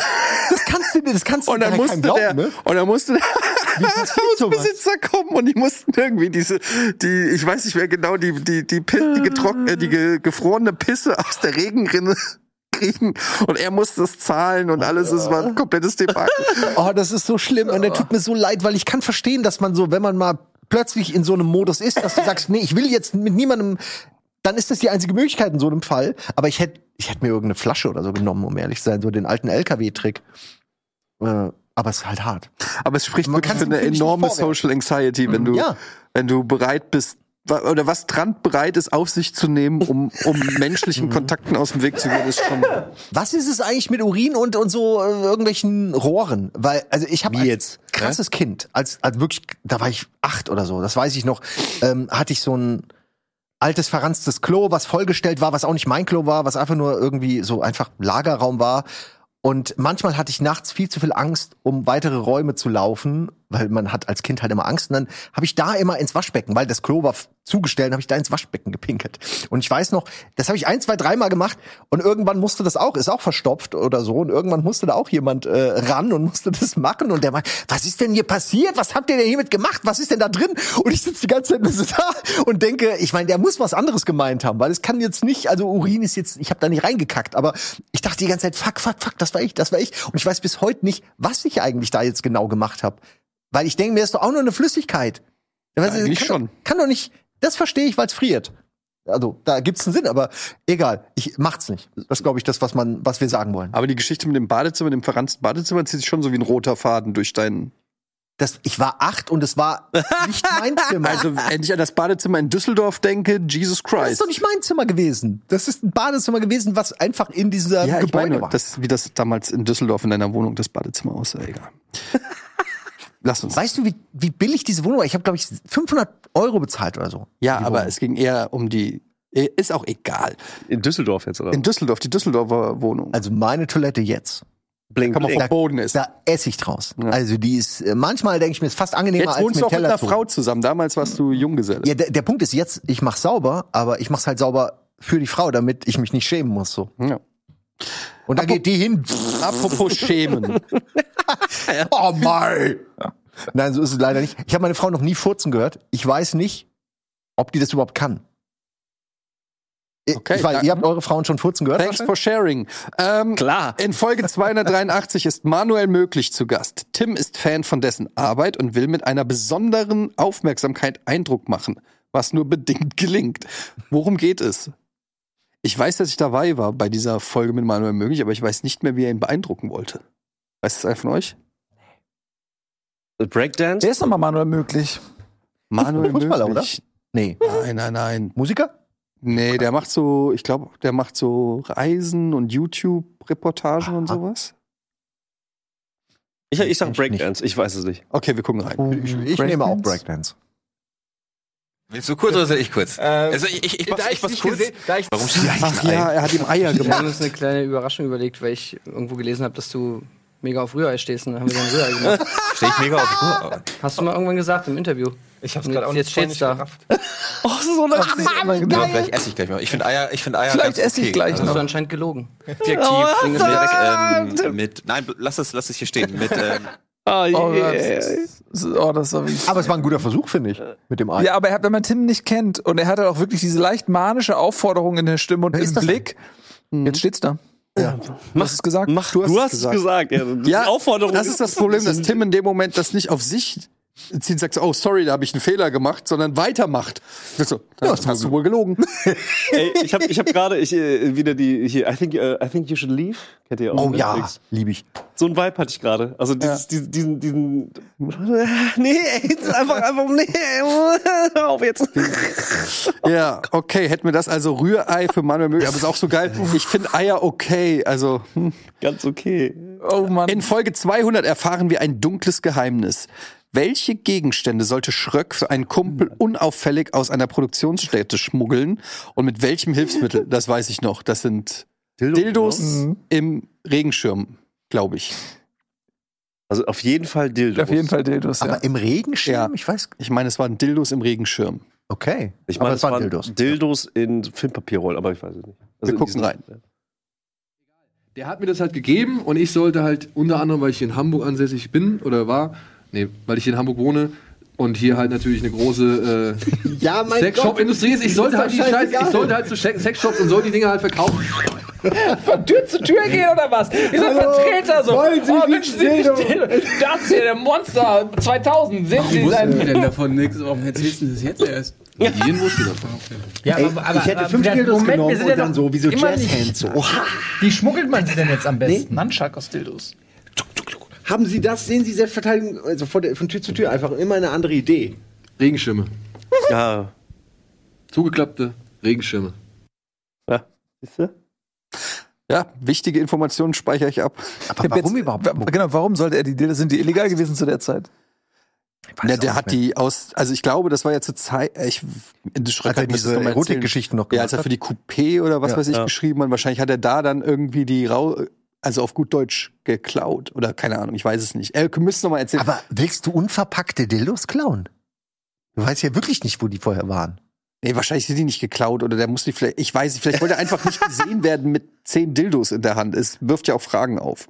S5: das kannst du dir, das kannst du
S4: und dann
S5: dir halt keinem ne?
S4: musste der, und dann musste der [LAUGHS] Hausbesitzer kommen und die mussten irgendwie diese, die, ich weiß nicht mehr genau, die, die, die, Pi- die, getrock- äh, die ge, gefrorene Pisse aus der Regenrinne [LAUGHS] kriegen und er musste es zahlen und alles, es war ein komplettes Debakel.
S5: Oh, das ist so schlimm und der tut mir so leid, weil ich kann verstehen, dass man so, wenn man mal plötzlich in so einem Modus ist, dass du sagst, nee, ich will jetzt mit niemandem, dann ist das die einzige Möglichkeit in so einem Fall. Aber ich hätte ich hätt mir irgendeine Flasche oder so genommen, um ehrlich zu sein, so den alten LKW-Trick. Äh, aber es ist halt hart.
S4: Aber es spricht
S5: Man
S4: wirklich
S5: kann's
S4: für
S5: dem
S4: eine
S5: Kind nicht
S4: enorme
S5: vorwerfen. Mhm,
S4: Social Anxiety, wenn du,
S5: Ja.
S4: wenn du bereit bist, wa- oder was Trant bereit ist, auf sich zu nehmen, um,
S5: [LAUGHS]
S4: um menschlichen Kontakten aus dem Weg zu gehen, ist schon.
S5: Was ist es eigentlich mit Urin und, und so äh, irgendwelchen Rohren? Weil, also ich habe als krasses Kind, als, als wirklich, da war ich acht oder so, das weiß ich noch, ähm, hatte ich so ein altes verranztes Klo, was vollgestellt war, was auch nicht mein Klo war, was einfach nur irgendwie so einfach Lagerraum war. Und manchmal hatte ich nachts viel zu viel Angst, um weitere Räume zu laufen, weil man hat als Kind halt immer Angst. Und dann habe ich da immer ins Waschbecken, weil das Klo war f- zugestellt, habe ich da ins Waschbecken gepinkelt. Und ich weiß noch, das habe ich ein, zwei, dreimal gemacht und irgendwann musste das auch, ist auch verstopft oder so. Und irgendwann musste da auch jemand äh, ran und musste das machen. Und der meint, was ist denn hier passiert? Was habt ihr denn hiermit gemacht? Was ist denn da drin? Und ich sitze die ganze Zeit nur so da und denke, ich meine, der muss was anderes gemeint haben, weil es kann jetzt nicht, also Urin ist jetzt, ich habe da nicht reingekackt, aber ich dachte die ganze Zeit, fuck, fuck, fuck, das war ich, das war ich. Und ich weiß bis heute nicht, was ich eigentlich da jetzt genau gemacht habe. Weil ich denke mir, ist doch auch nur eine Flüssigkeit. Was-
S4: eigentlich
S5: kann,
S4: schon.
S5: Doch, kann doch nicht, das verstehe ich, weil es friert. Also, da gibt's einen Sinn, aber egal, ich macht's nicht. Das glaube ich, das, was man, was wir sagen wollen.
S4: Aber die Geschichte mit dem Badezimmer, dem verranzten Badezimmer, zieht sich schon so wie ein roter Faden durch deinen.
S5: Das, ich war acht und es war nicht
S4: [LAUGHS]
S5: mein Zimmer.
S4: Also, wenn ich an das Badezimmer in Düsseldorf denke, Jesus
S5: Das ist
S4: Christ.
S5: doch nicht mein Zimmer gewesen. Das ist ein Badezimmer gewesen, was einfach in dieser
S4: Ja, ich
S5: Gebäude
S4: meine,
S5: war.
S4: das, wie das damals in Düsseldorf in deiner Wohnung das Badezimmer aussah,
S5: [LAUGHS]
S4: egal. Lass uns.
S5: Weißt du, wie, wie billig diese Wohnung war? Ich habe, glaube ich, 500 Euro bezahlt oder so.
S4: Ja, aber es ging eher um die. Ist auch egal.
S3: In Düsseldorf jetzt, oder?
S4: In Düsseldorf, die Düsseldorfer Wohnung.
S5: Also meine Toilette jetzt.
S3: Bling,
S4: Kann man
S3: bling.
S4: vom Boden ist.
S5: Da esse ich draus. Also die ist, äh, manchmal denke ich mir, ist fast angenehmer
S4: Jetzt
S5: als
S4: wohnst
S5: mit
S4: du auch mit
S5: Teller
S4: einer
S5: zu.
S4: Frau zusammen. Damals warst du Junggeselle.
S5: Ja, der, der Punkt ist jetzt, ich mach's sauber, aber ich mach's halt sauber für die Frau, damit ich mich nicht schämen muss. So.
S4: Ja.
S5: Und dann geht die hin.
S4: [LAUGHS] Apropos Schämen.
S5: Oh Mann! Nein, so ist es leider nicht. Ich habe meine Frau noch nie furzen gehört. Ich weiß nicht, ob die das überhaupt kann. Ich-
S4: Okay,
S5: ich weiß,
S4: ja.
S5: ihr habt eure Frauen schon furzen gehört?
S4: Thanks for sharing. Ähm,
S3: Klar.
S4: In Folge 283 ist Manuel Möglich zu Gast. Tim ist Fan von dessen Arbeit und will mit einer besonderen Aufmerksamkeit Eindruck machen, was nur bedingt gelingt. Worum geht es? Ich weiß, dass ich dabei war bei dieser Folge mit Manuel Möglich, aber ich weiß nicht mehr, wie er ihn beeindrucken wollte. Weiß es einer von euch?
S3: Breakdance?
S6: Wer ist nochmal Manuel möglich?
S4: Manuel
S5: Fußballer, oder?
S4: Möglich.
S5: Nee.
S4: Nein, nein, nein.
S5: Musiker?
S4: Nee, der macht so, ich glaube, der macht so Reisen und YouTube-Reportagen und
S5: Aha.
S4: sowas.
S3: Ich, ich sag Breakdance, ich weiß es nicht.
S4: Okay, wir gucken rein.
S5: Ich, ich nehme auch Breakdance.
S10: Willst du kurz oder soll ich kurz?
S4: Äh,
S10: also ich, ich, ich, mach's- ich mach's kurz. Warum schießt
S4: Ach ja, er hat ihm Eier
S13: Wir
S4: gemacht.
S13: haben uns eine kleine Überraschung überlegt, weil ich irgendwo gelesen habe, dass du mega auf Rührei stehst und dann haben wir dann Rührei gemacht.
S10: Stehe ich mega
S3: Ah,
S10: auf die
S13: Hast du mal irgendwann gesagt im Interview?
S10: Ich hab's
S13: Und
S10: gerade auch
S13: jetzt
S10: nicht, voll
S13: steht's
S10: nicht
S13: da.
S10: gerafft.
S13: Ja,
S10: Ja, vielleicht esse ich gleich mal. Ich finde Eier, ich finde Eier
S6: Vielleicht
S10: ganz
S6: esse ich
S10: okay.
S6: gleich
S13: Hast du anscheinend gelogen.
S10: Objektiv mit, ähm, mit, nein, lass es, lass es hier stehen. Mit, ähm,
S6: Oh, das, oh, das war wirklich-
S5: Aber es war ein guter Versuch, finde
S4: Äh,
S5: ich, mit dem Ei.
S6: Ja, aber er hat, wenn man Tim nicht kennt und er hat halt auch wirklich diese leicht manische Aufforderung in der Stimme und im
S5: das
S6: Blick, jetzt steht's da. Mhm. Ja. Du hast es gesagt.
S3: Mach, du hast, es gesagt. Ja, das
S4: Ja,
S3: ist eine Aufforderung.
S4: das ist das Problem, dass Tim in dem Moment das nicht auf sich zieht, sagt so, oh, sorry, da habe ich einen Fehler gemacht, sondern weitermacht. Und So, ja, das hast du wohl gelogen.
S3: Ey, ich habe ich hab gerade ich, äh, wieder die hier, I think, äh, I think you should leave. Kennt ihr auch
S5: Oh
S3: auf
S5: ja,
S3: Netflix?
S5: liebe ich.
S3: So ein Vibe hatte ich gerade. Also dieses, diesen, diesen, diesen. äh, Nee, ey, jetzt einfach, einfach, nee, hör auf jetzt.
S4: ja, okay, hätten wir das also Rührei für Manuel Möglich, aber ist auch so geil. Ich finde Eier okay, also. Hm.
S3: Ganz okay.
S6: Oh Mann.
S4: In Folge 200 erfahren wir ein dunkles Geheimnis. Welche Gegenstände sollte Schröck für einen Kumpel unauffällig aus einer Produktionsstätte schmuggeln und mit welchem Hilfsmittel? Das weiß ich noch. Das sind
S3: ne?
S4: Dildos
S3: Mhm.
S4: im Regenschirm, glaube ich.
S3: [LAUGHS] Also auf jeden Fall Dildo.
S6: Auf jeden Fall Dildos, ja.
S5: Aber im Regenschirm?
S4: Ja.
S5: Ich weiß.
S4: Ich meine, es waren Dildos im Regenschirm.
S5: Okay.
S3: Ich meine,
S5: Aber
S3: es waren Dildos. Dildos in Filmpapierrollen, aber ich weiß es nicht. Also in
S4: gucken
S3: diesen-
S4: rein.
S10: Der hat mir das halt gegeben und ich sollte halt unter anderem, weil ich in Hamburg ansässig bin oder war, nee, weil ich in Hamburg wohne und hier halt natürlich eine große äh,
S11: [LAUGHS] Ja, mein
S10: Sexshop-Industrie ist. Ich sollte
S11: Ist
S10: halt
S11: doch
S10: die Scheiße,
S11: scheißegal.
S10: ich sollte halt zu Sex- Sexshops und so die Dinge halt verkaufen.
S13: Von Tür zu Tür gehen oder was? Wie so ein
S11: Hallo,
S13: Vertreter
S11: Also,
S13: so.
S11: wollen Sie
S13: oh,
S11: die
S13: wünschen Sie sich
S11: Dildo?
S13: Dildo? Das hier, der Monster 2000. Sehen Sie sein.
S8: denn davon nichts? Warum erzählst du das jetzt erst?
S10: Medien wusste davon.
S13: Ja,
S11: Ey, ich hätte fünf
S13: das-
S11: Dildos
S13: Moment, wir
S11: genommen
S13: sind
S11: und
S13: ja
S11: dann
S13: noch
S11: so, wie so
S13: immer
S11: Jazzhands. So.
S13: Wie schmuggelt man sie denn jetzt am besten? Nunchuck aus Dildos.
S10: haben Sie das, sehen Sie Selbstverteidigung also von, der, von Tür zu Tür einfach immer eine andere Idee.
S14: Regenschirme.
S3: Ja.
S14: Zugeklappte Regenschirme.
S3: Ja, siehst du?
S4: Ja, wichtige Informationen speichere ich ab.
S5: Aber warum überhaupt?
S4: Genau, warum sollte er die Dealer, sind die illegal gewesen zu der Zeit?
S5: weiß
S4: Ja, der
S5: auch
S4: hat
S5: nicht mehr.
S4: die aus, also ich glaube, das war ja zur Zeit, äh, ich, die Schröck
S5: Hat er
S4: hat mir das
S5: diese
S4: noch mal erzählt.
S5: Erotikgeschichten noch
S4: Ja, als
S5: gemacht
S4: er für
S5: hat?
S4: die Coupé oder was
S5: Ja,
S4: weiß ich
S5: ja.
S4: geschrieben hat, wahrscheinlich hat er da dann irgendwie die Rau, also auf gut Deutsch geklaut oder keine Ahnung, ich weiß es nicht. Er müsste noch mal erzählen.
S5: Aber willst du unverpackte Dildos klauen? Du weißt ja wirklich nicht, wo die vorher waren.
S4: Nee, wahrscheinlich sind die nicht geklaut oder der muss die vielleicht, ich weiß nicht, vielleicht wollte er einfach nicht
S5: [LAUGHS]
S4: gesehen werden mit zehn Dildos in der Hand. Es wirft ja auch Fragen auf,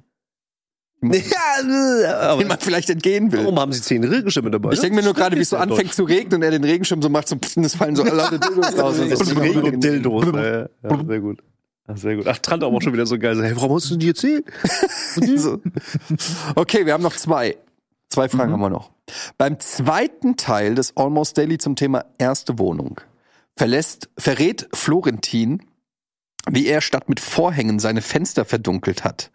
S3: Ja,
S4: denen
S3: [LAUGHS] aber
S4: man vielleicht entgehen will.
S3: warum haben sie zehn Regenschirme dabei? ne?
S4: Ich denke mir nur gerade, wie es so anfängt zu regnen und er den Regenschirm so macht, so pff, und es fallen so alle
S5: [LAUGHS]
S4: Dildos raus.
S3: Das ist Regen und Dildos.
S4: Blum.
S3: Ja, ja, sehr gut. Ach, sehr gut. Ach, Trant auch schon wieder so geil. so, Hey, warum hast du die erzählt?
S4: So. Okay, wir haben noch zwei. Zwei Fragen haben wir noch. Beim zweiten Teil des Almost Daily zum Thema erste Wohnung verlässt, verrät Florentin, wie er statt mit Vorhängen seine Fenster verdunkelt hat.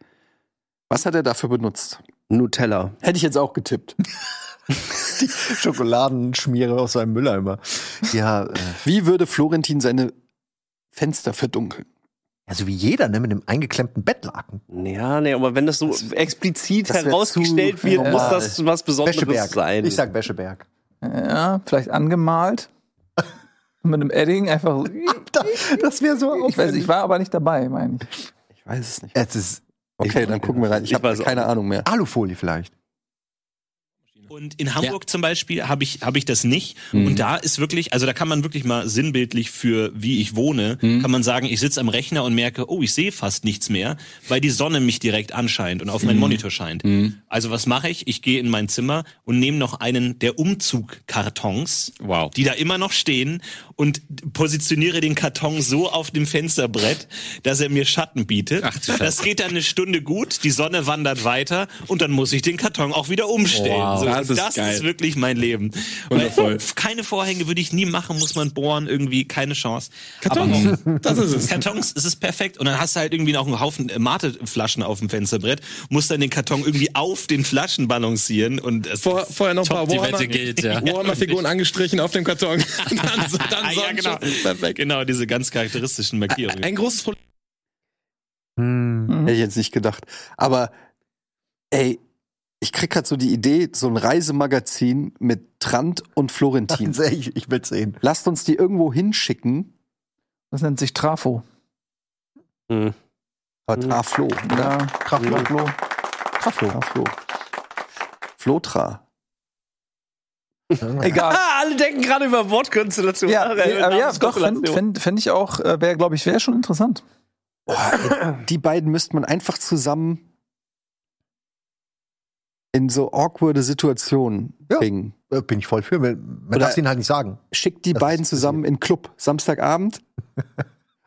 S4: Was hat er dafür benutzt?
S3: Nutella.
S4: Hätte ich jetzt auch getippt.
S5: Schokoladenschmiere aus seinem Mülleimer. Ja, äh,
S4: Wie würde Florentin seine Fenster verdunkeln?
S5: also wie jeder, ne, mit einem eingeklemmten Bettlaken.
S3: Ja, nee, aber wenn das so explizit
S5: das wär
S3: herausgestellt
S5: zu
S3: wird, muss
S5: normal.
S3: das was Besonderes
S5: Wäscheberg.
S3: sein.
S5: Ich sag Wäscheberg.
S6: Ja, vielleicht [LAUGHS] angemalt. Mit einem Edding einfach.
S5: Das wäre so [LAUGHS]
S6: Ich weiß, ich war aber nicht dabei, meine ich.
S4: Ich weiß es nicht.
S5: Es ist
S4: Okay, dann gucken wir rein. Ich,
S3: Ich
S4: habe
S3: weiß auch
S4: keine
S3: nicht.
S4: Ahnung mehr.
S5: Alufolie vielleicht.
S7: Und in Hamburg zum Beispiel habe ich, hab ich das nicht. Und da ist wirklich, also da kann man wirklich mal sinnbildlich für wie ich wohne, kann man sagen, ich sitze am Rechner und merke, oh, ich sehe fast nichts mehr, weil die Sonne mich direkt anscheint und auf meinen Monitor scheint. Also was mache ich? Ich gehe in mein Zimmer und nehme noch einen der Umzugkartons,
S12: Wow.
S7: die da immer noch stehen, und positioniere den Karton so auf dem Fensterbrett, dass er mir Schatten bietet.
S12: Ach, du
S7: das geht dann eine Stunde gut, die Sonne wandert weiter und dann muss ich den Karton auch wieder umstellen.
S12: Wow.
S7: so,
S12: Das
S7: das
S12: ist
S7: ist,
S12: geil.
S7: wirklich mein Leben.
S12: Wundervoll.
S7: Weil, pf, keine Vorhänge würde ich nie machen, muss man bohren, irgendwie keine Chance.
S12: Kartons.
S7: Aber-
S12: Das ist es.
S7: Kartons, es ist perfekt. Und dann hast du halt irgendwie noch einen Haufen äh, Mateflaschen auf dem Fensterbrett, musst dann den Karton irgendwie auf den Flaschen balancieren und
S12: [LAUGHS]
S7: es [LAUGHS]
S14: Vor, vorher noch ein
S12: Top,
S14: paar
S12: die
S14: Warhammer-
S12: Wette gilt, ja.
S14: [LAUGHS] Warhammer-Figuren angestrichen auf dem Karton. dann so- dann
S7: Ah, ja,
S14: Sonnenschutz.
S7: genau.
S14: Perfekt.
S7: Genau, diese ganz charakteristischen Markierungen.
S14: Ein großes Problem.
S4: Hätte ich jetzt nicht gedacht. Aber ey, ich krieg grad so die Idee, so ein Reisemagazin mit Trant und Florentin.
S5: Also, Ich, ich will sehen.
S4: Lasst uns die irgendwo hinschicken.
S6: Das nennt sich Trafo.
S4: Aber
S5: ah,
S4: Traflo,
S5: ne?
S4: oder?
S6: Ja, Traflo.
S4: Traflo. Traflo. Flotra.
S6: Egal. [LAUGHS]
S3: Ah, alle denken gerade über Wortkonstellationen.
S6: Ja,
S3: Äh,
S6: nee, aber ja, doch,
S3: Namenskonstellation.
S6: fände fänd, fänd ich auch, wäre, glaube ich, wäre schon interessant.
S4: Die beiden müsste man einfach zusammen in so awkwarde Situationen
S5: Ja.
S4: bringen.
S5: Äh, Bin ich voll für. Man man
S4: Oder-
S5: darf ihnen halt nicht sagen.
S4: schickt die
S5: Das
S4: beiden
S5: ist
S4: zusammen in den Club Samstagabend.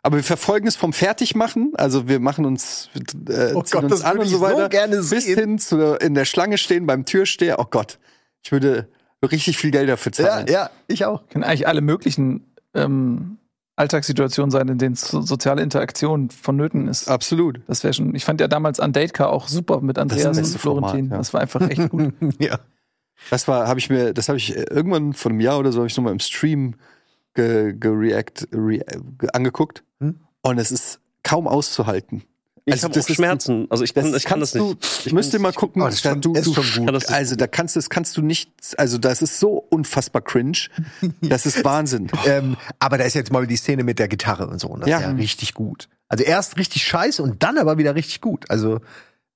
S4: Aber wir verfolgen es vom Fertigmachen, also wir machen uns, äh,
S5: Oh
S4: ziehen
S5: Gott,
S4: uns
S5: das
S4: an
S5: würde
S4: und so
S5: ich so
S4: weiter,
S5: gerne
S4: bis
S5: sehen.
S4: hin zu in der Schlange stehen beim Türsteher. Oh Gott, ich würde richtig viel Geld dafür zahlen.
S5: ja, ich auch.
S6: Können eigentlich alle möglichen ähm, Alltagssituationen sein, in denen so soziale Interaktion vonnöten ist.
S4: Absolut.
S6: Das wäre schon. Ich fand ja damals an Datecar auch super mit Andreas und
S4: beste Format,
S6: Florentin.
S4: ja.
S6: Das war einfach
S4: [LAUGHS]
S6: echt gut.
S5: [LAUGHS] Ja.
S4: Das war, habe ich mir, das habe ich äh, irgendwann vor einem Jahr oder so, habe ich nochmal im Stream ge, gereact, re, ge, angeguckt.
S5: Hm.
S4: Und es ist kaum auszuhalten.
S3: Ich
S4: Also,
S3: habe
S4: das
S3: auch
S4: ist-
S3: Schmerzen. Also ich kann das, ich kann das
S4: kannst
S3: nicht.
S4: Du, ich müsste mal gucken,
S5: Oh, das ist
S4: da
S5: schon-
S4: du,
S5: ist
S4: du,
S5: schon gut.
S3: Kann das nicht
S4: also da kannst du, das kannst du nicht, also das ist so unfassbar cringe. Das
S3: [LAUGHS]
S4: ist Wahnsinn.
S3: Oh,
S5: Ähm, aber da ist jetzt mal die Szene mit der Gitarre und so. Und das
S4: Ja.
S5: ist ja richtig gut. Also erst richtig scheiße und dann aber wieder richtig gut. Also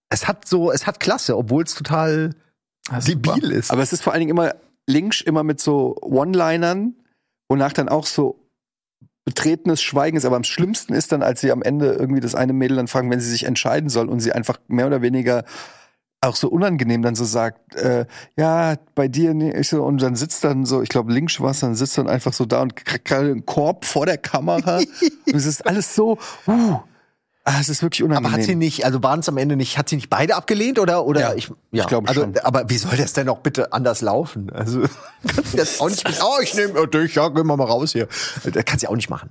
S5: es hat so, es hat Klasse, obwohl es total debil ist.
S4: Aber es ist vor allen Dingen immer links, immer mit so One-Linern, wonach dann auch so betretenes Schweigen ist. Aber am schlimmsten ist dann, als sie am Ende irgendwie das eine Mädel dann fragen, wenn sie sich entscheiden soll und sie einfach mehr oder weniger auch so unangenehm dann so sagt, äh, ja, bei dir, nee, ich so, und dann sitzt dann so, ich glaube, links war es, dann sitzt dann einfach so da und kriegt gerade einen Korb vor der
S5: [LAUGHS]
S4: Kamera. und es ist alles so, uh, ah, es ist wirklich unangenehm.
S5: Aber hat sie nicht, also waren es am Ende nicht, hat sie nicht beide abgelehnt oder? oder
S4: Ja,
S5: ich,
S4: ich glaube
S5: also,
S4: schon.
S5: Aber wie soll das denn auch bitte anders laufen? Also [LAUGHS] oh, Also, kannst du jetzt auch nicht mit, oh, ich nehme dich, ja, gehen wir mal raus hier. Das kannst du ja auch nicht machen.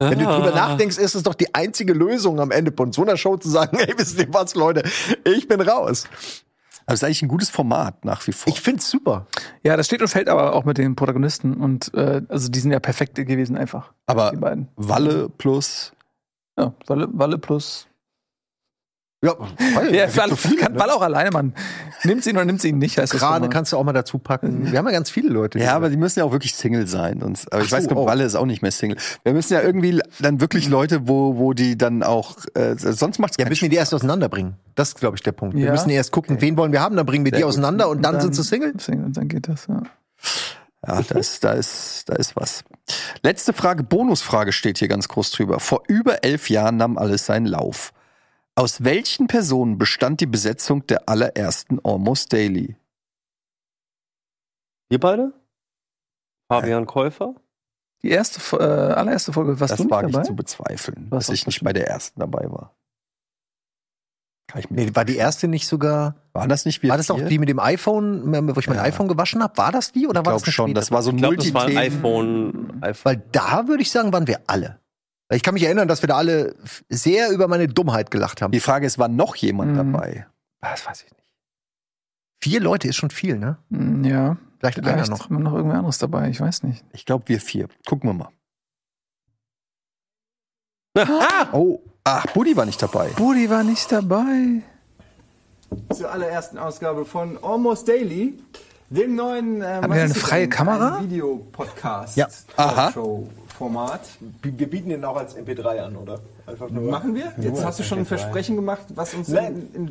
S5: Wenn du
S7: Ah.
S5: drüber nachdenkst, ist es doch die einzige Lösung am Ende von so einer Show zu sagen, [LAUGHS] hey, wisst ihr was, Leute, ich bin raus.
S4: Aber es ist eigentlich ein gutes Format nach wie vor.
S5: Ich find's super.
S6: Ja, das steht und fällt aber auch mit den Protagonisten und äh, also die sind ja perfekt gewesen einfach.
S4: Aber
S6: Die beiden.
S4: Walle plus.
S6: Ja, Walle, Walle plus.
S5: Ja, weil,
S6: Ja, Walle, kann
S4: ne?
S6: Walle auch alleine, Mann. Nimmt sie ihn oder nimmt sie ihn nicht, heißt das.
S5: Gerade
S6: schon mal.
S5: kannst du auch mal dazu packen. Wir haben ja ganz viele Leute.
S4: Mhm. Ja, aber die müssen ja auch wirklich Single sein. Und, aber ich
S5: Ach
S4: weiß,
S5: so, oh.
S4: glaub,
S5: auch.
S4: Walle ist auch nicht mehr Single. Wir müssen ja irgendwie dann wirklich Leute, wo, wo die dann auch. Äh, sonst macht's
S5: ja,
S4: keinen
S5: müssen wir die erst auseinanderbringen. Das ist, glaube ich, der Punkt. Wir
S6: Ja.
S5: müssen erst gucken, wen wollen wir haben, dann bringen wir die
S4: gut.
S5: auseinander und dann, sind sie Single.
S6: Single, und dann geht das, ja.
S4: Ja, da ist, da ist, da ist was. Letzte Frage, Bonusfrage steht hier ganz groß drüber. Vor über elf Jahren nahm alles seinen Lauf. Aus welchen Personen bestand die Besetzung der allerersten Almost Daily?
S3: Ihr beide? Fabian Käufer?
S6: Die erste, Fo- äh, allererste Folge, warst
S4: das
S6: du nicht
S4: wag
S6: dabei?
S4: ich zu bezweifeln,
S6: Was
S4: dass ich nicht bei der ersten dabei war. Kann ich mir
S5: Nee, war die erste nicht sogar.
S4: Waren das nicht wir?
S5: War das auch
S4: vier?
S5: die mit dem iPhone, ähm, wo ich mein
S4: Ja.
S5: iPhone gewaschen habe? War das die oder
S4: Ich
S5: war das
S4: glaube
S5: eine
S4: schon,
S5: spätere?
S4: das war so ein
S3: Ich glaube, das war ein
S4: Multithemen.
S3: iPhone. iPhone.
S5: Weil da würde ich sagen, waren wir alle. Ich kann mich erinnern, dass wir da alle f- sehr über meine Dummheit gelacht haben.
S4: Die Frage ist, war noch jemand
S6: Mhm.
S4: dabei?
S5: Das weiß ich nicht. Vier Leute ist schon viel, ne?
S6: Mm, Ja,
S5: Vielleicht,
S6: vielleicht
S5: einer noch.
S6: war noch irgendwer anderes dabei, ich weiß nicht.
S4: Ich glaube, wir vier. Gucken wir mal.
S3: Ah!
S4: Oh, ach, Buddy war nicht dabei.
S6: Budi war nicht dabei.
S10: Zur allerersten Ausgabe von Almost Daily, dem neuen äh,
S6: wir eine freie Kamera?
S10: Videopodcast
S5: Ja.
S4: Aha.
S10: Format.
S11: Wir bieten den auch als MP3 an, oder? Einfach nur.
S10: Machen wir? Jetzt hast du schon ein Versprechen gemacht, was uns
S11: Nein.
S10: in, in,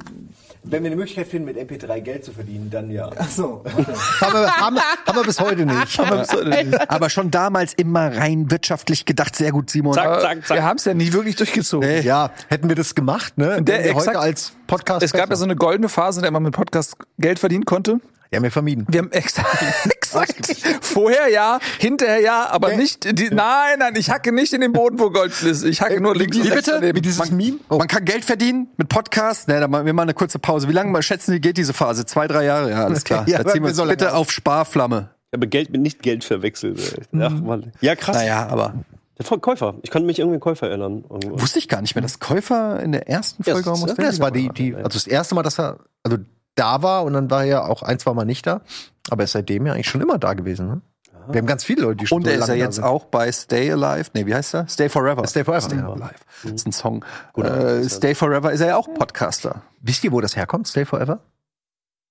S11: Wenn wir eine Möglichkeit finden, mit MP3 Geld zu verdienen, dann ja.
S10: Ach so, okay.
S5: Haben wir, haben, wir- haben wir bis heute nicht.
S4: Aber schon damals immer rein wirtschaftlich gedacht. Sehr gut, Simon. Äh.
S6: Aber Wir haben es ja nicht wirklich durchgezogen.
S5: Ja, hätten wir das gemacht, ne?
S6: Der-
S5: wären wir
S6: exakt.
S5: heute als Podcast.
S6: Es gab ja
S5: besser.
S6: so eine goldene Phase, in der man mit Podcast Geld verdienen konnte.
S5: Die haben wir vermieden.
S6: Wir haben exakt, exakt [LAUGHS] vorher ja, hinterher ja, aber nicht die, nein, nein, ich hacke nicht in den Boden, wo Gold ist. Ich hacke nur links und
S4: Wie
S6: rechts
S4: bitte?
S6: daneben.
S4: Wie dieses Meme?
S5: Oh.
S4: Man kann Geld verdienen mit Podcasts. Ne, da machen wir mal eine kurze Pause. Wie lange mal schätzen Sie, geht diese Phase? Zwei, drei Jahre? Ja,
S5: [LAUGHS]
S4: alles klar.
S5: Ja,
S4: da ziehen wir
S5: wir
S4: uns
S5: sollen
S4: bitte
S5: lange-
S4: auf Sparflamme.
S3: Ich habe Geld mit nicht Geld verwechselt. ey. Ach, Mann. Ja, krass.
S4: Naja, aber
S3: Der Voll- Käufer. Ich kann mich irgendwie an Käufer erinnern. Irgendwo.
S4: wusste ich gar nicht mehr, dass Käufer in der ersten
S3: Ja,
S4: Folge
S3: das-
S4: Almost
S5: Ja, das
S4: Daily
S5: war die,
S4: dabei
S5: die, also das erste Mal, dass er also da war und dann war er auch ein, zwei Mal nicht da. Aber er ist seitdem ja eigentlich schon immer da gewesen. Ne? Wir haben ganz viele Leute, die
S4: Und
S5: schon so
S4: er ist ja
S5: lange
S4: jetzt
S5: da
S4: auch bei Stay Alive. Nee, wie heißt er? Stay Forever.
S5: Stay Forever,
S4: Stay
S5: ja.
S4: Alive. Das ist ein Song. Äh, Stay Forever ist er ja auch Podcaster.
S5: sind. Wisst ihr, wo das herkommt? Stay Forever?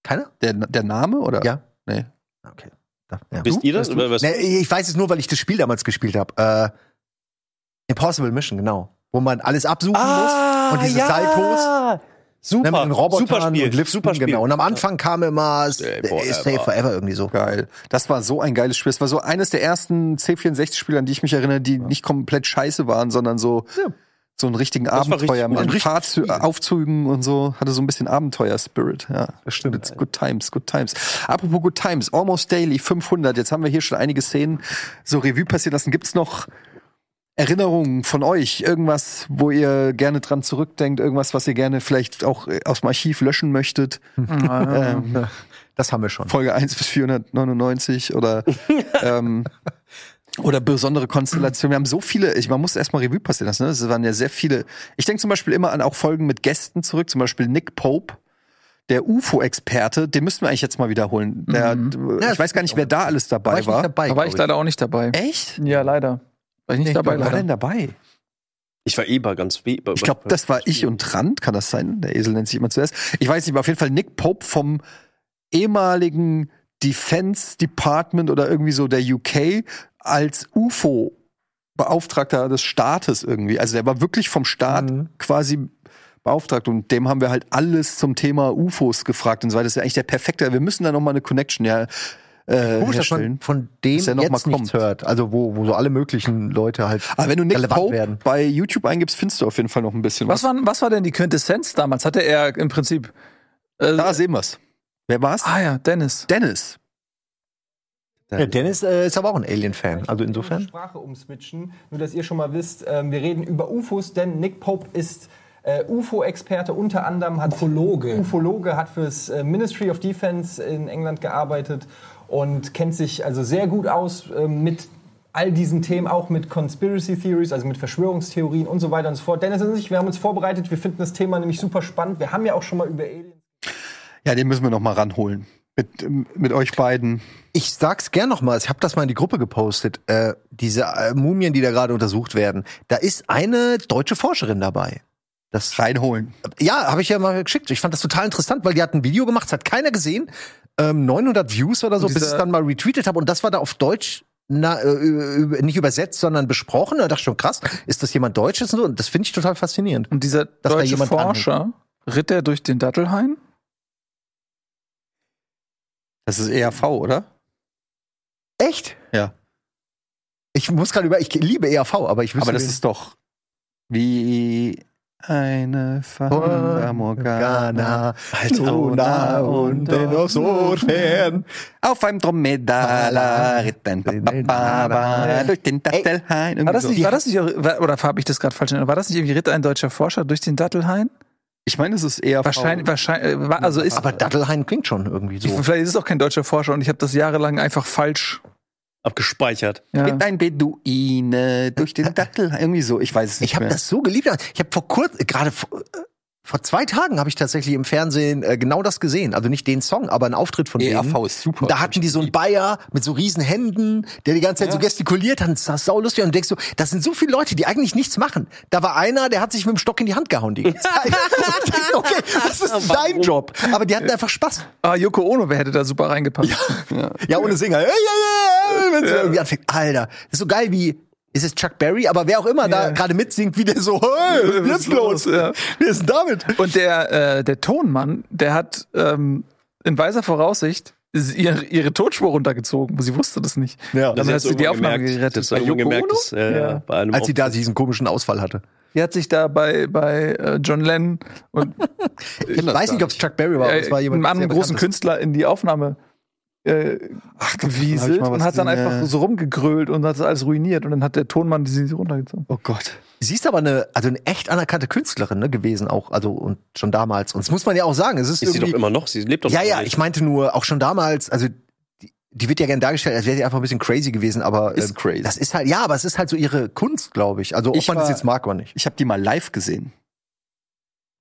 S5: Keiner?
S4: Der, der Name oder?
S5: Ja.
S4: Nee.
S5: Okay. Da, ja.
S3: Wisst ihr das? Oder was?
S5: Nee, ich weiß es nur, weil ich das Spiel damals gespielt habe. Äh, Impossible Mission, genau. Wo man alles absuchen muss und diese Saltos.
S3: Ah, Super,
S5: ne, mit den Robotern
S3: super Spiel,
S5: und Liften,
S3: super Spiel.
S5: Genau. Und am Anfang kam immer Stay,
S3: Forever.
S5: Stay Forever irgendwie so.
S4: Geil. Das war so ein geiles Spiel. Das war so eines der ersten C64-Spiele, an die ich mich erinnere, die nicht komplett scheiße waren, sondern so, so einen richtigen
S3: war richtig
S4: Abenteuer
S3: gut. Ein
S4: mit
S3: richtiges
S4: Fahrzü Aufzügen und so. Hatte so ein bisschen Abenteuer-Spirit. Ja. Das stimmt. good times, good times. Apropos good times, Almost Daily 500. Jetzt haben wir hier schon einige Szenen so Revue passieren lassen. Gibt's noch Erinnerungen von euch? Irgendwas, wo ihr gerne dran zurückdenkt? Irgendwas, was ihr gerne vielleicht auch äh, aus dem Archiv löschen möchtet? ähm,
S5: Das haben wir schon.
S4: Folge 1 bis 499 oder ähm, oder
S5: [CLEARS THROAT]
S4: besondere Konstellationen. Wir haben so viele, ich, man muss erstmal Revue passieren lassen. Ne? Es waren ja sehr viele. Ich denke zum Beispiel immer an auch Folgen mit Gästen zurück, zum Beispiel Nick Pope. Der UFO-Experte, den müssten wir eigentlich jetzt mal wiederholen. Der, Ich weiß gar nicht, wer da alles dabei
S5: Mhm. War
S4: war.
S5: ich nicht dabei?
S6: Da war ich
S5: glaub
S6: leider auch nicht dabei.
S4: Echt?
S6: Ja, leider. War ich nicht dabei,
S4: Wer war
S6: leider.
S4: denn dabei?
S3: Ich war eh bei ganz weh.
S4: Ich glaube, das war ich und Rand, kann das sein? Der Esel nennt sich immer zuerst. Ich weiß nicht, aber auf jeden Fall Nick Pope vom ehemaligen Defense Department oder irgendwie so der UK als UFO Beauftragter des Staates irgendwie. Also der war wirklich vom Staat
S5: Mhm.
S4: quasi beauftragt und dem haben wir halt alles zum Thema UFOs gefragt und so weiter. Das ist ja eigentlich der perfekte. Wir müssen da noch mal eine Connection her, äh,
S5: Komisch, dass
S4: herstellen.
S5: man von dem
S4: Dass der
S5: jetzt
S4: noch mal
S5: nichts
S4: kommt.
S5: hört. Also wo, wo so alle möglichen Leute halt
S4: Aber wenn du Nick
S5: relevant
S4: Pope
S5: werden.
S4: bei YouTube eingibst, findest du auf jeden Fall noch ein bisschen
S6: Was war, was war denn die Quintessenz damals? Hatte er im Prinzip. Äh,
S4: Da sehen wir's. Wer war's?
S6: ah ja, Dennis.
S4: Dennis.
S5: Ja, Dennis äh, ist aber auch ein Alien-Fan. Also insofern.
S10: Sprache umswitchen, nur dass ihr schon mal wisst, ähm, wir reden über UFOs, denn Nick Pope ist äh, UFO-Experte, unter anderem hat Ufologe. Ufologe hat fürs äh, Ministry of Defense in England gearbeitet und kennt sich also sehr gut aus ähm, mit
S2: all diesen Themen, auch mit Conspiracy Theories, also mit Verschwörungstheorien und so weiter und so fort. Dennis und ich, wir haben uns vorbereitet, wir finden das Thema nämlich super spannend. Wir haben ja auch schon mal über Aliens.
S4: Ja, den müssen wir noch mal ranholen. Mit, ähm, mit euch beiden.
S5: Ich sag's gern nochmal, ich habe das mal in die Gruppe gepostet, äh, diese äh, Mumien, die da gerade untersucht werden. Da ist eine deutsche Forscherin dabei. Das
S4: Reinholen.
S5: Ja, habe ich ja mal geschickt. Ich fand das total interessant, weil die hat ein Video gemacht, das hat keiner gesehen. Ähm, 900 Views oder so,
S1: Und
S5: bis ich
S1: dieser-
S5: es dann mal retweetet habe. Und das war da auf Deutsch na, äh, über- nicht übersetzt, sondern besprochen. Und da dachte ich schon, krass, ist das jemand Deutsches? Und so? Und das finde ich total faszinierend.
S6: Und dieser
S5: da
S6: deutsche
S5: jemand
S6: Forscher,
S5: anhängt.
S6: ritt er durch den Dattelhain?
S4: Das ist ERV, oder?
S5: Echt?
S4: Ja.
S5: Ich muss gerade über, ich liebe ERV, aber ich wüsste
S4: Aber das
S5: nicht-
S4: ist doch wie eine Fata Morgana. Luna und
S5: auf so fern.
S4: Auf einem Dromedala ritten ba, ba, ba, durch den Dattelhain.
S6: War das
S4: Irgendwie
S6: nicht,
S4: so.
S6: war das nicht, war- oder habe ich das gerade falsch erinnert? War das nicht irgendwie ritt ein deutscher Forscher durch den Dattelhain?
S4: Ich meine, es ist eher
S6: Wahrscheinlich, wahrscheinlich, äh, war- also ist,
S5: Aber Dattelhain klingt schon irgendwie so.
S6: vielleicht ist es auch kein deutscher Forscher und ich habe das jahrelang einfach falsch.
S3: Abgespeichert.
S6: Ja.
S4: Mit ein Beduine durch
S6: Äh,
S4: den Dattelhain. Irgendwie so, ich weiß es nicht
S5: Ich habe
S4: mehr.
S5: das so geliebt. Ich habe vor kurz, gerade vor, äh, vor zwei Tagen habe ich tatsächlich im Fernsehen äh, genau das gesehen. Also nicht den Song, aber einen Auftritt von
S4: ERV
S5: denen.
S4: E ist super.
S5: Da hatten die so einen Bayer mit so riesen Händen, der die ganze Zeit so gestikuliert hat. Das war sau lustig. Und du denkst so, das sind so viele Leute, die eigentlich nichts machen. Da war einer, der hat sich mit dem Stock in die Hand gehauen die ganze Zeit. [LAUGHS] Und ich dachte, okay,
S4: [LAUGHS]
S5: das ist dein Job. Aber die hatten einfach Spaß.
S6: Ah, Yoko Ono, wer hätte da super reingepasst? Ja.
S5: Ja, ohne Sänger. halt, Hey, hey, hey, hey, wenn sie irgendwie anfängt. Alter, das ist so geil wie, ist es Chuck Berry? Aber wer auch immer da gerade mitsingt, wie der so, hey,
S6: Was
S5: jetzt
S6: ist
S5: los?
S6: los? Ja.
S5: Wie ist denn damit?
S6: Und der, äh, der Tonmann, der hat ähm, in weiser Voraussicht sie- ihre, ihre Tonspur runtergezogen. Sie wusste das nicht.
S5: Ja.
S6: Damit hat
S3: hast
S6: sie die Aufnahme
S3: gerettet. Das
S6: gerettet.
S3: hast du gemerkt,
S6: Ono?
S3: dass, äh,
S6: Ja.
S3: bei einem
S5: Als sie
S3: Auf-
S5: da diesen komischen Ausfall hatte.
S6: Die hat sich da bei, bei äh, John Lennon und
S5: Ich weiß nicht, ob es Chuck Berry war, aber
S6: äh,
S5: es war jemand.
S6: einem anderen
S5: sehr
S6: großen
S5: Bekanntes.
S6: Künstler in die Aufnahme äh,
S4: hab ich
S6: gewieselt
S4: mal
S6: und
S4: was
S6: hat dann
S4: gesehen,
S6: einfach
S4: ja.
S6: so rumgegrölt und hat das alles ruiniert. Und dann hat der Tonmann die sie runtergezogen.
S4: Oh Gott.
S5: Sie ist aber eine, also eine echt anerkannte Künstlerin ne, gewesen auch, also und schon damals. Und das muss man ja auch sagen. Es ist,
S3: Ist sie doch
S5: irgendwie,
S3: immer noch? Sie lebt doch
S5: Ja,
S3: noch
S5: ja,
S3: nicht.
S5: ich meinte nur, auch schon damals, also die, die wird ja gern dargestellt, als wäre sie einfach ein bisschen crazy gewesen, aber
S4: Ist
S5: ähm,
S4: crazy.
S5: das ist halt, ja, aber es ist halt so ihre Kunst, glaube ich. Also ob
S4: Ich
S5: man das
S4: war-
S5: jetzt mag oder nicht.
S4: Ich habe die mal live gesehen.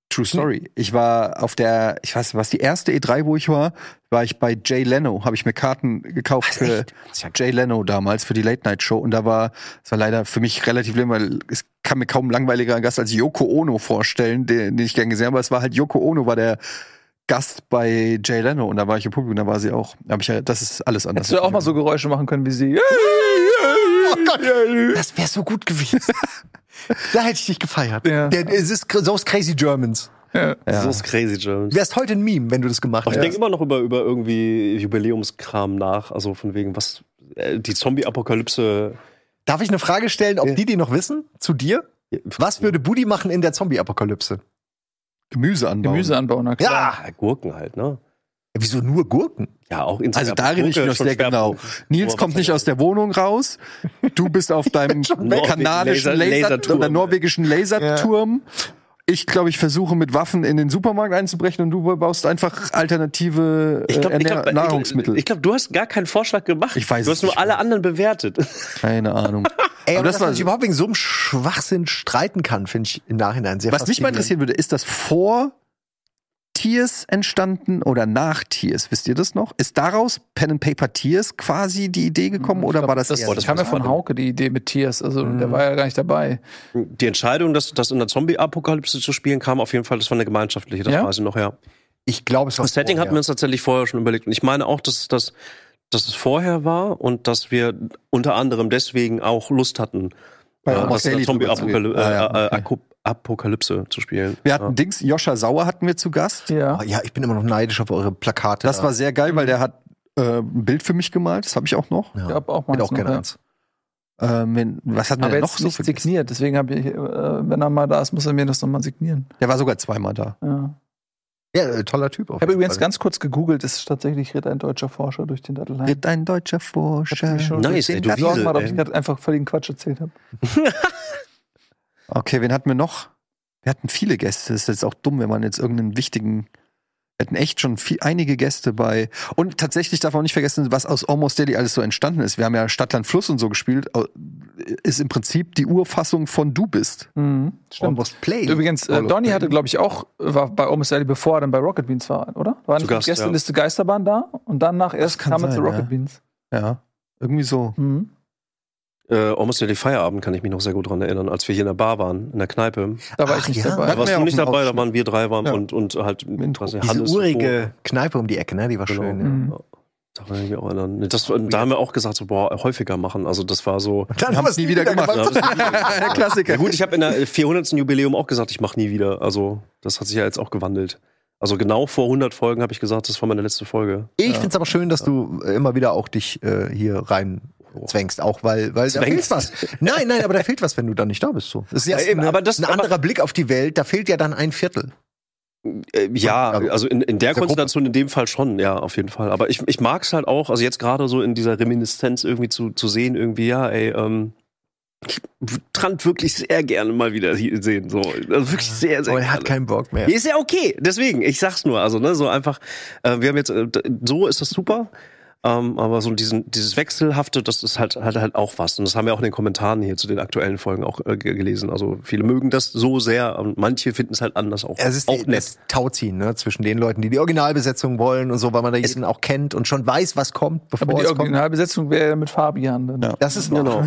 S4: True Story. Ich war auf der, ich weiß nicht, was die erste E3, wo ich war, war ich bei Jay Leno, habe ich mir Karten gekauft für Jay Leno damals für die Late Night Show und da war, es war leider für mich relativ lame, weil es kann mir kaum langweiliger Gast als Yoko Ono vorstellen, den, den ich gern gesehen habe, aber es war halt Yoko Ono war der Gast bei Jay Leno und da war ich im Publikum, da war sie auch. Da Hab ich ja, das ist alles anders.
S6: Hast du auch mal so Geräusche machen können wie sie? äh,
S5: Oh Gott, das wäre so gut gewesen. [LAUGHS] da hätte ich dich gefeiert.
S6: Ja.
S5: Der, es ist so ist Crazy Germans.
S3: So ist crazy, German.
S5: Du wärst heute ein Meme, wenn du das gemacht
S3: Aber Oh, ich
S5: hättest.
S3: denke immer noch über, über irgendwie Jubiläumskram nach. Also von wegen, was äh, die Zombie-Apokalypse.
S5: Darf ich eine Frage stellen, ob die die noch wissen zu dir? Was würde Buddy machen in der Zombie-Apokalypse?
S4: Gemüse anbauen.
S6: Gemüse anbauen, na klar.
S5: Ah.
S3: Ja, Gurken halt, ne?
S5: Wieso nur Gurken?
S3: Ja, auch in
S4: Also da rede ich noch sehr genau. Nils kommt nicht aus der Wohnung raus. Du bist
S3: [LAUGHS]
S4: auf deinem
S3: weg.
S4: kanadischen
S3: Laser-
S4: Laser,
S3: Laserturm.
S4: oder norwegischen Laserturm. Ich glaube, ich versuche mit Waffen in den Supermarkt einzubrechen und du baust einfach alternative äh,
S3: Ich glaube,
S4: Ernähr- Nahrungsmittel.
S3: Ich, glaube, du hast gar keinen Vorschlag gemacht.
S4: Ich weiß
S3: du
S4: es
S3: hast nur
S4: nicht
S3: alle anderen bewertet. [LAUGHS]
S4: Keine Ahnung.
S5: Ey, aber
S4: Aber
S5: dass
S4: das war
S5: man sich überhaupt wegen so einem Schwachsinn streiten kann, finde ich im Nachhinein sehr
S4: Was mich mal
S5: faszinierend.
S4: interessieren würde, ist das vor Tiers entstanden oder nach Tiers? Wisst ihr das noch? Ist daraus Pen and Paper Tiers quasi die Idee gekommen
S3: Hm,
S4: oder war das,
S6: das,
S4: eher-
S6: das kam ja von Hauke, die Idee mit Tiers. Also der war ja gar nicht dabei.
S3: Die Entscheidung, das, das in der Zombie-Apokalypse zu spielen, kam auf jeden Fall, das war eine gemeinschaftliche, das
S6: Ja?
S3: weiß ich noch, ja.
S5: Ich glaube, es war
S3: Das Setting hatten wir
S5: vorher.
S3: uns tatsächlich vorher schon überlegt. Und ich meine auch, dass, dass, dass es vorher war und dass wir unter anderem deswegen auch Lust hatten,
S4: Bei
S3: äh,
S4: Almost
S3: was in der
S4: Daily drüber zu reden.
S3: Zombie-Apokalypse
S4: Ah,
S3: äh,
S4: ja,
S3: äh,
S4: okay.
S3: Ako- Apokalypse zu spielen.
S4: Wir hatten Dings, Joscha Sauer hatten wir zu Gast.
S6: Ja.
S5: Oh, ja, ich bin immer noch neidisch auf eure Plakate.
S4: Das
S5: da.
S4: war sehr geil, weil der hat äh, ein Bild für mich gemalt, das habe ich auch noch.
S5: ja.
S6: Ich hab auch mal
S5: bin auch gerne
S6: Mhm. ja.
S5: eins.
S4: Ähm, wenn, was hat man
S6: Aber
S4: denn
S6: jetzt
S4: noch so
S6: nicht
S4: für
S6: signiert. Deswegen habe ich, äh, wenn er mal da ist, muss er mir das nochmal signieren.
S4: Der war sogar zweimal da.
S6: Ja.
S5: Ja, äh, toller Typ auf
S6: Ich habe
S5: jeden
S6: übrigens
S5: Fall.
S6: ganz kurz gegoogelt, es ist tatsächlich ritt ein deutscher Forscher durch den Dattelheim.
S4: Ritt ein deutscher Forscher.
S3: Nice, ey, du
S6: Ich sorge
S3: Wiesel,
S6: mal, ob
S3: ey.
S6: ich gerade einfach völligen Quatsch erzählt habe.
S4: Okay, wen hatten wir noch? Wir hatten viele Gäste. Das ist jetzt auch dumm, wenn man jetzt irgendeinen wichtigen Wir hatten echt schon viel, einige Gäste bei. Und tatsächlich darf man auch nicht vergessen, was aus Almost Daily alles so entstanden ist. Wir haben ja Stadtland Fluss und so gespielt. Au- Ist im Prinzip die Urfassung von Du bist.
S5: Almost Play.
S6: Mhm. Übrigens, äh, Donny hatte, glaube ich, auch, war bei Almost Daily, bevor er dann bei Rocket Beans war, oder? War nicht
S9: Gast,
S6: die Gästeliste Geisterbahn da und danach erst
S4: kann
S6: kam er
S4: sein,
S6: zu Rocket
S4: ja.
S6: Beans.
S4: Ja, irgendwie so.
S6: Mhm.
S9: Äh, Almost Daily Feierabend kann ich mich noch sehr gut dran erinnern, als wir hier in der Bar waren, in der Kneipe.
S6: Da war
S5: Ach
S6: ich nicht
S5: ja.
S6: dabei.
S9: Da
S4: Hatten wir
S9: warst
S4: ja
S9: du
S4: auch
S9: nicht
S4: einen
S9: dabei, da
S4: Ausschnitt.
S9: waren wir drei waren
S4: Ja.
S9: und, und halt was nicht,
S5: Diese
S9: Hannes
S5: urige Kneipe um die Ecke, ne? Die war
S9: Genau.
S5: schön. Ja.
S6: Mhm.
S9: Da kann ich mich auch erinnern. Nee, Das, da haben wir auch gesagt, so, boah, häufiger machen. Also das war so.
S5: Dann haben wir es nie wieder gemacht.
S9: Ja, das-
S4: Der Klassiker.
S9: ja, gut, ich habe in der 400. Jubiläum auch gesagt, ich mache nie wieder. Also das hat sich ja jetzt auch gewandelt. Also genau vor 100 Folgen habe ich gesagt, das war meine letzte Folge.
S5: Ich find's aber schön, dass du äh, immer wieder auch dich äh, hier rein zwängst, auch weil, weil da fehlt
S9: Zwängst.
S5: was. Nein, nein, aber da fehlt was, wenn du dann nicht da bist. So. Das ist ja,
S9: Ja, eben,
S5: eine,
S9: aber das-
S5: ein
S9: aber-
S5: anderer Blick auf die Welt, da fehlt ja dann ein Viertel.
S9: Äh, ja,
S5: Also,
S9: also in, in der
S5: dieser Gruppe.
S9: Konstellation in dem Fall schon, ja, auf jeden Fall. Aber ich, ich mag es halt auch, also jetzt gerade so in dieser Reminiszenz irgendwie zu, zu sehen, irgendwie, ja, ey, ähm, ich w- Trant wirklich sehr gerne mal wieder hier sehen. So. Also wirklich sehr, sehr
S5: Aber er
S9: gerne.
S5: hat keinen Bock mehr.
S9: Ja, Ist ja okay, deswegen, ich sag's nur. Also, ne, so einfach, äh, wir haben jetzt, äh, d- so ist das super. Ähm, aber so diesen, dieses Wechselhafte, das ist halt, halt halt auch was. Und das haben wir auch in den Kommentaren hier zu den aktuellen Folgen auch äh, ge- gelesen. Also viele mögen das so sehr und manche finden es halt anders auch,
S5: Es ist
S9: auch nett.
S5: das Tauziehen ne? zwischen den Leuten, die die Originalbesetzung wollen und so, weil man da jeden auch kennt und schon weiß, was kommt, bevor
S6: Aber die
S5: es kommt.
S6: Originalbesetzung wäre mit Fabian. Dann.
S5: Das ist genau.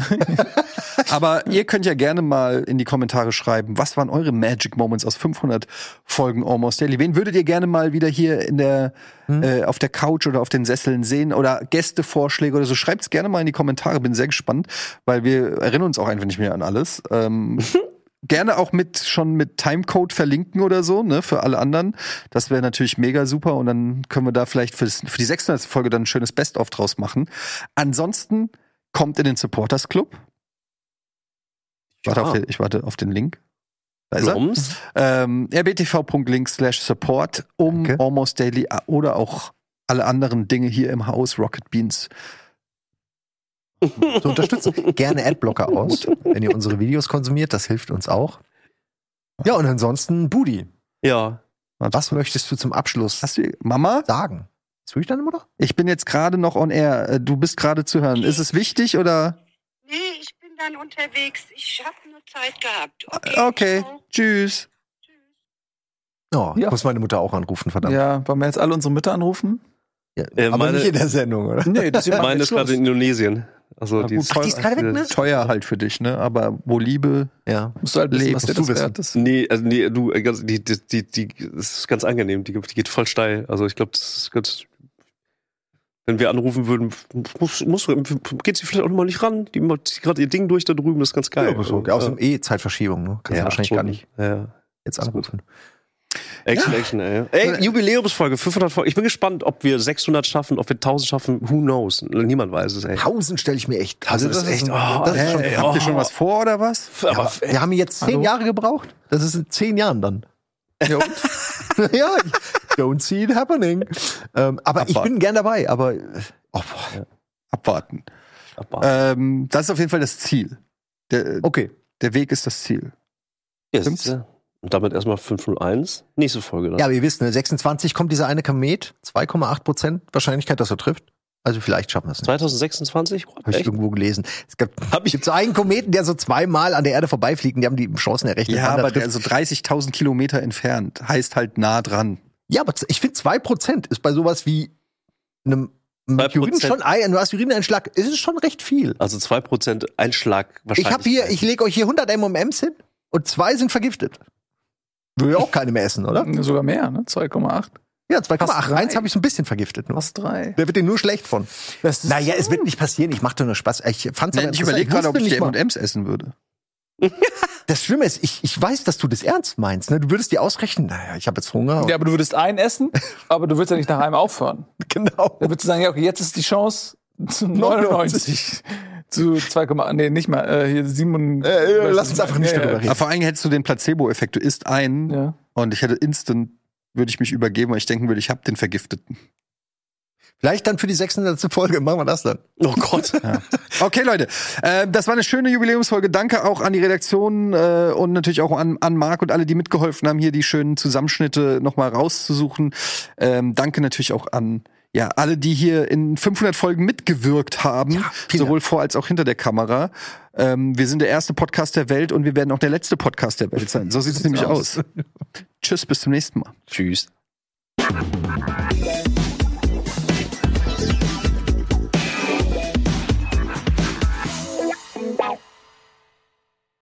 S4: Aber ihr könnt ja gerne mal in die Kommentare schreiben, was waren eure Magic Moments aus 500 Folgen Almost Daily? Wen würdet ihr gerne mal wieder hier in der, äh, auf der Couch oder auf den Sesseln sehen oder Gästevorschläge oder so? Schreibt's gerne mal in die Kommentare, bin sehr gespannt, weil wir erinnern uns auch einfach nicht mehr an alles. Ähm, gerne auch mit schon mit Timecode verlinken oder so, ne, für alle anderen. Das wäre natürlich mega super und dann können wir da vielleicht fürs, für die 600. Folge dann ein schönes Best-of draus machen. Ansonsten kommt in den Supporters Club. Ich warte, auf den, ich warte auf den Link. Da ist er.
S9: Blums.
S4: Ähm, rbtv.link slash support, um
S5: Danke.
S4: Almost Daily äh, oder auch alle anderen Dinge hier im Haus Rocket Beans
S5: zu
S9: [LAUGHS]
S5: unterstützen. Gerne Adblocker aus, wenn ihr unsere Videos konsumiert, das hilft uns auch. Ja, und ansonsten, Budi,
S9: Ja.
S5: was möchtest du zum Abschluss
S4: Hast du, Mama,
S5: sagen? Ist wirklich deine Mutter?
S4: ich bin jetzt gerade noch on air. Äh, Du bist gerade zu hören. Ist es wichtig oder?
S3: Nee, ich bin dann unterwegs. Ich habe nur Zeit gehabt. Okay.
S4: Okay,
S3: ciao.
S4: tschüss.
S5: Oh, ich
S6: Ja.
S5: muss meine Mutter auch anrufen, verdammt.
S6: Ja, wollen wir jetzt alle unsere Mütter anrufen?
S5: Ja.
S9: Äh,
S5: Aber
S9: meine-
S5: nicht in der Sendung, oder?
S6: Nee, das ist
S9: Meine ist gerade in Indonesien. Also
S4: Na
S9: die
S4: gut,
S9: ist,
S4: Ach, die
S5: ist gerade weg, ne?
S4: Teuer halt für dich, ne? Aber wo Liebe.
S5: Ja.
S6: Musst du halt wissen,
S4: Leben,
S6: was dir
S4: musst
S6: das
S4: du wissen.
S6: wert ist.
S9: Nee, also nee, du, äh, ganz, die, die, die, die das ist ganz angenehm. Die, die geht voll steil. Also ich glaube, das ist ganz. Wenn wir anrufen würden, muss, muss, geht sie vielleicht auch noch mal nicht ran. Die macht sich gerade ihr Ding durch da drüben, das ist ganz geil.
S5: Ja, aber so,
S9: Ja.
S5: aus dem E-Zeitverschiebung, ne? Kannst du wahrscheinlich
S9: schon.
S5: gar nicht
S9: Ja.
S5: jetzt anrufen.
S9: Action, Action, ey. Ey, Jubiläumsfolge, 500 Folgen. Ich bin gespannt, ob wir 600 schaffen, ob wir 1000 schaffen. Who knows? Niemand weiß es, ey.
S5: Tausend stelle ich mir echt.
S9: Also das ist-
S5: echt.
S9: oh,
S5: das ist schon,
S9: ey,
S4: Habt ihr schon Oh. was vor oder was?
S5: ja, aber wir haben jetzt zehn Jahre gebraucht. Das ist in zehn Jahren dann. [LAUGHS] ja, ich- don't see it happening. Ähm, aber ich
S4: Abwarten.
S5: bin gern dabei, aber äh, oh, boah.
S4: Abwarten.
S9: Aber-
S4: Ähm, das ist auf jeden Fall das Ziel. Der,
S5: okay.
S4: der Weg ist das Ziel.
S9: Ja,
S4: stimmt's?
S9: siehste. Und damit erstmal 501. Nächste Folge dann.
S5: Ja, aber ihr wisst, ne, 26 kommt dieser eine Komet, 2,8% Wahrscheinlichkeit, dass er trifft. Also vielleicht schaffen wir es nicht.
S9: 2026? What,
S5: Habe ich
S9: echt?
S5: irgendwo gelesen. Es gibt,
S9: Hab ich-
S5: gibt so einen Kometen, der so zweimal an der Erde vorbeifliegt und die haben die Chancen errechnet.
S4: Ja,
S5: wann er
S4: aber der
S5: trifft.
S4: so 30.000 Kilometer entfernt heißt halt nah dran.
S5: ja, aber z- ich finde 2% ist bei sowas wie einem Meteoriten
S9: 2%.
S5: schon, ei- einem Asteroideneinschlag, ist es schon recht viel.
S9: Also 2% Einschlag
S5: Ich
S9: wahrscheinlich.
S5: habe hier, ich lege euch hier 100 MMMs hin und zwei sind vergiftet. Würde auch keine mehr essen,
S6: [LAUGHS]
S5: oder?
S6: Sogar mehr, ne? 2,8.
S5: Ja, 2,8.
S6: Fast
S5: Eins
S6: drei.
S5: habe ich so ein bisschen vergiftet nur.
S6: Fast drei.
S5: Der wird den nur schlecht von.
S6: Das ist
S5: Naja, es wird nicht passieren. Ich machte nur Spaß. Ich fand's aber
S4: Ich
S5: interessant.
S4: überlege gerade, ob
S5: wusste
S4: ich die
S5: nicht mal-
S4: M&M's essen würde.
S5: Das Schlimme ist, ich, ich weiß, dass du das ernst meinst. Ne? Du würdest dir ausrechnen, naja, ich habe jetzt Hunger.
S6: Ja, aber du würdest
S5: [LAUGHS]
S6: einen essen, aber du würdest ja nicht nach einem aufhören.
S5: genau.
S6: Dann würdest du sagen, ja, okay, jetzt ist die Chance zu 99. zu 2,8, nee, nicht mal, äh, hier 7.
S5: Äh, äh, lass uns einfach nicht darüber
S4: Aber
S5: reden.
S4: vor allem hättest du den Placebo-Effekt. Du isst einen
S6: Ja.
S4: und ich hätte instant, würde ich mich übergeben, weil ich denken würde, ich habe den Vergifteten.
S5: Vielleicht dann für die 600. Folge. Machen wir das dann.
S3: Oh Gott.
S4: Okay, Leute. Äh, das war eine schöne Jubiläumsfolge. Danke auch an die Redaktion äh, und natürlich auch an, an Marc und alle, die mitgeholfen haben, hier die schönen Zusammenschnitte nochmal rauszusuchen. Ähm, danke natürlich auch an ja, alle, die hier in 500 Folgen mitgewirkt haben, sowohl vor als auch hinter der Kamera. Ähm, wir sind der erste Podcast der Welt und wir werden auch der letzte Podcast der Welt sein. So sieht es nämlich aus. Tschüss, bis zum nächsten Mal.
S3: Tschüss.